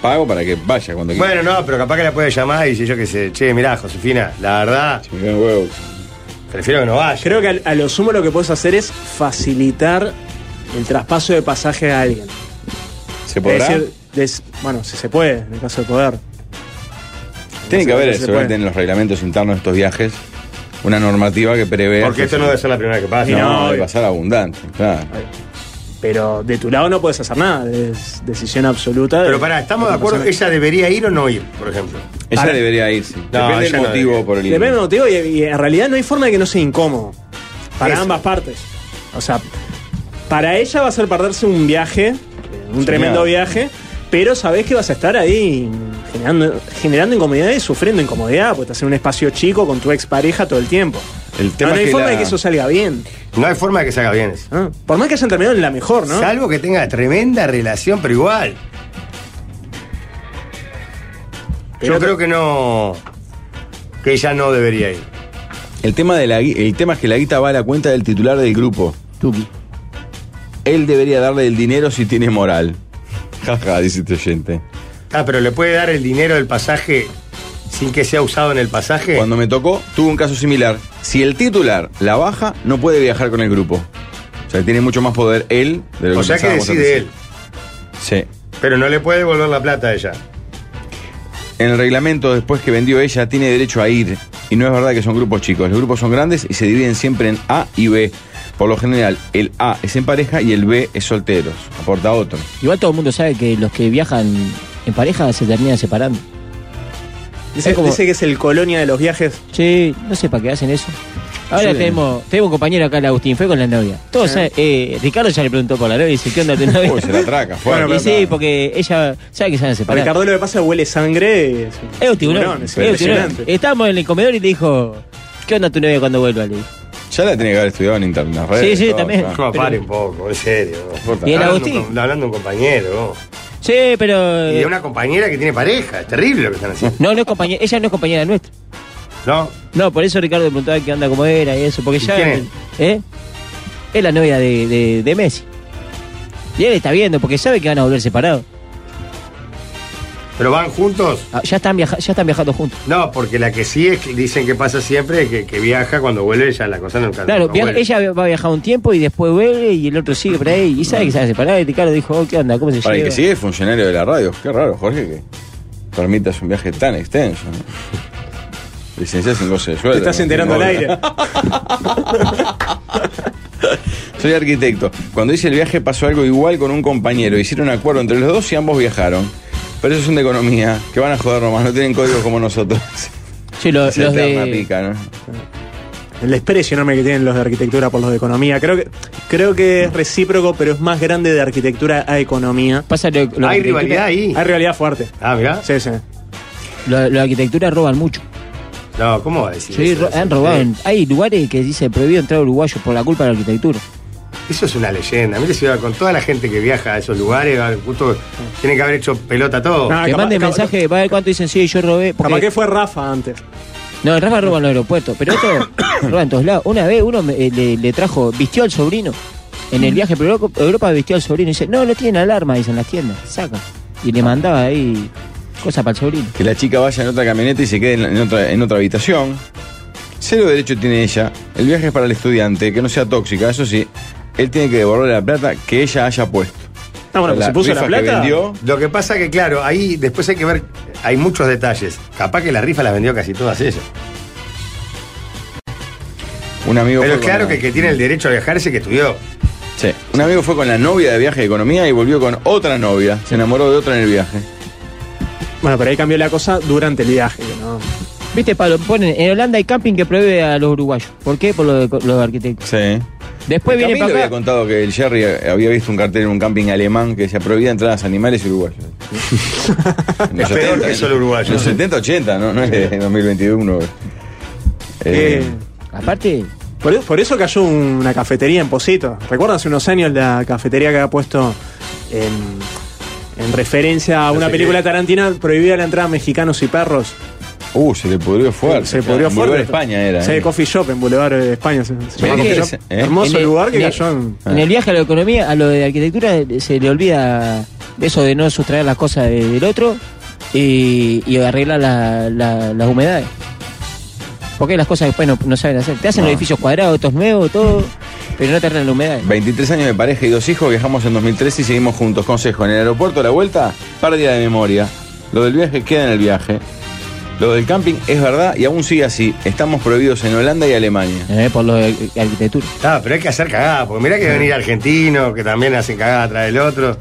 F: pago para que vaya cuando quiera.
G: Bueno, no, pero capaz que la puede llamar y dice yo que sé, che, mirá, Josefina, la verdad. Prefiero que no vaya.
H: Creo que al- a lo sumo lo que puedes hacer es facilitar el traspaso de pasaje a alguien.
F: ¿Se podrá?
H: Es decir, des- bueno, si se puede, en el caso de poder.
F: Tiene que
H: No se-
F: haber,
H: no se
F: seguramente,
H: puede.
F: en los reglamentos internos de estos viajes, una normativa que prevé.
H: Porque esto no debe ser la primera vez que pasa. Y no,
F: No, debe
H: obvio.
F: pasar abundante, claro.
H: Pero de tu lado no puedes hacer nada, es decisión absoluta.
G: Pero pará, ¿estamos de acuerdo? ¿Ella debería ir o no ir, por ejemplo?
F: Ella
H: Ahora-
F: debería irse.
G: No,
F: Depende
G: ella
F: del
G: no
F: motivo por el.
H: Depende del motivo y, y en realidad no hay forma de que no sea incómodo. Para ambas partes. O sea, para ella va a ser perderse un viaje, eh, un
F: Sí,
H: tremendo
F: claro.
H: viaje, pero sabés que vas a estar ahí generando, generando incomodidad y sufriendo incomodidad, porque estás en un espacio chico con tu expareja todo el tiempo.
G: El tema
H: no,
G: es
H: no hay
G: que
H: forma
G: la-
H: de que eso salga bien.
G: No hay forma de que salga bien eso.
H: Por más que hayan terminado en la mejor, ¿no?
G: Salvo que tenga tremenda relación, pero igual. Yo creo que no. Que ella no debería ir.
F: El tema, de la, gui- el tema es que la guita va a la cuenta del titular del grupo. Él debería darle el dinero si tiene moral. Jaja, dice este oyente.
G: Ah, pero le puede dar el dinero del pasaje sin que sea usado en el pasaje.
F: Cuando me tocó, tuve un caso similar. Si el titular la baja, no puede viajar con el grupo. O sea, tiene mucho más poder él de lo
G: O sea que
F: pensábamos
G: decide
F: antes. Sí.
G: Pero no le puede devolver la plata a ella.
F: En el reglamento, después que vendió ella, tiene derecho a ir. Y no es verdad que son grupos chicos. Los grupos son grandes y se dividen siempre en A y B. Por lo general, el A es en pareja y el B es solteros. Aporta otro.
I: Igual todo el mundo sabe que los que viajan en pareja se terminan separando.
H: Dice,
I: Es como-
H: dice que es el colonia de los viajes.
I: Sí, no sé para qué hacen eso. Ahora
H: Sí.
I: tenemos, tenemos un compañero acá, el Agustín, fue con la novia. Todos saben- eh, Ricardo ya le preguntó por la novia y dice, ¿qué onda tu novia?
F: Uy, se la atraca, fue.
I: Bueno,
F: Bueno,
I: y
F: pero-
I: sí, porque ella sabe que se van a separar.
H: Ricardo lo que pasa es que huele sangre. Es
I: Es un tiburón. es un tiburón.
H: impresionante.
I: Estábamos en el comedor y le dijo, ¿qué onda tu novia cuando vuelva? Le dijo.
F: Ya la tiene que haber estudiado en internet. en las redes,
I: Sí, sí,
F: todo,
I: también.
H: Ah.
F: claro.
G: No, pare un poco, en serio.
I: ¿Y el
G: Está hablando
I: Agustín?
G: un com- está hablando un compañero.
I: Sí, pero...
G: Y de una compañera que tiene pareja. Es terrible lo que están haciendo.
I: No, no es compañera, ella no es compañera nuestra.
G: No.
I: No, por eso Ricardo le preguntaba qué onda, cómo era y eso, porque ya...
G: quién es?
I: ¿Eh? Es la novia de, de- de Messi. Y él está viendo, porque sabe que van a volver separados.
G: ¿Pero van juntos?
I: Ah, Ya están, viaja- ya están viajando juntos.
G: No, porque la que sí es que dicen que pasa siempre que, que viaja cuando vuelve ya la cosa nunca.
I: Claro,
G: no
I: viaja-
G: vuelve.
I: ella va a viajar un tiempo y después vuelve y el otro sigue por ahí y sabe que se van a separar. Y Ricardo dijo, oh, ¿qué onda? ¿Cómo se
F: Para el
I: lleva?
F: que sigue es funcionario de la radio. Qué raro, Jorge, que permitas un viaje tan extenso. ¿no? Licencia sin goce de sueldo.
H: Te estás
F: ¿no?
H: enterando al
F: Obvio.
H: aire.
F: Soy arquitecto. Cuando hice el viaje pasó algo igual con un compañero. Hicieron un acuerdo entre los dos y ambos viajaron. Pero eso es de economía, que van a joder nomás, no tienen código como nosotros.
I: Sí, lo-
F: Es
I: los
F: eterna
I: de-
F: pica, ¿no?
H: El desprecio enorme que tienen los de arquitectura por los de economía. Creo que, creo que es recíproco, pero es más grande de arquitectura a economía.
I: Pasa lo, lo
G: Hay
I: arquitectura-
G: rivalidad ahí.
H: Hay realidad fuerte.
G: Ah, mirá.
H: Sí, sí.
I: lo- lo arquitectura roban mucho.
G: No, ¿cómo va a decir
I: Sí,
G: eso?
I: ro- han robado. en- Hay lugares que dice prohibido entrar a uruguayos por la culpa de la arquitectura.
G: Eso es una leyenda. Mire, ciudad, con toda la gente que viaja a esos lugares, va, justo tiene que haber hecho pelota todo.
H: Ah,
I: que
H: capaz-
I: manden
H: capaz-
I: mensaje, va a ver cuánto dicen sí, yo robé. porque-
H: Capaz que fue Rafa antes.
I: No, el Rafa roba en los aeropuertos, pero esto roba en todos lados. Una vez uno me- eh, le, le trajo, vistió al sobrino. En
H: Mm.
I: el viaje por Europa, Europa vistió al sobrino y dice, no, no tienen alarma, dicen las tiendas, saca. Y le mandaba ahí cosas para el sobrino.
F: Que la chica vaya en otra camioneta y se quede en, la- en otra, en otra habitación. Cero derecho tiene ella. El viaje es para el estudiante, que no sea tóxica, eso sí. Él tiene que devolverle la plata que ella haya puesto.
H: Ah, bueno, pues
F: La
H: se puso la
F: rifa que
H: plata.
F: vendió.
G: Lo que pasa que, claro, ahí después hay que ver, hay muchos detalles. Capaz que la rifa las vendió casi todas ellas.
F: Un amigo
G: Pero
F: fue con
G: claro
F: la-
G: que el que tiene el derecho a viajar es el que estudió.
F: Sí. Un amigo fue con la novia de viaje de economía y volvió con otra novia. Se enamoró de otra en el viaje.
H: Bueno, pero ahí cambió la cosa durante el viaje. ¿no?
I: Viste, Pablo, ponen, en Holanda hay camping que prohíbe a los uruguayos. ¿Por qué? Por lo de, co- lo de arquitectos.
F: Sí.
I: Después viene
F: Camilo
I: para
F: había
I: acá.
F: contado que el Jerry había visto un cartel en un camping alemán que decía prohibida entradas a animales uruguayos. En los
G: Es peor que
F: ¿eh?
G: solo uruguayo.
F: En los 70, 80, no, no es de 2021. Eh,
I: Aparte.
H: Por, e-, por eso cayó una cafetería en Posito. ¿Recuerdan hace unos años la cafetería que había puesto en, en referencia a una
F: sé
H: película
F: qué.
H: tarantina prohibida la entrada a mexicanos y perros?
F: uh, se le pudrió fuerte.
H: se pudrió
F: En
H: fuerte.
F: Boulevard España era.
H: Sí,
F: ¿eh?
H: Coffee Shop en Boulevard eh, España. se- se
F: Mirá
H: llama
F: que
H: Coffee
F: ese,
H: Shop.
F: ¿eh?
H: Hermoso
I: En el-
H: lugar que
I: en el-
H: cayó en...
F: Ah.
I: En el viaje a la economía, a lo de arquitectura, se le olvida eso de no sustraer las cosas de- del otro y, y arreglar la- la- las humedades. Porque las cosas después no, no saben hacer. Te hacen
F: No.
I: los edificios cuadrados, todos nuevos, todo, pero no te arreglan la humedad.
F: 23 años de pareja y dos hijos, viajamos en 2013 y seguimos juntos. Consejo, en el aeropuerto a la vuelta, pérdida de memoria. Lo del viaje queda en el viaje. Lo del camping es verdad y aún sigue así. Estamos prohibidos en Holanda y Alemania.
I: Eh, por lo de arquitectura.
G: Ah, pero hay que hacer cagada, porque mirá que venir argentinos que también hacen cagada atrás del otro.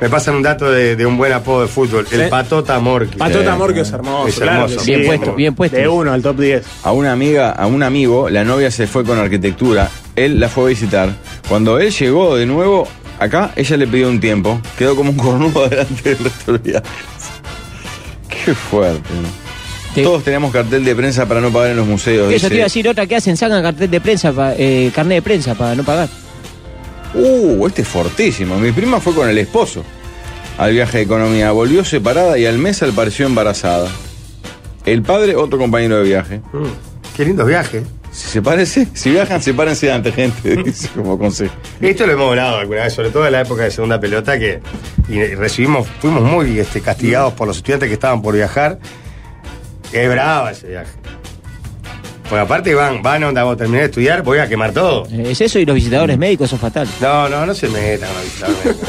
G: Me pasan un dato de, de un buen apodo de fútbol, el
H: Sí.
G: Patota Morqui.
H: Patota Morquio es hermoso,
G: Es
H: claro
G: hermoso.
H: que
I: Bien
H: sí.
I: puesto, bien puesto.
H: De uno al top 10.
F: A una amiga, a un amigo, la novia se fue con arquitectura. Él la fue a visitar. Cuando él llegó de nuevo acá, ella le pidió un tiempo. Quedó como un cornudo delante del resto del viaje. Qué fuerte. ¿no?
I: Te-
F: Todos tenemos cartel de prensa para no pagar en los museos.
I: Eso te
F: dice.
I: iba a decir otra que hacen, sacan cartel de prensa, pa- eh, carnet de prensa para no pagar.
F: Uh, este es fortísimo. Mi prima fue con el esposo al viaje de economía. Volvió separada y al mes al pareció embarazada. El padre, otro compañero de viaje.
G: Qué lindos viajes.
F: Si se parece, si viajan, sepárense antes, gente, dice como consejo.
G: Esto lo hemos hablado alguna vez, sobre todo en la época de segunda pelota, que y recibimos, fuimos muy este, castigados por los estudiantes que estaban por viajar. Es brava ese viaje. Bueno, aparte van, van onda, vos terminé de estudiar, voy a quemar todo.
I: Eh, Es eso y los visitadores médicos son fatales.
G: No, no, no se metan a visitarme.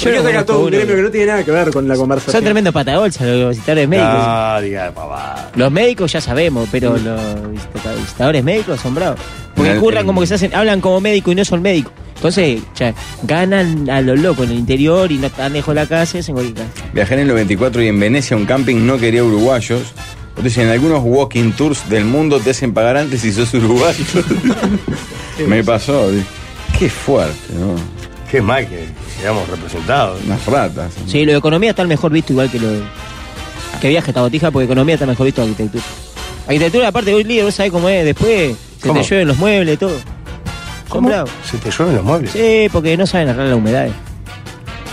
H: Yo que
I: conozco
H: saca todo un
I: uno.
H: gremio que no tiene nada que ver con la
I: Son
H: conversación.
I: tremendos patagolzas los visitadores médicos.
G: No, diga, papá.
I: Los médicos ya sabemos, pero
G: Mm.
I: los visita- visitadores médicos son bravos. Porque
F: Mirá,
I: curran
F: el-
I: como que se hacen, hablan como médico y no son médicos. Entonces, ya, ganan a los locos en el interior y no tan lejos de la casa, y hacen cualquier cosa.
F: Viajé en el 94 y en Venecia un camping no quería uruguayos. Entonces, en algunos walking tours del mundo te hacen pagar antes si sos uruguayo. Me pasó. dice. Qué fuerte, ¿no?
G: Qué mal que seamos representados.
F: Unas ratas.
I: Sí, lo de economía está el mejor visto igual que lo de- que viaje esta botija, porque economía está mejor visto que arquitectura. Arquitectura, aparte, hoy líder, vos sabés cómo es, después se
G: ¿Cómo?
I: te llueven los muebles, todo. Son bravos.
G: Se te llueven los muebles.
I: Sí, porque no saben arreglar las humedades.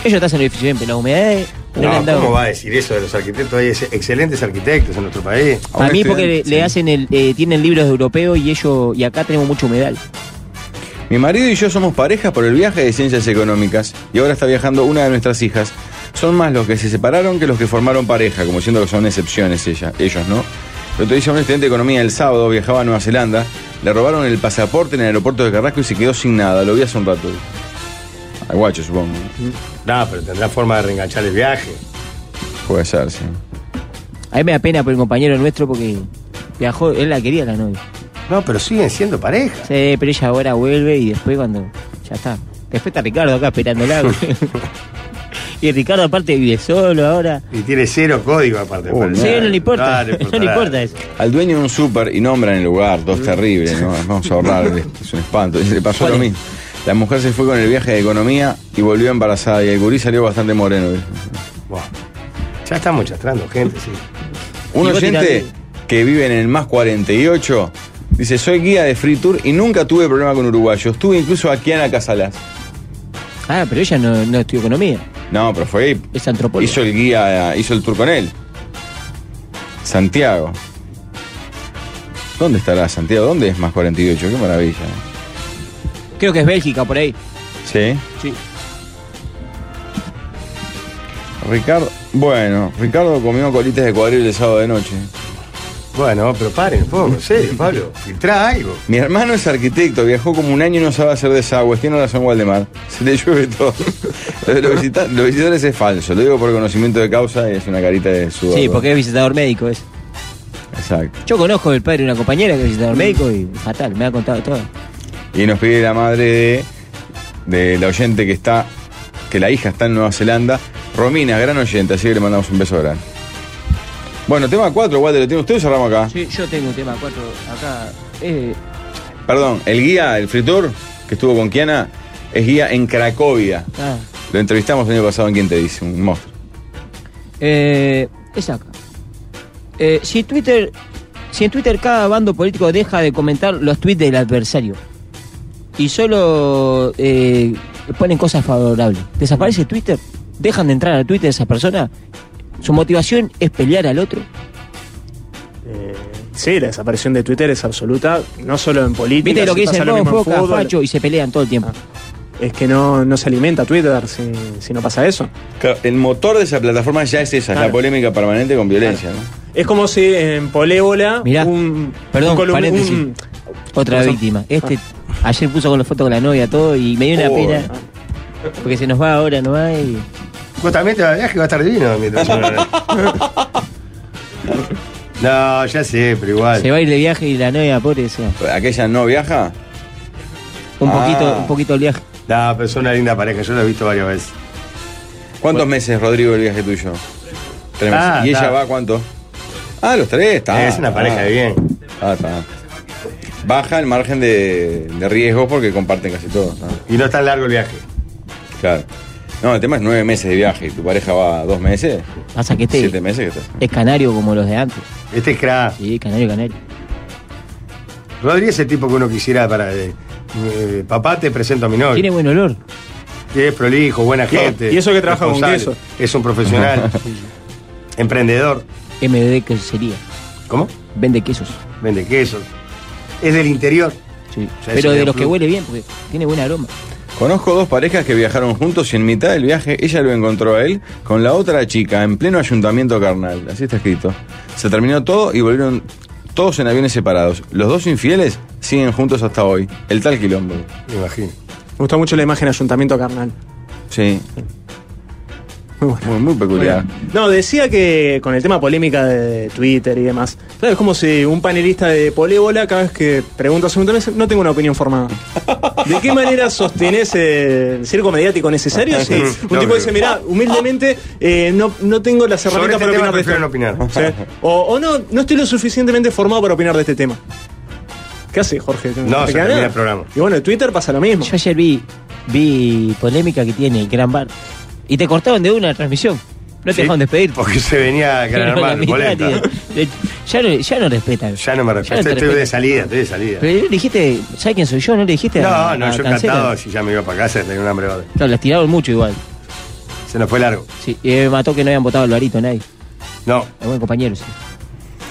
I: Ellos te hacen el edificio bien, pero las humedades no, le
G: No,
I: han dado.
G: ¿Cómo va a decir eso de los arquitectos? Hay ex- excelentes arquitectos en nuestro país.
F: A un
I: A mí porque le,
F: estudiante,
I: le
F: sí.
I: hacen el, eh, tienen libros europeos y ellos y acá tenemos mucho humedal.
F: Mi marido y yo somos pareja por el viaje de ciencias económicas y ahora está viajando una de nuestras hijas. Son más los que se separaron que los que formaron pareja, como siendo que son excepciones ella, ellos, ¿no? Lo te dice un estudiante de economía el sábado, viajaba a Nueva Zelanda, le robaron el pasaporte en el aeropuerto de Carrasco y se quedó sin nada. Lo vi hace un rato. Al guacho, supongo.
G: No, pero tendrá forma de reenganchar el viaje.
F: Puede ser, sí.
I: A mí me da pena por el compañero nuestro porque viajó, él la quería la novia.
G: No, pero siguen siendo pareja.
I: Sí, pero ella ahora vuelve y después cuando ya está. Después está Ricardo acá esperándola. y Ricardo aparte vive solo ahora.
G: Y tiene cero código aparte.
F: Oh,
G: parece.
I: Sí, no le importa.
G: le
I: No le importa eso.
F: Al dueño de un súper y nombran el lugar, dos terribles, ¿no? Vamos a ahorrar, es un espanto. Y le pasó lo mismo. La mujer se fue con el viaje de economía y volvió embarazada y el gurí salió bastante moreno. ¿viste?
G: Buah. Ya estamos chastrando gente, sí.
F: Un
I: Y vos
F: oyente
I: tirate.
F: que vive en el más 48 dice, soy guía de Free Tour y nunca tuve problema con uruguayos. Tuve incluso a Kiana Casalás.
I: Ah, pero ella no, no estudió economía,
F: No, pero fue ahí.
I: es antropóloga.
F: Hizo el guía, eh, hizo el tour con él. Santiago. ¿Dónde estará Santiago? ¿Dónde es más 48? Qué maravilla. ¿eh?
I: Creo que es Bélgica por ahí.
F: Sí.
I: Sí.
F: Ricardo, bueno, Ricardo comió colitas de cuadril el sábado de noche.
G: Bueno, pero paren un poco, en serio, Pablo. Filtrá algo.
F: Mi hermano es arquitecto, viajó como un año y no sabe hacer desagües. Tiene razón Waldemar. Se le llueve todo. Lo de los, visita- los visitadores es falso. Lo digo por conocimiento de causa y es una carita de sudor.
I: Sí, porque es visitador médico es.
F: Exacto.
I: Yo conozco el padre de una compañera que es visitador médico y fatal, me ha contado todo.
F: Y nos pide la madre de, de la oyente que está, que la hija está en Nueva Zelanda. Romina, gran oyente, así que le mandamos un beso grande. Bueno, tema 4, Walter, ¿lo tiene usted o cerramos acá?
I: Sí, yo tengo un tema 4 acá. Eh,
F: Perdón, el guía, el fritur, que estuvo con Kiana, es guía en Cracovia.
I: ah,
F: Lo entrevistamos el año pasado en Quien Te Dice, un monstruo.
I: Eh, es acá. Eh, si Twitter, si en Twitter cada bando político deja de comentar los tweets del adversario y solo eh, ponen cosas favorables, desaparece Twitter, dejan de entrar a Twitter esas personas, su motivación es pelear al otro.
H: Sí, la desaparición de Twitter es absoluta, no solo en política.
I: Viste lo
H: sí
I: que
H: pasa
I: dicen,
H: lo
I: no,
H: mismo en
I: Foca,
H: fútbol. Ah.
I: Facho, y se pelean todo el tiempo.
H: Es que no, no se alimenta Twitter si, si no pasa eso.
F: Claro, el motor de esa plataforma ya es esa, es la
H: Claro.
F: polémica permanente con violencia, ¿no?
H: Es como si en Polébola un,
I: Perdón,
H: un column-
I: paréntesis.
H: un-
I: Otra
H: Pasó.
I: víctima. Este
H: Ah.
I: ayer puso con la foto con la novia todo y me dio una
G: Oh.
I: pena. Porque se nos va ahora, no hay.
G: Vos también te vas que va a estar divino mientras yo no- No, ya sé, pero igual.
I: Se va a ir de viaje y la novia, pobre, o sea,
F: ¿Aquella no viaja?
I: un
G: Ah.
I: poquito, un poquito el viaje.
G: No, pero son una linda pareja, yo la he visto varias veces.
F: ¿Cuántos meses, Rodrigo, el viaje tuyo? Tres meses.
G: Ah,
F: ¿Y ella
G: está.
F: va cuánto? Ah, los tres, está.
G: Es una
F: está.
G: pareja de bien.
F: Ah, está. Baja el margen de, de riesgos porque comparten casi todo.
G: Y no es tan largo el viaje.
F: Claro. No, el tema es nueve meses de viaje y tu pareja va dos meses.
I: Pasa que este
F: Siete meses que estás.
I: es canario como los de antes.
G: Este es crack.
I: Sí, canario, canario.
G: Rodríguez es el tipo que uno quisiera para. eh, eh, papá, te presento a mi novio.
I: Tiene buen olor.
G: Es prolijo, buena gente.
H: y eso que trabaja con
G: responsable. Es un profesional. emprendedor.
I: MBD quesería.
G: ¿Cómo?
I: Vende quesos.
G: Vende quesos. Es del interior.
I: Sí.
G: O sea,
I: Pero
G: es
I: de
G: un
I: los que
G: plus.
I: huele bien, porque tiene buen aroma.
F: Conozco dos parejas que viajaron juntos y en mitad del viaje ella lo encontró a él con la otra chica en pleno ayuntamiento carnal. Así está escrito. Se terminó todo y volvieron todos en aviones separados. Los dos infieles siguen juntos hasta hoy. El tal quilombo.
G: Me imagino.
H: Me gusta mucho la imagen Ayuntamiento Carnal.
F: Sí.
H: Muy,
F: muy peculiar.
H: No, decía que con el tema polémica de Twitter y demás. Claro, es como si un panelista de Polébola, cada vez que preguntas un tema, dice, no tengo una opinión formada. ¿De qué manera sostenés eh, el circo mediático necesario? Si un
G: No,
H: tipo
G: pero-
H: dice, mira, humildemente eh, no, no tengo las
G: Sobre
H: herramientas
G: este
H: para
G: tema
H: opinar de
G: prefiero
H: esto.
G: no opinar.
H: Sí. O, o no, no estoy lo suficientemente formado para opinar de este tema. ¿Qué hace Jorge?
G: No,
H: ¿Te
G: se
H: queda
G: termina
H: nada?
G: el programa.
H: Y bueno, en Twitter pasa lo mismo.
I: Yo ayer vi, vi polémica que tiene el Gran Bar. Y te cortaron de una la transmisión. No te
G: Sí,
I: dejaron despedir.
G: Porque se venía a Gran
I: Pero la
G: Hermano,
I: mirá,
G: boleta.
I: tío, eh, ya, no, ya no respetan.
G: Ya no me respeto.
I: te
G: Estoy, estoy de
I: respetan.
G: salida, estoy de salida.
I: Pero le dijiste, ¿sabes quién soy yo? ¿No le dijiste a-
G: No,
H: ah,
G: no,
I: a
G: yo
I: Cancela?
G: encantado si ya me iba para casa, tenía un hambre. bárbara.
I: No, las tiraron mucho igual.
G: Se nos fue largo.
I: Sí, y me mató que no habían votado al Barito nadie.
G: No,
I: Es buen compañero, sí.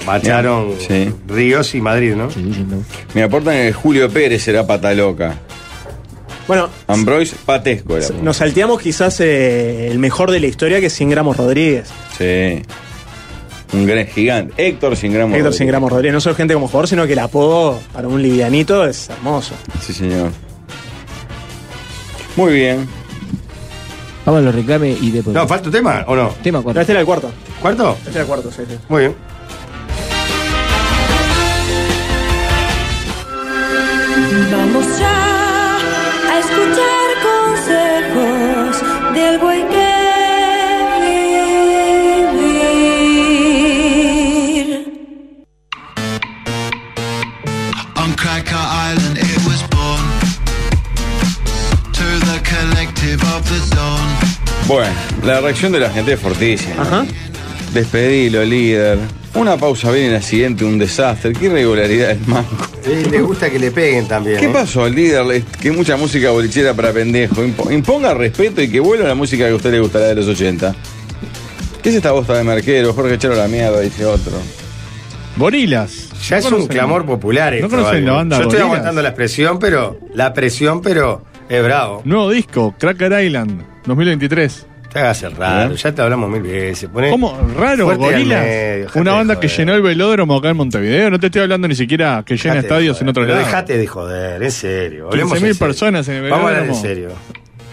G: macharon
F: Sí.
G: Ríos y Madrid, ¿no?
F: Me aportan que Julio Pérez era pata loca.
H: Bueno,
F: Ambroise Patesco era.
H: Nos salteamos quizás eh, el mejor de la historia que es 100 gramos Rodríguez.
F: Sí. Un gran gigante. Héctor sin gramo.
H: Héctor 100 gramos Rodríguez. No solo gente como jugador, sino que el apodo para un livianito es hermoso.
F: Sí, señor. Muy bien.
I: Vamos a los reclames y después.
G: No, ¿falta un tema o no?
I: Tema cuatro.
H: Este era el cuarto.
G: ¿Cuarto?
H: Este era el cuarto, sí, sí.
G: Muy bien.
J: Vamos ya a escuchar consejos del buen que vivir.
M: On Cracker Island it was born To the collective of the zone
F: Bueno, la reacción de la gente es fortísima. Despedilo, líder. Una pausa bien el accidente, un desastre. Qué irregularidad el manco.
G: Eh, le gusta que le peguen también.
F: ¿Qué
G: ¿eh?
F: pasó al líder? Es Que mucha música bolichera para pendejo. Impo- imponga respeto y que vuelva la música que a usted le gustará de los 80. ¿Qué es esta bosta de marquero? Jorge Charo la mierda, dice otro.
N: Gorilas.
G: Ya es un clamor popular
N: ¿No
G: esto,
N: conocen
G: algo.
N: la banda
G: Yo estoy
N: Gorilas?
G: aguantando la presión, pero. La presión, pero. Es bravo.
N: Nuevo disco, Cracker Island, 2023.
G: Te hagas el raro, ya te hablamos mil veces. Pone
N: ¿Cómo? Raro,
G: fuerte al
N: Gorilas.
G: medio, dejate
N: Una
G: de
N: banda que
G: joder.
N: llenó el velódromo acá en Montevideo. No te estoy hablando ni siquiera que llena
G: Dejate de
N: estadios en
G: joder.
N: otro
G: Pero
N: lado.
G: Dejate de joder, en serio. Hablemos
N: 15.000
G: en serio.
N: personas en el
G: Vamos a hablar en
N: velódromo.
G: serio.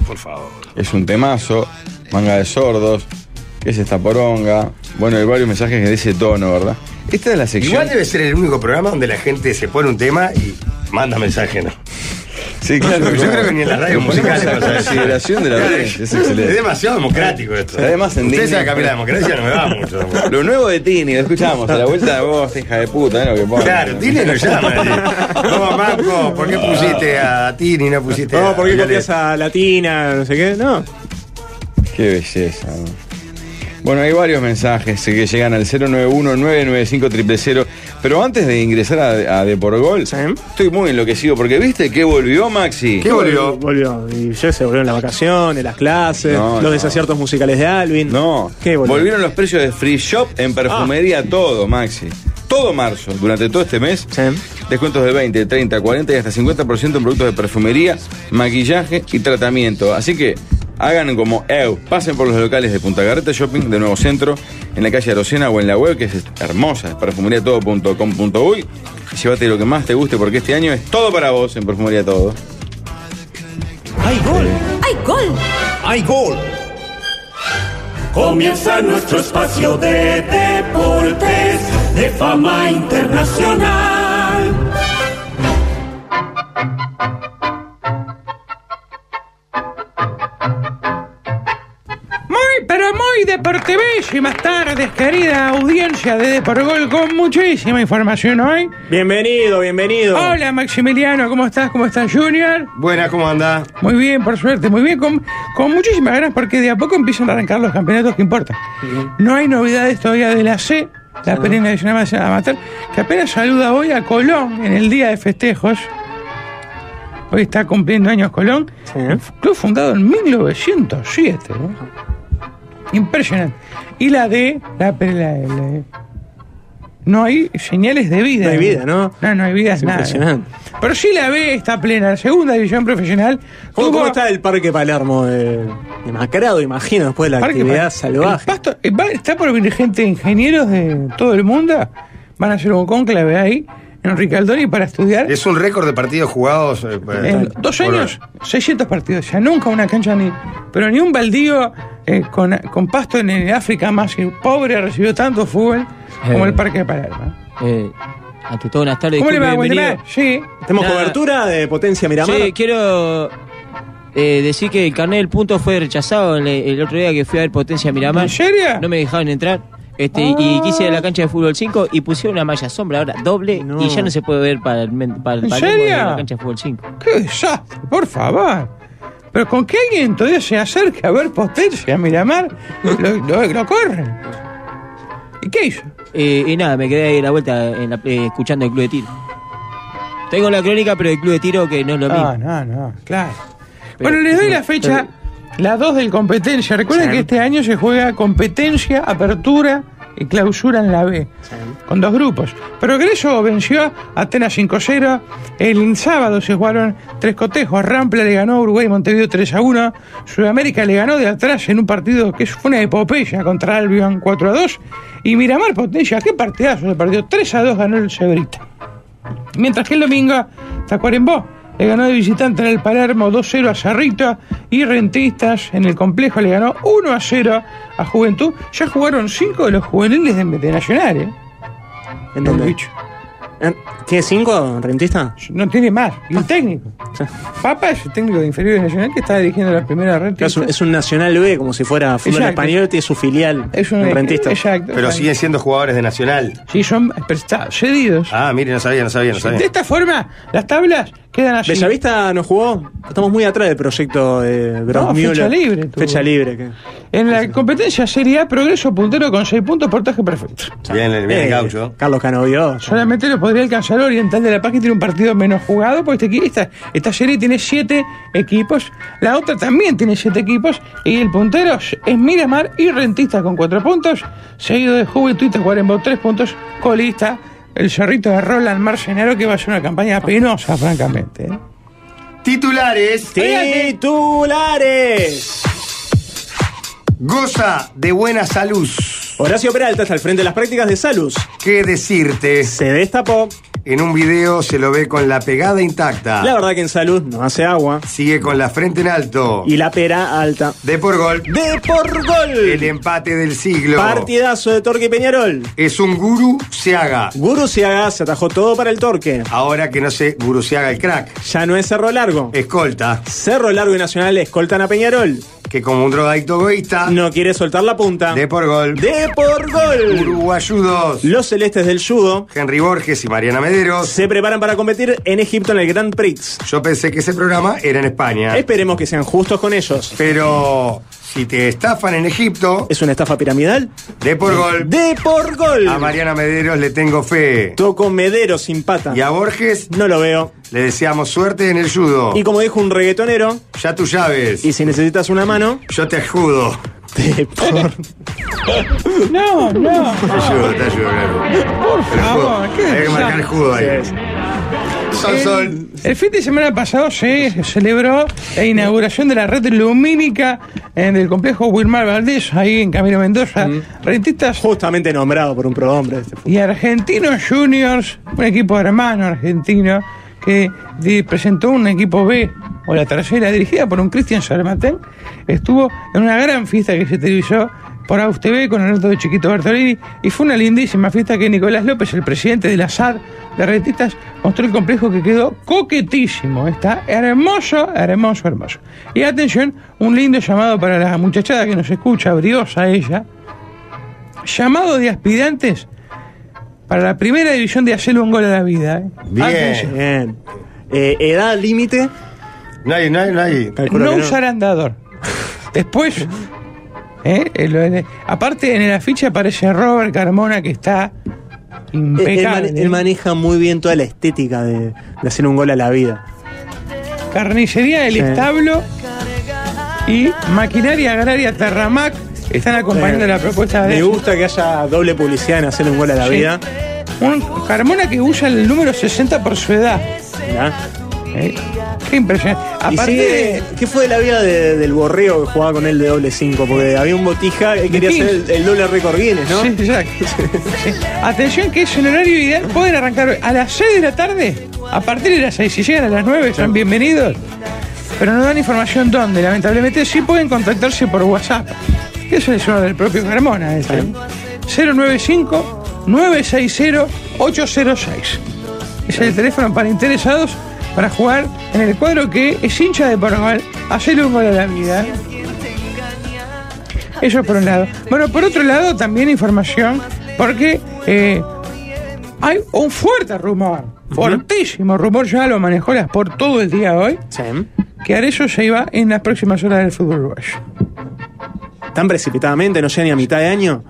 G: Por favor.
F: Es un temazo, manga de sordos. ¿Qué es esta poronga? Bueno, hay varios mensajes que de ese tono, ¿verdad? Esta es la sección.
G: Igual debe ser el único programa donde la gente se pone un tema y manda mensaje, ¿no?
F: Sí, claro.
G: Yo creo que ni en la radio musical se
F: La
G: pasa eso.
F: consideración de la
G: Claro,
F: audiencia es excelente.
G: es demasiado democrático esto.
F: Además, en
G: Usted
F: Disney-
G: sabe que a mí la democracia no me va mucho.
F: Lo nuevo de Tini, lo escuchamos. A la vuelta de vos, hija de puta, ¿eh? Lo que pone.
G: Claro, Tini nos llama. allí. No, Marco, ¿por qué pusiste a Tini y no pusiste a
H: No, ¿por qué
G: Violeta?
H: copias a Latina? No sé qué. No.
F: Qué belleza. ¿no? Bueno, hay varios mensajes eh, que llegan al 091-995-000. Pero antes de ingresar a, a De Por Gol, estoy muy enloquecido porque viste que volvió Maxi.
H: Volvió. Y ya se volvieron las vacaciones, las clases,
F: No,
H: los
F: no.
H: desaciertos musicales de Alvin.
F: No.
H: ¿Qué Ah. volvió?
F: Volvieron los precios de Free Shop en perfumería, todo, Maxi. Todo marzo, durante todo este mes. Descuentos de 20, 30, 40 y hasta 50% en productos de perfumería, maquillaje y tratamiento. Así que hagan como EU. Pasen por los locales de Punta Carreta Shopping, de Nuevo Centro, en la calle Arocena o en la web, que es hermosa, perfumeríatodo.com.uy. Y Llévate lo que más te guste porque este año es todo para vos en Perfumería Todo.
O: ¡Hay gol! ¡Hay gol!
K: ¡Hay gol! Comienza nuestro espacio de deportes de fama internacional.
I: Muy, pero muy deportivísimas tardes, querida audiencia de Deporgol, con muchísima información hoy.
H: Bienvenido, bienvenido.
I: Hola, Maximiliano, ¿cómo estás? ¿Cómo estás, Junior?
G: Buenas, ¿cómo andás?
I: Muy bien, por suerte, muy bien, con, con muchísimas ganas, porque de a poco empiezan a arrancar los campeonatos que importan. No hay novedades todavía de la C, la Perena Nacional Ama- Amateur, que apenas saluda hoy a Colón en el día de festejos. Hoy está cumpliendo años Colón.
H: ¿eh?
I: Un Club fundado en 1907. ¿no? ¿eh? Impresionante. Y la D, la, P- la- la- E. no hay señales de vida.
H: No hay vida, ¿no?
I: No, no hay vida,
H: Es
I: nada.
H: impresionante.
I: Pero sí la B está plena. La segunda división profesional.
H: ¿Cómo,
I: tuvo-
H: cómo está el Parque Palermo de, de Macrado, imagino, después de la
I: Parque
H: actividad
I: Pal-
H: salvaje?
I: el pasto- eh, va- está por venir gente, de ingenieros de todo el mundo. Van a hacer un conclave ahí, en Ricaldoni, para estudiar.
G: Es un récord de partidos jugados. eh,
I: En dos
G: por-
I: años, 600 partidos. Ya nunca una cancha ni. Pero ni un baldío eh, con, con pasto en el África más que pobre recibió tanto fútbol como
P: Eh.
I: el Parque de Palermo.
P: Eh, ante todo, buenas tardes.
I: ¿Cómo le
P: disculpe,
I: va? Buen día.
P: bienvenido.
I: Sí.
P: Tenemos Nada.
H: cobertura de potencia Miramar.
P: Sí, quiero eh, decir que el carnet del punto fue rechazado el, el otro día que fui a ver Potencia Miramar.
I: ¿En serio? Ah.
P: No me dejaron entrar. Este, Y quise ir a la cancha de fútbol 5 y pusieron una malla sombra ahora doble y ya no se puede ver para el, men- para el
I: ¿En
P: Palermo de
I: serio?
P: la cancha de fútbol 5.
I: ¡Qué desastre! Por favor. Pero con que alguien todavía se acerque a ver potencia a Miramar, lo, lo, lo corren. ¿Y qué hizo?
P: Eh, y nada, me quedé ahí a la vuelta en la- eh, escuchando el club de tiro. Tengo la crónica, pero el club de tiro que no es lo mismo.
I: Ah, no, no, claro. bueno, les doy la fecha, la 2 del competencia. Recuerden que este año se juega competencia, apertura y clausura en la B, con dos grupos. Progreso venció a Atenas 5-0. El sábado se jugaron tres cotejos. Rampla le ganó a Uruguay y Montevideo 3-1. Sudamérica le ganó de atrás en un partido que fue una epopeya contra Albion 4-2. Y Miramar Potencia, qué partidazo se perdió. 3-2 ganó el Cebrita. Mientras que el domingo, Tacuarembó le ganó de visitante en el Palermo 2-0 a Cerrito y Rentistas en el complejo le ganó 1-0 a Juventud. Ya jugaron 5 de los juveniles de, de Nacional, ¿eh?
H: ¿En dónde? Eh, ¿Tiene cinco, rentista?
I: No tiene más. Y el técnico. Papa es el técnico de inferiores de Nacional que está dirigiendo la primera red.
H: Es un, es un Nacional B, como si fuera fútbol
I: Exacto.
H: español, tiene su filial
I: Es un-
H: en rentista.
I: exacto.
G: Pero siguen siendo jugadores de Nacional.
I: Sí, son pero está, cedidos.
G: Ah, mire, no sabía, no sabía, no
I: De
G: sabía.
I: esta forma, las tablas quedan así.
H: Bellavista no jugó. Estamos muy atrás del proyecto de Grossmüller.
I: fecha libre tuvo.
H: Fecha libre. que-
I: En la competencia Serie A, Progreso puntero con 6 puntos, portaje perfecto.
G: Bien, el- bien el
H: Eh,
G: gaucho.
H: Carlos Canovio.
I: Solamente lo podría alcanzar Oriental de la Paz, que tiene un partido menos jugado, porque este equi- esta, esta serie tiene siete equipos, la otra también tiene siete equipos, y el puntero es es Miramar y Rentista con cuatro puntos, seguido de Juventud y Tacuarembó tres puntos, colista el cerrito de Roland Marcenaro, que va a ser una campaña penosa, francamente. ¿eh?
G: Titulares.
H: Titulares.
G: Goza de buena salud.
H: Horacio Peralta está al frente de las prácticas de Salus.
G: ¿Qué decirte?
H: Se destapó.
G: En un video se lo ve con la pegada intacta.
H: La verdad que en salud no hace agua.
G: Sigue con la frente en alto.
H: Y la pera alta.
G: De por gol.
H: De por gol.
G: El empate del siglo.
H: Partidazo de Torque y Peñarol.
G: Es un gurú Seaga.
H: Guru Seaga se atajó todo para el Torque.
G: Ahora que no se gurú Seaga el crack.
H: Ya no es Cerro Largo.
G: Escolta.
H: Cerro Largo y Nacional escoltan a Peñarol.
G: Que como un drogadicto egoísta.
H: No quiere soltar la punta.
G: De por gol.
H: De por gol.
G: Uruguayudos.
H: Los celestes del judo
G: Henry Borges y Mariana Mederos.
H: se preparan para competir en Egipto en el Grand Prix.
G: Yo pensé que ese programa era en España.
H: Esperemos que sean justos con ellos.
G: Pero si te estafan en Egipto,
H: ¿Es una estafa piramidal?
G: de por gol.
H: De por gol.
G: A Mariana Mederos le tengo fe.
H: Toco Medero sin pata.
G: Y a Borges
H: No lo veo.
G: le deseamos suerte en el judo.
H: Y como dijo un reggaetonero,
G: Ya tú llaves.
H: y si necesitas una mano,
G: Yo te ayudo.
H: de por...
I: No,
G: Te
I: no.
G: ayudo, te ayudo, claro.
I: Por favor, ¿qué
G: Hay que marcar
I: ya?
G: judo ahí. Sol, sol.
I: El, el fin de semana pasado se celebró la inauguración de la red lumínica en el complejo Wilmar Valdés, ahí en Camilo Mendoza. Rentistas
H: Justamente nombrado por un prohombre. este fue.
I: y Argentinos Juniors, un equipo hermano argentino que di- presentó un equipo B o la tercera dirigida por un Cristian Salmatén, estuvo en una gran fiesta que se televisó por AUS TV con el de Chiquito Bertolini y fue una lindísima fiesta que Nicolás López, el presidente de la SAD de Rentistas, mostró el complejo que quedó coquetísimo, está hermoso, hermoso, hermoso. Y atención, un lindo llamado para la muchachada que nos escucha, briosa ella, llamado de aspirantes para la primera división de hacerle un gol a la vida. ¿eh?
G: Bien.
I: Atención.
H: Bien. Eh, edad límite.
G: No hay, no hay, no hay.
H: Calculo
I: No
H: que no.
I: usar andador. Después, ¿eh? Eh, lo de- aparte en el afiche aparece Robert Carmona que está
H: Eh, Él,
I: impecable.
H: mane- él maneja muy bien toda la estética de, de hacer un gol a la vida. Eh,
I: Carnicería del
H: Sí.
I: Establo y Maquinaria Agraria Terramac están acompañando
H: Eh,
I: la propuesta de
H: Me gusta que haya doble publicidad en hacer un gol a la
I: Sí.
H: vida.
I: Un Carmona que usa el número 60 por su edad.
H: ¿verdad?
I: ¿eh? Qué impresionante.
H: Y
I: Aparte
H: sigue- ¿Qué fue de la vida de- del borreo que jugaba con él de doble 5? Porque había un botija que quería hacer
I: Guinness.
H: el, el doble récord Guinness, ¿no?
I: Sí, exacto. Sí. Atención que es un horario ideal. Pueden arrancar a las 6 de la tarde. A partir de las 6, si llegan a las 9, son bienvenidos. Pero no dan información dónde. Lamentablemente sí pueden contactarse por WhatsApp. Eso es uno del propio Carmona. ese, ¿eh? 095-960-806. Es el teléfono para interesados para jugar en el cuadro que es hincha de Portugal. Hacerle un gol a la vida. Eso por un lado. Bueno, por otro lado, también información, porque eh, hay un fuerte rumor, fortísimo rumor, ya lo manejó las por todo el día hoy,
H: Sí.
I: que Arezzo se iba en las próximas horas del fútbol uruguayo.
H: Tan precipitadamente, no llega ni a mitad de año.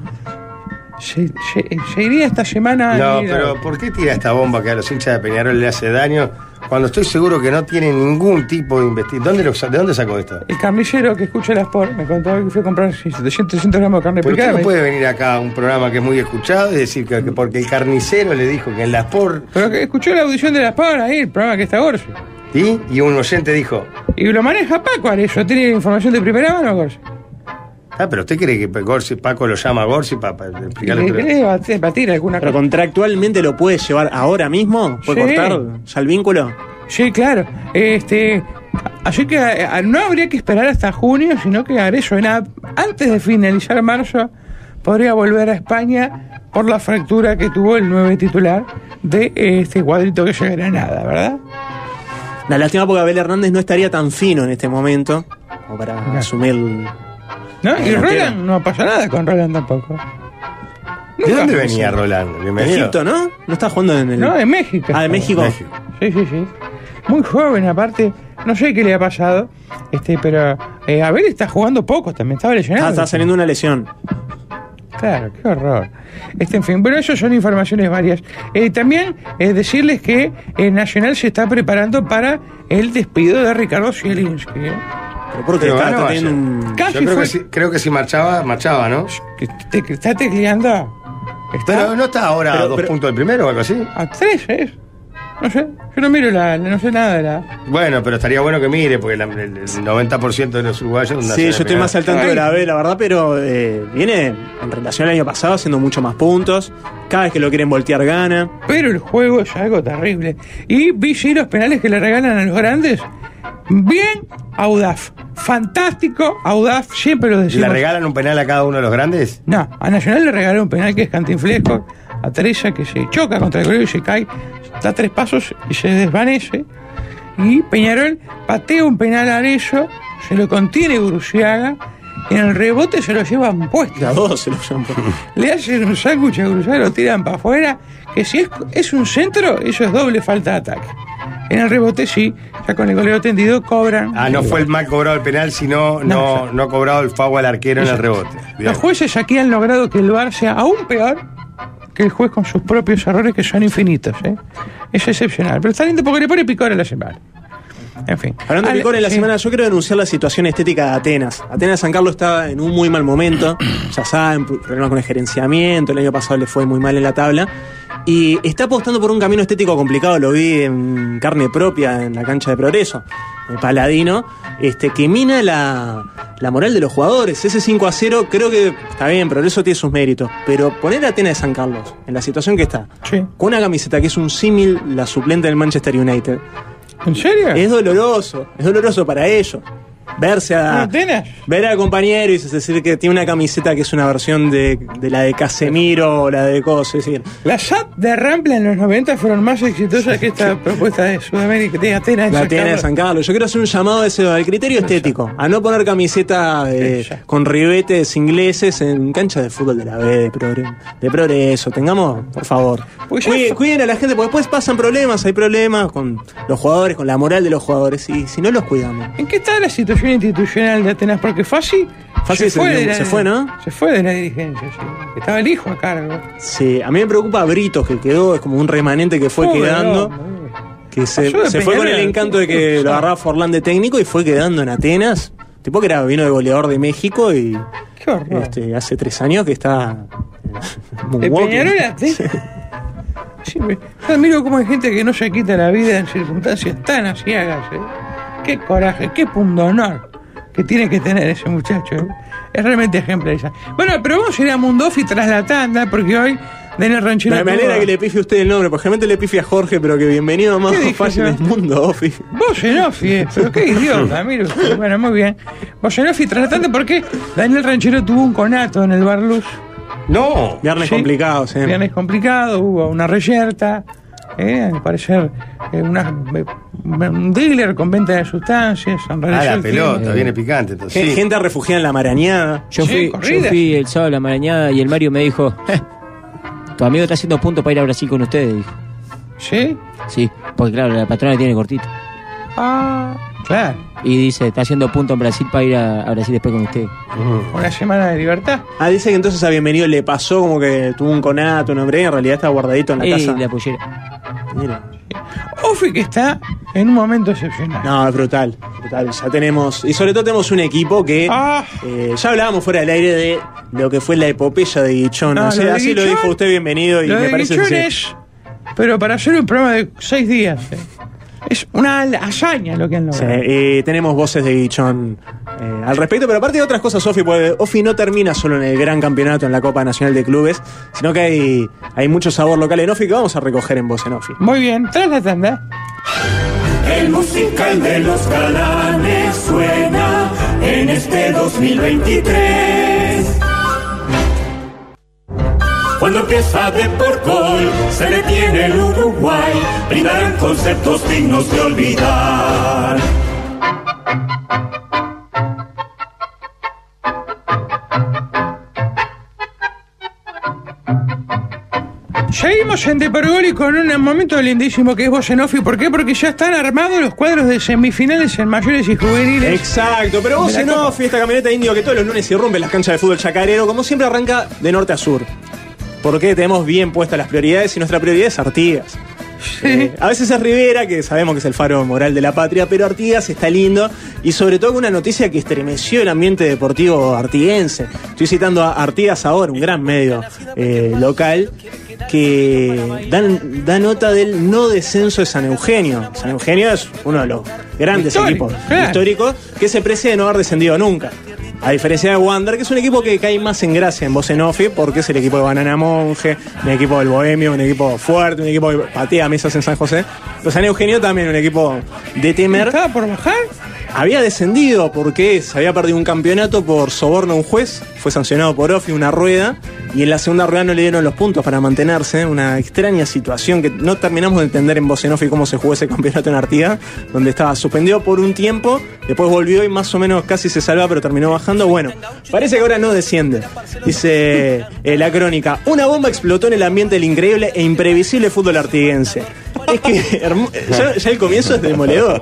I: Se, se- se iría esta semana.
G: No,
I: mira.
G: pero ¿por qué tira esta bomba que a los hinchas de Peñarol le hace daño cuando estoy seguro que no tiene ningún tipo de investigación? ¿Dónde lo sa- ¿De dónde sacó esto?
I: El carnicero que escucha las por me contó que fue a comprar 700, 300 gramos de carne
G: Pero
I: picada.
G: usted no
I: me-
G: puede venir acá a un programa que es muy escuchado y decir que, que porque el carnicero le dijo que en las por...
I: Pero que escuchó la audición de las por ahí, el programa que está Gorsi.
G: ¿Y? Y un oyente dijo,
I: Y lo maneja Paco Arezzo, tiene información de primera mano, Gorsi.
G: ah, pero usted cree que Gorsi, Paco lo llama a Gorsi para, explicarle...
I: ¿Le Eh, querés batir- batir alguna
H: Pero
I: cosa?
H: contractualmente lo puede llevar ahora mismo. ¿Puede
I: Sí.
H: cortar ya el vínculo?
I: Sí, claro. Este, así que eh, no habría que esperar hasta junio, sino que Arezzo en a- antes de finalizar marzo podría volver a España por la fractura que tuvo el nueve titular de eh, este cuadrito que es el Granada, ¿verdabel?
H: La lástima porque Abel Hernández no estaría tan fino en este momento. Como para asumir.
I: ¿No? Y
H: Bueno,
I: Roland no pasa nada con Roland tampoco.
G: ¿De
I: Nunca.
G: dónde venía Roland? Bienvenido.
H: Egipto, ¿no? No está jugando en el.
I: No, de México.
H: Ah, de México.
G: México.
I: Sí, sí, sí. Muy joven, aparte. No sé qué le ha pasado. Este, pero eh, Abel está jugando poco también, estaba lesionado.
H: Ah, está saliendo una lesión.
I: Claro, qué horror. Este, en fin, bueno, eso son informaciones varias. Eh, también eh, decirles que eh, Nacional se está preparando para el despido de Ricardo Zielinski. ¿eh?
H: Pero porque
G: Pero
H: está,
G: ganó
H: está teniendo
G: ayer.
H: un.
I: Casi
G: Yo creo
I: fue-
G: que, si, creo que si marchaba, marchaba, ¿no?
I: que te, que está tecleando. Está
G: Pero no está ahora a
H: Pero-
G: dos
H: pero-
G: puntos del primero o algo así.
I: a tres, ¿eh? No sé, yo no miro la, no sé nada de la.
G: Bueno, pero estaría bueno que mire, porque la- el el 90% de los uruguayos. nacen
H: Sí, yo estoy
G: en
H: más al tanto de la B, la verdad, pero eh, viene en relación al año pasado haciendo mucho más puntos. Cada vez que lo quieren voltear gana.
I: Pero el juego es algo terrible. Y vi sí, los penales que le regalan a los grandes. Bien, Audaf. Fantástico, Audaf, siempre lo decimos.
G: ¿Le regalan un penal a cada uno de los grandes?
I: No, a Nacional le regalaron un penal que es cantinflesco a Teresa que se choca contra el Gregorio y se cae, da tres pasos y se desvanece. Y Peñarol patea un penal a Arezzo, se lo contiene Gurusiaga, en el rebote se lo llevan puesto.
H: dos se lo llevan
I: Le hacen un sándwich a Gurusiaga, lo tiran para afuera, que si es, es un centro, eso es doble falta de ataque. En el rebote sí, ya con el goleo tendido cobran.
G: Ah, no fue el mal cobrado el penal, sino no, no cobrado el foul al arquero en el rebote. Bien.
I: Los jueces aquí han logrado que el VAR sea aún peor que el juez con sus propios errores que son infinitos. ¿eh? Es excepcional. Pero está lindo porque le pone picor a la semana. En fin.
H: Hablando de
I: Ale-
H: picor en la
I: sí.
H: semana, yo quiero denunciar la situación estética de Atenas. Atenas San Carlos está en un muy mal momento. Ya saben, pu- problemas con el gerenciamiento. El año pasado le fue muy mal en la tabla. Y está apostando por un camino estético complicado. Lo vi en carne propia en la cancha de progreso. El paladino, este, que mina la, la moral de los jugadores. Ese 5 a 0, creo que está bien, progreso tiene sus méritos. Pero poner a Atenas de San Carlos en la situación que está, con una camiseta que es un símil, la suplente del Manchester United.
I: ¿En serio?
H: Es doloroso, es doloroso para ellos. Verse a. Ver al compañero y es decir que tiene una camiseta que es una versión de, de la de Casemiro o la de Cosa. Es decir,
I: Las SAT de Rampla en los 90 fueron más exitosas que esta propuesta de Sudamérica, de Atenas. de
H: la
I: San
H: tiene de
I: Carlos.
H: San Carlos. Yo quiero hacer un llamado a ese, al criterio estético, a no poner camiseta eh, con ribetes ingleses en cancha de fútbol de la B, de, progre- de progreso. Tengamos, por favor. Cuiden, cuiden a la gente, porque después pasan problemas, hay problemas con los jugadores, con la moral de los jugadores, y si no los cuidamos.
I: ¿En qué está la situación institucional de Atenas? Porque Fassi,
H: Fassi se-
I: de
H: se fue, ¿no?
I: Se fue de la dirigencia, sí. Estaba el hijo a cargo.
H: Sí, a mí me preocupa Britos que quedó, es como un remanente que fue
I: Pobre
H: quedando.
I: hombre.
H: Que se,
I: Pasó de
H: se fue con el
I: Peñarol.
H: encanto de que lo agarraba Forlán de técnico y fue quedando en Atenas. Tipo que era, vino de goleador de México y
I: Ah.
H: este, hace tres años que está
I: ¿De
H: walking.
I: Peñarol a Atenas? Sí, me- yo admiro cómo hay gente que no se quita la vida en circunstancias tan asiagas. ¿eh? Qué coraje, qué pundonor que tiene que tener ese muchacho. ¿eh? Es realmente ejemplar. Bueno, pero vamos a ir a Mundofi tras la tanda, porque hoy Daniel Ranchero.
H: Me me alegra
I: tuvo-
H: que le pifie usted el nombre, porque generalmente le pifie a Jorge, pero que bienvenido a más
I: ¿Qué dije
H: fácil
I: yo?
H: del mundo, Ofi.
I: Vos Genofi, pero qué idiota, mire usted. Bueno, muy bien. Vos Genofi, tras la tanda, porque Daniel Ranchero tuvo un conato en el Bar Luz.
G: No.
H: Viernes
I: Sí.
H: complicado, sí.
I: Viernes complicado, hubo una reyerta, eh, al parecer eh, una- eh, un dealer con venta de sustancias. En
G: Ah, la
I: relación-
G: pelota, viene picante.
H: Gen-
G: Entonces,
H: Gente,
G: sí.
H: refugiada en la marañada.
F: Yo
H: Sí,
F: fui, yo
H: corridas.
F: fui el sábado a la marañada y el Mario me dijo: "Eh, Tu amigo está haciendo punto para ir a Brasil con ustedes, dijo.
I: ¿Sí?
F: Sí, porque claro, la patrona tiene cortito.
I: Ah, claro.
F: Y dice: Está haciendo punto en Brasil para ir a, a Brasil después con ustedes.
I: una semana de libertad.
H: Ah, dice que entonces a bienvenido le pasó como que tuvo un conato, un hombre, en realidad estaba guardadito en la
F: Y
H: casa.
F: la
H: Mira.
I: Ofi que está en un momento excepcional.
H: No, es brutal, brutal. Ya tenemos. Y sobre todo tenemos un equipo que.
I: Ah.
H: eh, ya hablábamos fuera del aire de lo que fue la epopeya de Guichón.
I: No,
H: O sea,
I: lo de
H: así lo
I: Guichón-
H: dijo usted, bienvenido. Y
I: Lo
H: me
I: de
H: parece
I: Guichón
H: que sí.
I: es, pero para hacer un programa de seis días, eh, es una hazaña lo que han
H: Sí,
I: logrado.
H: y tenemos voces de Guichón eh, al respecto, pero aparte de otras cosas, Ofi, porque Ofi no termina solo en el gran campeonato, en la Copa Nacional de Clubes, sino que hay, hay mucho sabor local en Ofi que vamos a recoger en Voz en Ofi.
I: Muy bien, tras la tanda.
K: El musical de los galanes suena en este 2023. Cuando empieza Deportgol, se detiene el Uruguay, brindarán conceptos dignos de olvidar.
I: Seguimos en Deporgol y con un momento lindísimo que es Bocenofi. ¿Por qué? Porque ya están armados los cuadros de semifinales en mayores y juveniles.
H: Exacto, pero vos
I: De la
H: en
I: Copa.
H: off, esta camioneta indio que todos los lunes irrumpe en las canchas de fútbol chacarero, como siempre arranca de norte a sur. Porque tenemos bien puestas las prioridades y nuestra prioridad es Artigas. Eh, a veces es Rivera, que sabemos que es el faro moral de la patria, pero Artigas está lindo y sobre todo con una noticia que estremeció el ambiente deportivo artiguense. Estoy citando a Artigas ahora, un gran medio eh, local, que dan- da nota del no descenso de San Eugenio. San Eugenio es uno de los grandes
Q: Histórico,
H: equipos
Q: claro.
H: históricos que se precia de no haber descendido nunca. A diferencia de Wander, que es un equipo que cae más en gracia en Bocenofi, porque es el equipo de Banana Monje, un equipo del Bohemio, un equipo fuerte, un equipo que patea mesas en San José. Pero San Eugenio también, un equipo de temer. ¿Estaba por bajar? Había descendido porque se había perdido un campeonato por soborno a un juez, fue sancionado por Ofi una rueda, y en la segunda rueda no le dieron los puntos para mantenerse. Una extraña situación que no terminamos de entender en Bocenofi cómo se jugó ese campeonato en Artigas, donde estaba suspendido por un tiempo, después volvió y más o menos casi se salva, pero terminó bajando. Bueno, parece que ahora no desciende. Dice eh, la crónica: Una bomba explotó en el ambiente del increíble e imprevisible fútbol artiguense. Es que hermo- ya, ya el comienzo es demoledor.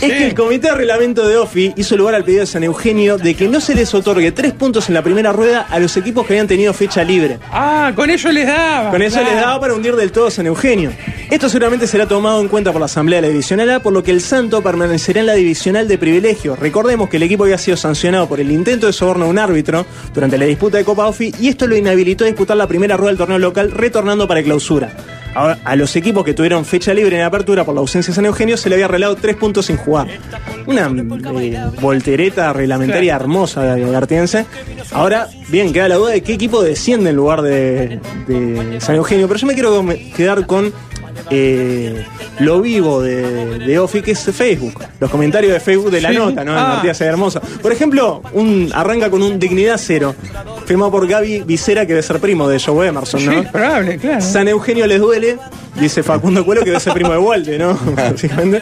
H: Es que el comité de reglamento de OFI hizo lugar al pedido de San Eugenio de que no se les otorgue tres puntos en la primera rueda a los equipos que habían tenido fecha libre.
Q: Ah, con ello les daba.
H: Con eso les daba para hundir del todo a San Eugenio. Esto seguramente será tomado en cuenta por la Asamblea de la Divisional A, por lo que el Santo permanecerá en la Divisional de Privilegio. Recordemos que el equipo había sido sancionado por el intento de soborno a un árbitro durante la disputa de Copa OFI y esto lo inhabilitó a disputar la primera rueda del torneo local, retornando para clausura. Ahora, a los equipos que tuvieron fecha libre en la apertura por la ausencia de San Eugenio se le había arreglado tres puntos sin jugar. Una eh, voltereta reglamentaria hermosa de de Artiense. Ahora, bien, queda la duda de qué equipo desciende en lugar de, de San Eugenio, pero yo me quiero come- quedar con eh, lo vivo de, de Ofi, que es Facebook. Los comentarios de Facebook de la
Q: Sí.
H: nota, ¿no? En
Q: Ah.
H: Artigas es hermosa. Por ejemplo, un arranca con un Dignidad Cero, firmado por Gaby Vicera, que debe ser primo de Joe Emerson, ¿no?
Q: Sí, probable, claro.
H: San Eugenio les duele, dice Facundo Cuelo, que debe ser primo de Walde, ¿no? Básicamente.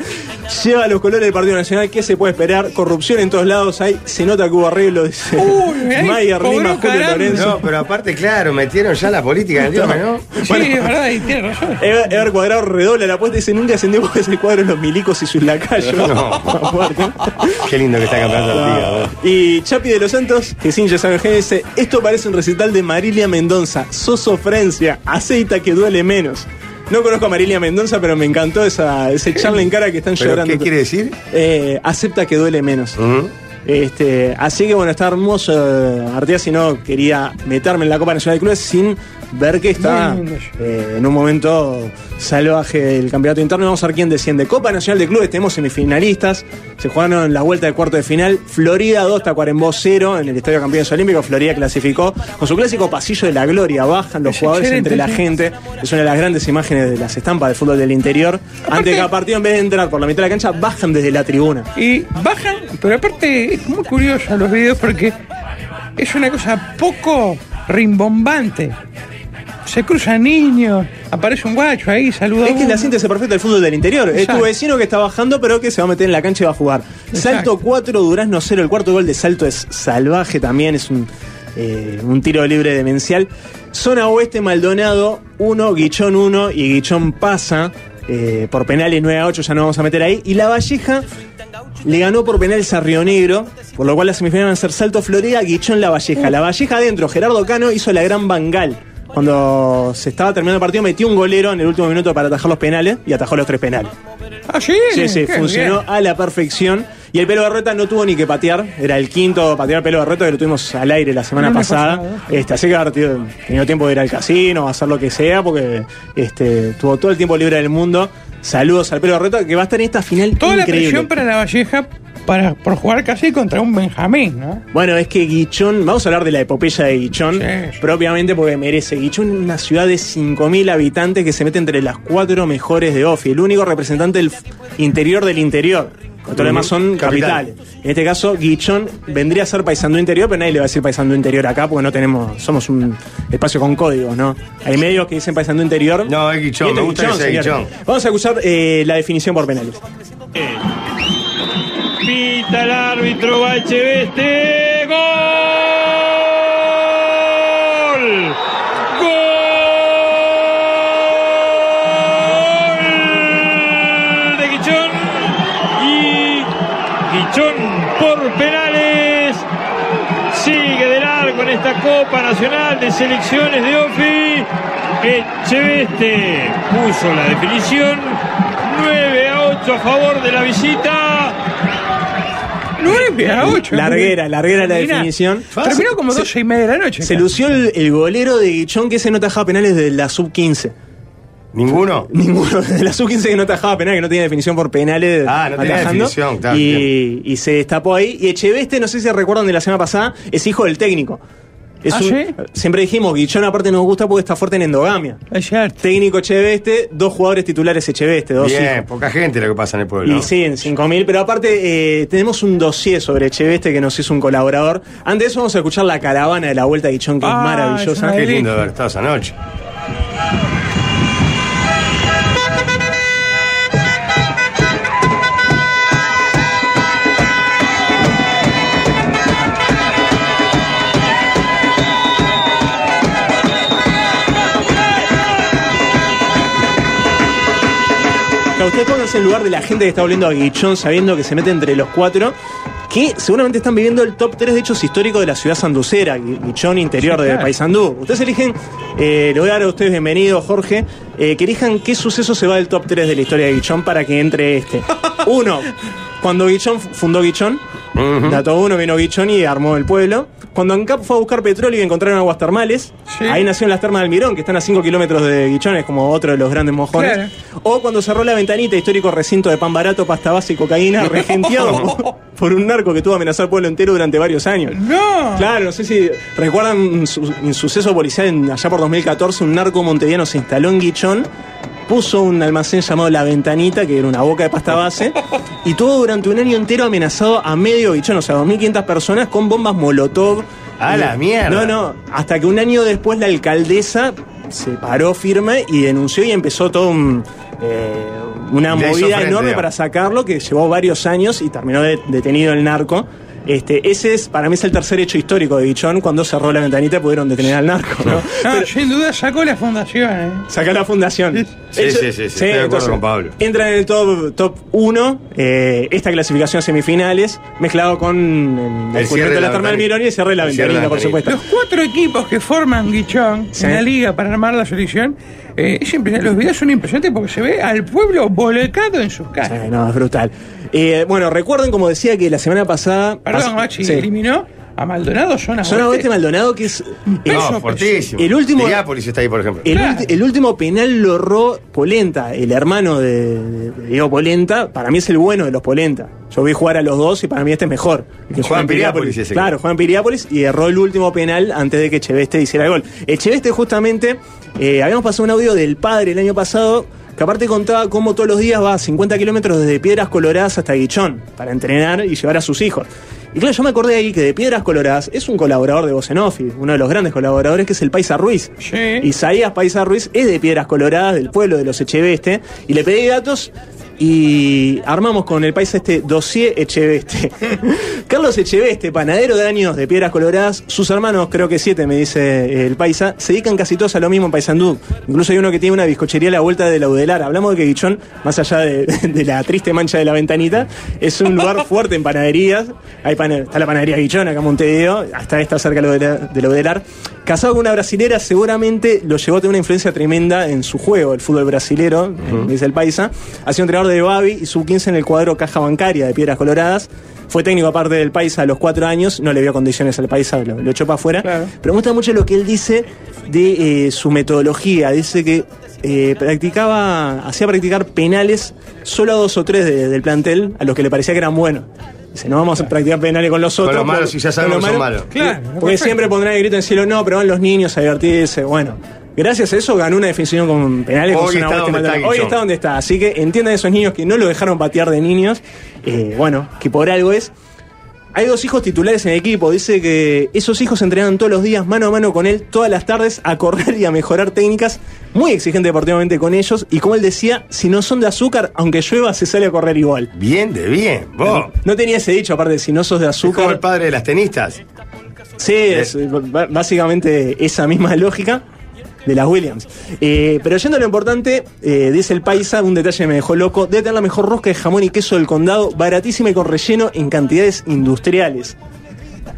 H: Lleva los colores del Partido Nacional, ¿qué se puede esperar? Corrupción en todos lados hay, se nota que hubo arreglo, dice
Q: Uy, eh, ahí
H: Mayer,
Q: cobró
H: Lima, Julio
Q: Caramba.
H: Lorenzo.
G: No, pero aparte, claro, metieron ya la política en el tema, ¿no?
Q: Sí, es verdad, y tiene razón.
H: Ever, Ever Cuadrado redobla la apuesta y dice, nunca ascendimos porque es el cuadro de los milicos y sus lacayos.
G: No.
H: Aparte.
G: Qué lindo que está campeando la liga, ¿verdad?
H: Y Chapi de los Santos, que sin San Eugenio, dice: Esto parece un recital de Marilia Mendonza, Soso Francia, aceita que duele menos. No conozco a Marilia Mendonza, pero me encantó esa, ese charla en cara que están
G: ¿Pero
H: llorando. ¿Mm?
G: qué quiere decir?
H: Eh, acepta que duele menos. Este, así que bueno, está hermoso eh, Artigas si no quería meterme en la Copa Nacional de Clubes sin ver que está
Q: Muy lindo.
H: eh, en un momento salvaje del campeonato interno. Vamos a ver quién desciende. Copa Nacional de Clubes, tenemos semifinalistas. Se jugaron la vuelta de cuarto de final. Florida 2, Tacuarembó 0 en el Estadio de Campeones Olímpicos. Florida clasificó con su clásico pasillo de la gloria. Bajan los jugadores entre la gente. Es una de las grandes imágenes de las estampas de fútbol del interior. Antes de cada partido, en vez de entrar por la mitad de la cancha, bajan desde la tribuna.
Q: Y bajan, pero aparte es muy curioso los videos porque es una cosa poco rimbombante. Se cruzan niños, aparece un guacho ahí, saluda.
H: Es que es la síntesis perfecta del fútbol del interior. Es
Q: Exacto.
H: tu vecino que está bajando, pero que se va a meter en la cancha y va a jugar. Salto 4, Durazno 0. El cuarto gol de salto es salvaje también. Es un, eh, un tiro libre demencial. Zona oeste, Maldonado 1, Guichón 1 y Guichón pasa. eh, por penales 9 a 8 ya no vamos a meter ahí. Y la Valleja le ganó por penales a Río Negro, por lo cual las semifinales van a ser Salto Florida, Guichón La Valleja. La Valleja adentro, Gerardo Cano hizo la gran bangal. Cuando se estaba terminando el partido, metió un golero en el último minuto para atajar los penales y atajó los tres penales.
Q: Ah, sí,
H: Sí, sí,
Q: qué
H: funcionó
Q: bien.
H: a la perfección. Y el pelo Barreta no tuvo ni que patear. Era el quinto patear pelo Barreta que lo tuvimos al aire la semana
Q: No me
H: pasada.
Q: pasaba,
H: Este, así que haber tenido- tenido tiempo de ir al casino, hacer lo que sea, porque este, tuvo todo el tiempo libre del mundo. Saludos al pelo Barreta que va a estar en esta final
Q: Toda la
H: increíble.
Q: presión para la Valleja para, por jugar casi contra un Benjamín, ¿no?
H: Bueno, es que Guichón, vamos a hablar de la epopeya de Guichón, propiamente porque merece. Guichón es una ciudad de 5.000 habitantes que se mete entre las cuatro mejores de OFI, el único representante del f- interior del interior. Con todo lo demás son
G: Capital.
H: capitales. En este caso, Guichón vendría a ser paisando interior, pero nadie le va a decir paisando interior acá porque no tenemos, somos un espacio con códigos, ¿no? Hay medios que dicen paisando interior.
G: No, es Guichón,
H: Y esto
G: me gusta que sea
H: señor.
G: Guichón.
H: Vamos a escuchar eh, la definición por penales.
R: Pita el árbitro Bacheveste. ¡Gol! ¡Gol! De Guichón. Y Guichón por penales. Sigue de largo en esta Copa Nacional de Selecciones de OFI. Echeveste puso la definición. 9 a 8 a favor de la visita.
Q: 9 a 8.
H: Larguera, larguera la
Q: Termina-
H: definición.
Q: Terminó como 12 y media de la noche.
H: Se lució el, el golero de Guichón que ese no tajaba penales de la sub-15.
G: ¿Ninguno?
H: Ninguno. De la sub-15 que no tajaba penales, que no tenía definición por penales.
G: Ah, no tenía definición, claro,
H: y, y se destapó ahí. Y Echeveste, no sé si recuerdan de la semana pasada, es hijo del técnico. Es
Q: ¿Ah,
H: un-
Q: sí?
H: Siempre dijimos, Guichón aparte nos gusta porque está fuerte en endogamia. Técnico Echeveste, dos jugadores titulares Echeveste, dos
G: Bien,
H: hijos.
G: poca gente lo que pasa en el pueblo. Ah,
H: Y sí, en 5.000, pero aparte eh, tenemos un dossier sobre Echeveste que nos hizo un colaborador. Antes de eso vamos a escuchar la caravana de la Vuelta de Guichón, que
Q: Ah,
H: es maravillosa.
G: Qué lindo haber estado esa noche.
H: Claro, Ustedes pónganse en lugar de la gente que está volviendo a Guichón sabiendo que se mete entre los cuatro, que seguramente están viviendo el top 3 de hechos históricos de la ciudad sanducera, Gui- Guichón interior
Q: Sí,
H: de
Q: claro.
H: Paysandú. Ustedes eligen, eh, le voy a dar a ustedes bienvenido, Jorge, eh, que elijan qué suceso se va del top 3 de la historia de Guichón para que entre este. Uno, cuando Guichón fu- fundó Guichón, dato uno, vino Guichón y armó el pueblo. Cuando ANCAP fue a buscar petróleo y encontraron aguas termales, ahí nacieron las termas del Mirón, que están a 5 kilómetros de Guichón, es como otro de los grandes mojones.
Q: Claro.
H: O cuando cerró la ventanita, histórico recinto de pan barato, pasta base y cocaína, regenteado por- por un narco que tuvo amenazar al pueblo entero durante varios años.
Q: ¡No!
H: Claro, no sé si recuerdan un, su- un suceso policial en- allá por 2014, un narco monteviano se instaló en Guichón, puso un almacén llamado La Ventanita, que era una boca de pasta base, y tuvo durante un año entero amenazado a medio Guichón, o sea, 2.500 personas con bombas molotov.
G: ¡A
H: Y-
G: la mierda!
H: No, no, hasta que un año después la alcaldesa se paró firme y denunció y empezó todo un, eh, una
G: Le hizo
H: movida
G: frente,
H: enorme
G: digamos.
H: para sacarlo que llevó varios años y terminó de- detenido el narco. Este, ese es, para mí es el tercer hecho histórico de Guichón, cuando cerró la ventanita pudieron detener al narco, ¿no?
Q: No, sin duda sacó la fundación, eh.
H: Saca la fundación.
Q: Sí,
H: Hecho-
Q: sí, sí, sí, estoy de acuerdo con Pablo.
H: Entra en el top top 1, esta clasificación a semifinales, mezclado con el,
G: El cierre
H: descubrimiento
G: de
H: de
G: la
H: la terminal
G: ventanita.
H: Mirón y el cierre de la
G: El cierre de
H: ventanita,
G: la
H: por
G: ventanita.
H: supuesto.
Q: Los cuatro equipos que forman Guichón
H: Sí.
Q: en la liga para armar la selección, eh, es impresionante. los videos son impresionantes porque se ve al pueblo volcado en sus casas.
H: Eh, no, es brutal. Eh, bueno, recuerden, como decía, que la semana pasada.
Q: Perdón,
H: pas-
Q: Machi, este-
H: sí.
Q: eliminó a Maldonado Zona
H: Zona
Q: Oeste. Uh,
H: Oeste Maldonado, que es.
G: No,
H: es-
G: fortísimo.
H: El último.
G: Tiriápolis está ahí, por ejemplo.
H: El, ulti- el último penal lo erró Polenta, el hermano de, de- de Diego Polenta. Para mí es el bueno de los Polenta. Yo vi jugar a los dos y para mí este es mejor. El que
G: Juan
H: juega en
G: Piriápolis ese que-
H: Claro, Juan Piriápolis y erró el último penal antes de que Echeveste hiciera el gol. Echeveste, justamente, eh, habíamos pasado un audio del padre el año pasado. Que aparte contaba cómo todos los días va a 50 kilómetros desde Piedras Coloradas hasta Guichón para entrenar y llevar a sus hijos. Y claro, yo me acordé ahí que de Piedras Coloradas es un colaborador de Bocenofi, uno de los grandes colaboradores que es el Paisa Ruiz. Isaías Paisa Ruiz es de Piedras Coloradas, del pueblo de los Echeveste, y le pedí datos y armamos con el Paisa este dossier Echeveste. Carlos Echeveste, panadero de años de Piedras Coloradas, sus hermanos, creo que siete me dice el Paisa, se dedican casi todos a lo mismo en Paisandú. Incluso hay uno que tiene una bizcochería a la vuelta de la Udelar. Hablamos de que Guichón, más allá de, de la triste mancha de la ventanita, es un lugar fuerte en panaderías. Hay pana- está la panadería Guichón acá en Montevideo, hasta esta cerca de la Udela- de la Udelar. Casado con una brasilera, seguramente lo llevó a tener una influencia tremenda en su juego, el fútbol brasilero, me dice el Paisa. Ha sido entrenador de Babi y sub-15 en el cuadro Caja Bancaria de Piedras Coloradas. Fue técnico aparte del Paisa a los cuatro años, no le vio condiciones al Paisa, lo, lo echó para afuera. Pero me gusta mucho lo que él dice de eh, su metodología. Dice que eh, practicaba, hacía practicar penales solo a dos o tres de- del plantel, a los que le parecía que eran buenos. Dice, no vamos a practicar penales con los
G: Con
H: otros.
G: los malos,
H: por-
G: si ya
H: con
G: sabemos
H: los
G: que son malos.
Q: Claro,
H: porque
Q: perfecto.
H: siempre pondrán el grito en el cielo, no, pero van los niños a divertirse. Bueno, gracias a eso ganó una definición con penales. con
G: Hoy
H: Zona
G: está
H: Oeste
G: donde está
H: Maldonado. Hoy
G: Guichón.
H: está donde está. Así que entiendan esos niños que no lo dejaron patear de niños. eh, bueno, que por algo es. Hay dos hijos titulares en el equipo. Dice que esos hijos se entrenan todos los días mano a mano con él, todas las tardes, a correr y a mejorar técnicas. Muy exigente deportivamente con ellos. Y como él decía, si no son de azúcar, aunque llueva, se sale a correr igual.
G: Bien de bien, vos.
H: No tenía ese dicho, aparte, si no sos de azúcar.
G: Como el padre de las tenistas.
H: Sí, es eh, b- básicamente esa misma lógica de las Williams. Eh, pero yendo a lo importante, eh, dice el paisa, un detalle que me dejó loco, debe tener la mejor rosca de jamón y queso del condado, baratísima y con relleno en cantidades industriales.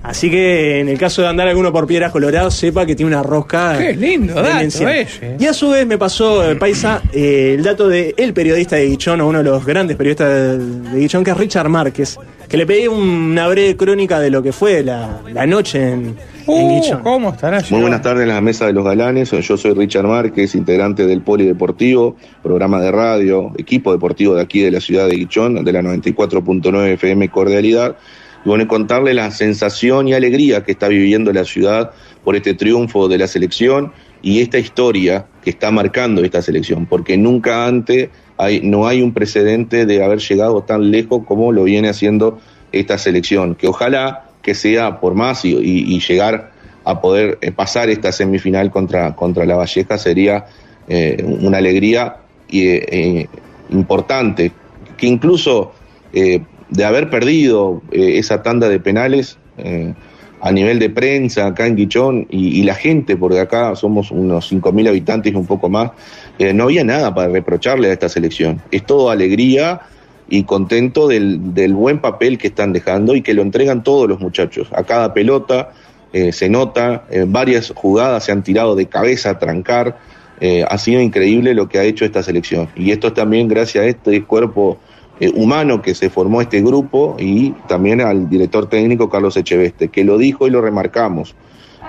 H: Así que en el caso de andar alguno por Piedras Coloradas, sepa que tiene una rosca.
F: Qué lindo dato
H: demencial.
F: ese.
H: Y a su vez me pasó, eh, Paisa, eh, el dato de el periodista de Guichón, o uno de los grandes periodistas de, de Guichón, que es Richard Márquez, que le pedí una breve crónica de lo que fue la, la noche en, en Guichón.
F: Uh, ¿Cómo estará
I: Muy buenas tardes, la mesa de los galanes. Yo soy Richard Márquez, integrante del Polideportivo, programa de radio, equipo deportivo de aquí de la ciudad de Guichón, de la 94.9 FM Cordialidad. Y bueno, y contarle la sensación y alegría que está viviendo la ciudad por este triunfo de la selección y esta historia que está marcando esta selección, porque nunca antes hay, no hay un precedente de haber llegado tan lejos como lo viene haciendo esta selección, que ojalá que sea por más y, y- y llegar a poder eh, pasar esta semifinal contra, contra la Valleja sería eh, una alegría y, eh, eh, importante, que incluso eh, de haber perdido eh, esa tanda de penales, eh, a nivel de prensa acá en Guichón y, y la gente, porque acá somos unos 5.000 habitantes y un poco más, eh, no había nada para reprocharle a esta selección. Es todo alegría y contento del, del buen papel que están dejando y que lo entregan todos los muchachos. A cada pelota eh, se nota, eh, varias jugadas se han tirado de cabeza a trancar. Eh, ha sido increíble lo que ha hecho esta selección. Y esto es también gracias a este cuerpo eh, humano que se formó este grupo y también al director técnico Carlos Echeveste, que lo dijo y lo remarcamos.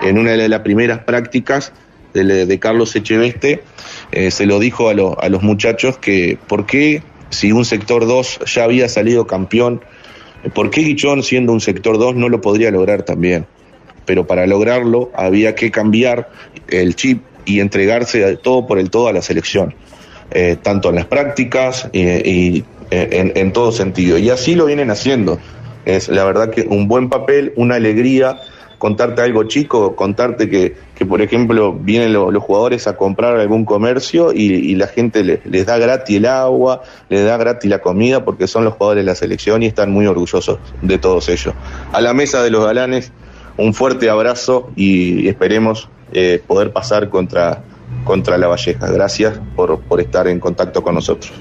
I: En una de las primeras prácticas de, de Carlos Echeveste, eh, se lo dijo a, lo- a los muchachos que por qué si un sector 2 ya había salido campeón, eh, por qué Guichón siendo un sector 2 no lo podría lograr también. Pero para lograrlo había que cambiar el chip y entregarse de todo por el todo a la selección eh, tanto en las prácticas eh, y eh, en, en todo sentido. Y así lo vienen haciendo. Es la verdad que un buen papel, una alegría, contarte algo chico, contarte que, que, por ejemplo, vienen lo- los jugadores a comprar algún comercio y, y la gente le- les da gratis el agua, les da gratis la comida, porque son los jugadores de la selección y están muy orgullosos de todos ellos. A la mesa de los galanes, un fuerte abrazo y esperemos eh, poder pasar contra, contra La Valleja. Gracias por, por estar en contacto con nosotros.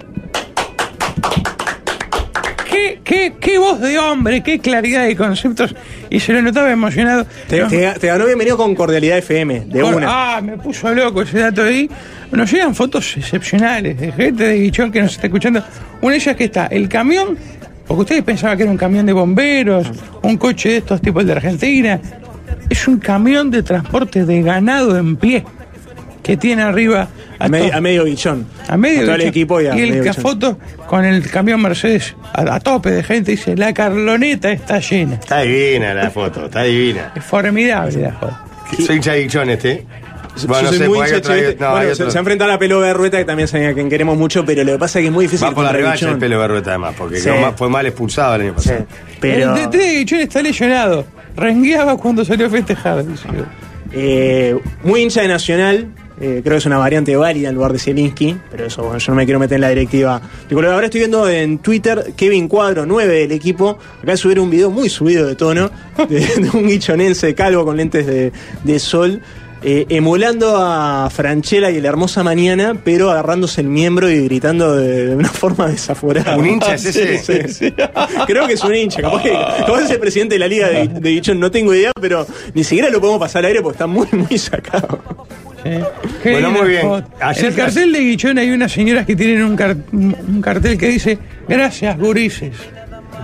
F: ¿Qué, qué, qué voz de hombre, qué claridad de conceptos. Y se lo notaba emocionado.
H: Te,
F: Los-
H: te- te ganó bienvenido con Cordialidad FM, de
F: Por-
H: una.
F: Ah, me puso loco ese dato ahí. Nos llegan fotos excepcionales de gente de Guichón que nos está escuchando. Una de ellas que está, el camión, porque ustedes pensaban que era un camión de bomberos, un coche de estos tipos de Argentina. Es un camión de transporte de ganado en pie que tiene arriba a,
H: Me-
F: to-
H: a medio Guichón.
F: a
H: a
F: medio
H: todo el
F: Guichón.
H: equipo y a
F: el
H: medio
F: que
H: Guichón.
F: foto con el camión Mercedes a, a tope de gente dice, la Carloneta está llena.
G: Está divina la foto, está divina.
F: Es formidable la foto.
G: Soy hincha de Guichón este.
H: Yo-
G: Bueno,
H: yo
G: no
H: soy
G: sé,
H: muy
G: porque hay
H: hincha
G: otro-
H: de
G: hay-
H: Chivete.
G: no, hay
H: Bueno, se,
G: otro.
H: se ha enfrentado a Pelo Berrueta, que también es alguien a quien queremos mucho, pero lo que pasa es que es muy difícil.
G: Va por la
H: contra
G: revancha el
H: Guichón.
G: pelo berrueta además, porque
H: Sí.
G: quedó más- fue mal expulsado el año pasado.
H: Pero-
F: El DT Eh, de Guichón está lesionado. Rengueaba cuando salió a festejar. dice.
H: Eh, muy hincha de Nacional. eh, creo que es una variante válida en lugar de Zielinski, pero eso, bueno, yo no me quiero meter en la directiva. Tricolor. ahora estoy viendo en Twitter Kevin Cuadro, 9 del equipo, acá subieron un video muy subido de tono, de, de un guichonense calvo con lentes de, de sol, eh, emulando a Franchella y la hermosa mañana, pero agarrándose el miembro y gritando de, de una forma desaforada.
G: ¿Un hincha es ese?
H: Sí, sí, sí. Creo que es un hincha, capaz que, capaz es el presidente de la liga de, de Guichón, no tengo idea, pero ni siquiera lo podemos pasar al aire porque está muy, muy sacado.
F: Qué
H: Bueno,
F: linda
H: muy bien.
F: foto.
H: Ayer-
F: en el cartel de Guichón hay unas señoras que tienen un, car- un cartel que dice Gracias, gurises.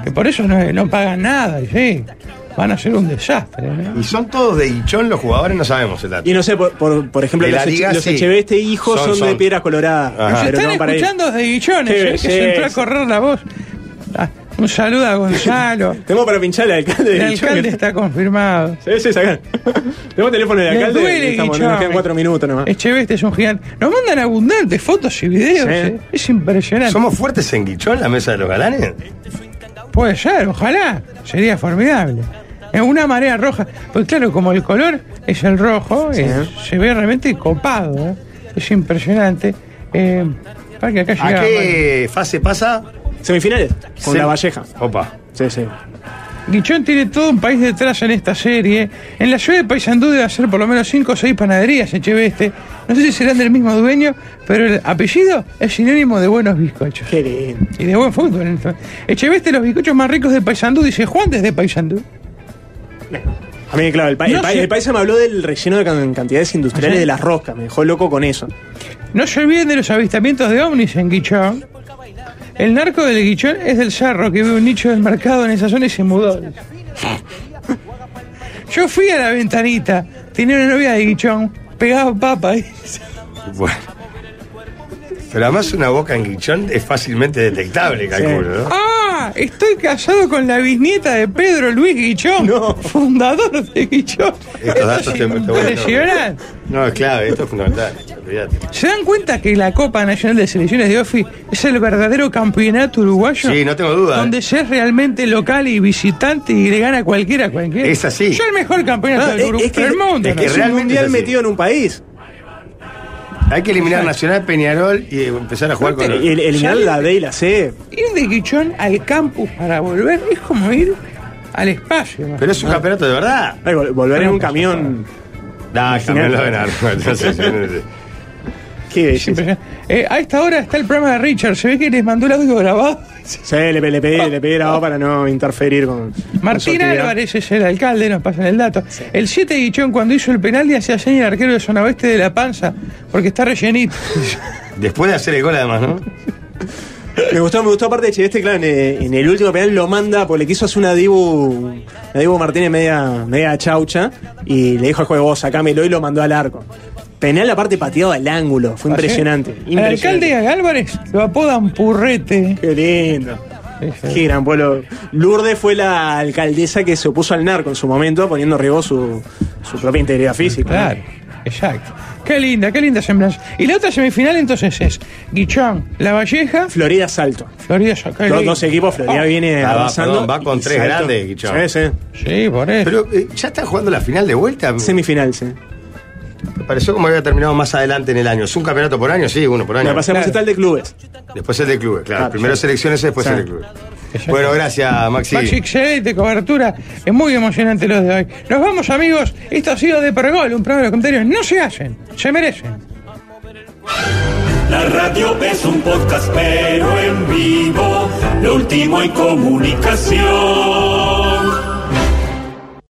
F: Que por eso no, no pagan nada. Y sí, van a ser un desastre. ¿no?
G: Y son todos de Guichón los jugadores, no sabemos el dato.
H: Y no sé, por, por, por ejemplo,
G: De
H: los,
G: la liga,
H: Eche- los
G: sí.
H: Echeveste hijos
G: Son-
H: son, de
G: son.
H: piedras coloradas.
G: Ajá. Nos
H: Pero
F: Están
H: no para ir.
F: escuchando desde Guichón,
H: Qué
F: ayer que se entró a
H: belleza.
F: correr la voz. Ah, un saludo a Gonzalo.
H: Tenemos para pinchar al alcalde
F: El
H: de Guichón.
F: alcalde está confirmado.
H: Sí, sí, sacan. Tenemos teléfono del
F: Nos
H: alcalde.
F: duele,
H: estamos-
F: Guichón.
H: nos quedan cuatro minutos nomás.
F: Echeveste es un gigante. Nos mandan abundantes fotos y videos.
G: Sí.
F: eh. Es impresionante.
G: ¿Somos fuertes en Guichón, la mesa de los galanes?
F: Puede ser, ojalá. Sería formidable. En una marea roja. Pues claro, como el color es el rojo,
G: Sí.
F: eh, se ve realmente copado. eh. Es impresionante. Eh, para que acá
G: ¿A
F: llegaba,
G: qué fase pasa?
H: Semifinales, con
F: Sem-
H: la Valleja.
G: Opa.
H: Sí, sí.
F: Guichón tiene todo un país detrás en esta serie. En la ciudad de Paysandú debe hacer por lo menos 5 o 6 panaderías,
I: Este.
F: Echeveste. No sé si serán del mismo dueño, pero el apellido es sinónimo de buenos bizcochos. Y
I: Este,
F: de buen fútbol. entonces. Echeveste, los bizcochos más ricos de Paysandú, dice Juan desde Paysandú.
H: A mí, claro, el, pa-
I: No
H: el pa-
I: sé.
H: el país se me habló del relleno de can- cantidades industriales
I: Ajá.
H: de las roscas, me dejó loco con eso.
I: No se olviden de los avistamientos de ovnis en Guichón. El narco del Guichón es del Cerro, que ve un nicho del mercado en esa zona y se mudó. Yo fui a la ventanita, tenía una novia de Guichón, pegaba papa. ¿eh? y-
G: Bueno. Pero además una boca en guichón es fácilmente detectable, calculo, ¿no?
I: ¡Ah! Estoy casado con la bisnieta de Pedro Luis Guichón, fundador de Guichón.
G: Estos datos te, te vuelven loco.
I: Impresionante.
G: No, es clave, esto es fundamental. olvídate.
I: ¿Se dan cuenta que la Copa Nacional de Selecciones de OFI es el verdadero campeonato uruguayo?
G: Sí, no tengo duda, eh.
I: Donde se es realmente local y visitante y le gana a cualquiera, a cualquiera.
G: Es así.
I: Yo el mejor
H: Ah,
I: campeonato
G: No,
I: del,
G: es-
I: Uruguay,
G: es que-
I: del mundo.
G: es que realmente es así.
I: en un país.
G: Hay que eliminar Nacional Peñarol y eh, empezar a jugar con
I: Y el- eliminar la
G: D y la C.
I: Ir de Quichón al campus para volver es como ir al espacio. más
G: Pero es
I: o
G: un
I: menos.
G: campeonato de verdad.
H: volver en un camión.
G: Nah, el camión lo ven a armar, entonces, eh,
I: Eh, a esta hora está el programa de Richard. Se ve que les mandó el audio grabado.
H: Sí, le, pe- le pedí, le pedí grabado para no interferir con. con su
I: Martín
H: actividad.
I: Álvarez es el alcalde, nos pasan el dato. El 7 de Guichón, cuando hizo el penal, hacía señas al arquero de zona oeste de la panza, porque está rellenito.
G: Después de hacer el gol, además, ¿no?
H: Me gustó, me gustó aparte de Chiveste, claro, en, eh, en el último penal lo manda, porque le quiso hacer una Dibu, una Dibu Martínez media, media chaucha, y le dijo al juego, vos sacámelo y lo mandó al arco. Penal aparte pateado al ángulo, fue impresionante.
I: Al alcalde Álvarez lo apodan Purrete.
H: Qué lindo. Qué gran pueblo. Lourdes fue la alcaldesa que se opuso al narco en su momento, poniendo en riesgo su, su propia integridad física.
I: Claro, exacto. Qué linda, qué linda semblanza. Y la otra semifinal entonces es Guichón, La Valleja.
H: Florida Salto.
I: Florida Salto. qué
H: Los
I: lindo.
H: dos equipos, Florida
I: Ah.
H: viene
G: Ah, va,
H: avanzando.
G: perdón, va con
H: y
G: tres
H: Salto-
G: grandes, Guichón.
H: Sí, sí.
I: Sí, por eso.
G: Pero eh, ya está jugando la final de vuelta.
H: Semifinal, sí.
G: Me pareció como había terminado más adelante en el año. ¿Es un campeonato por año? Sí, uno por año.
H: La pasamos está el de clubes.
G: Después el de clubes, claro.
H: Claro,
G: Primero
H: ya.
G: selecciones, después
H: Ya.
G: el de clubes. Bueno, gracias, Maxi.
I: Maxi, excelente cobertura. Es muy emocionante los de hoy. Nos vamos, amigos. Esto ha sido de Pergol, un programa de los comentarios. No se hacen, se merecen.
K: La radio es un podcast, pero en vivo, lo último en comunicación.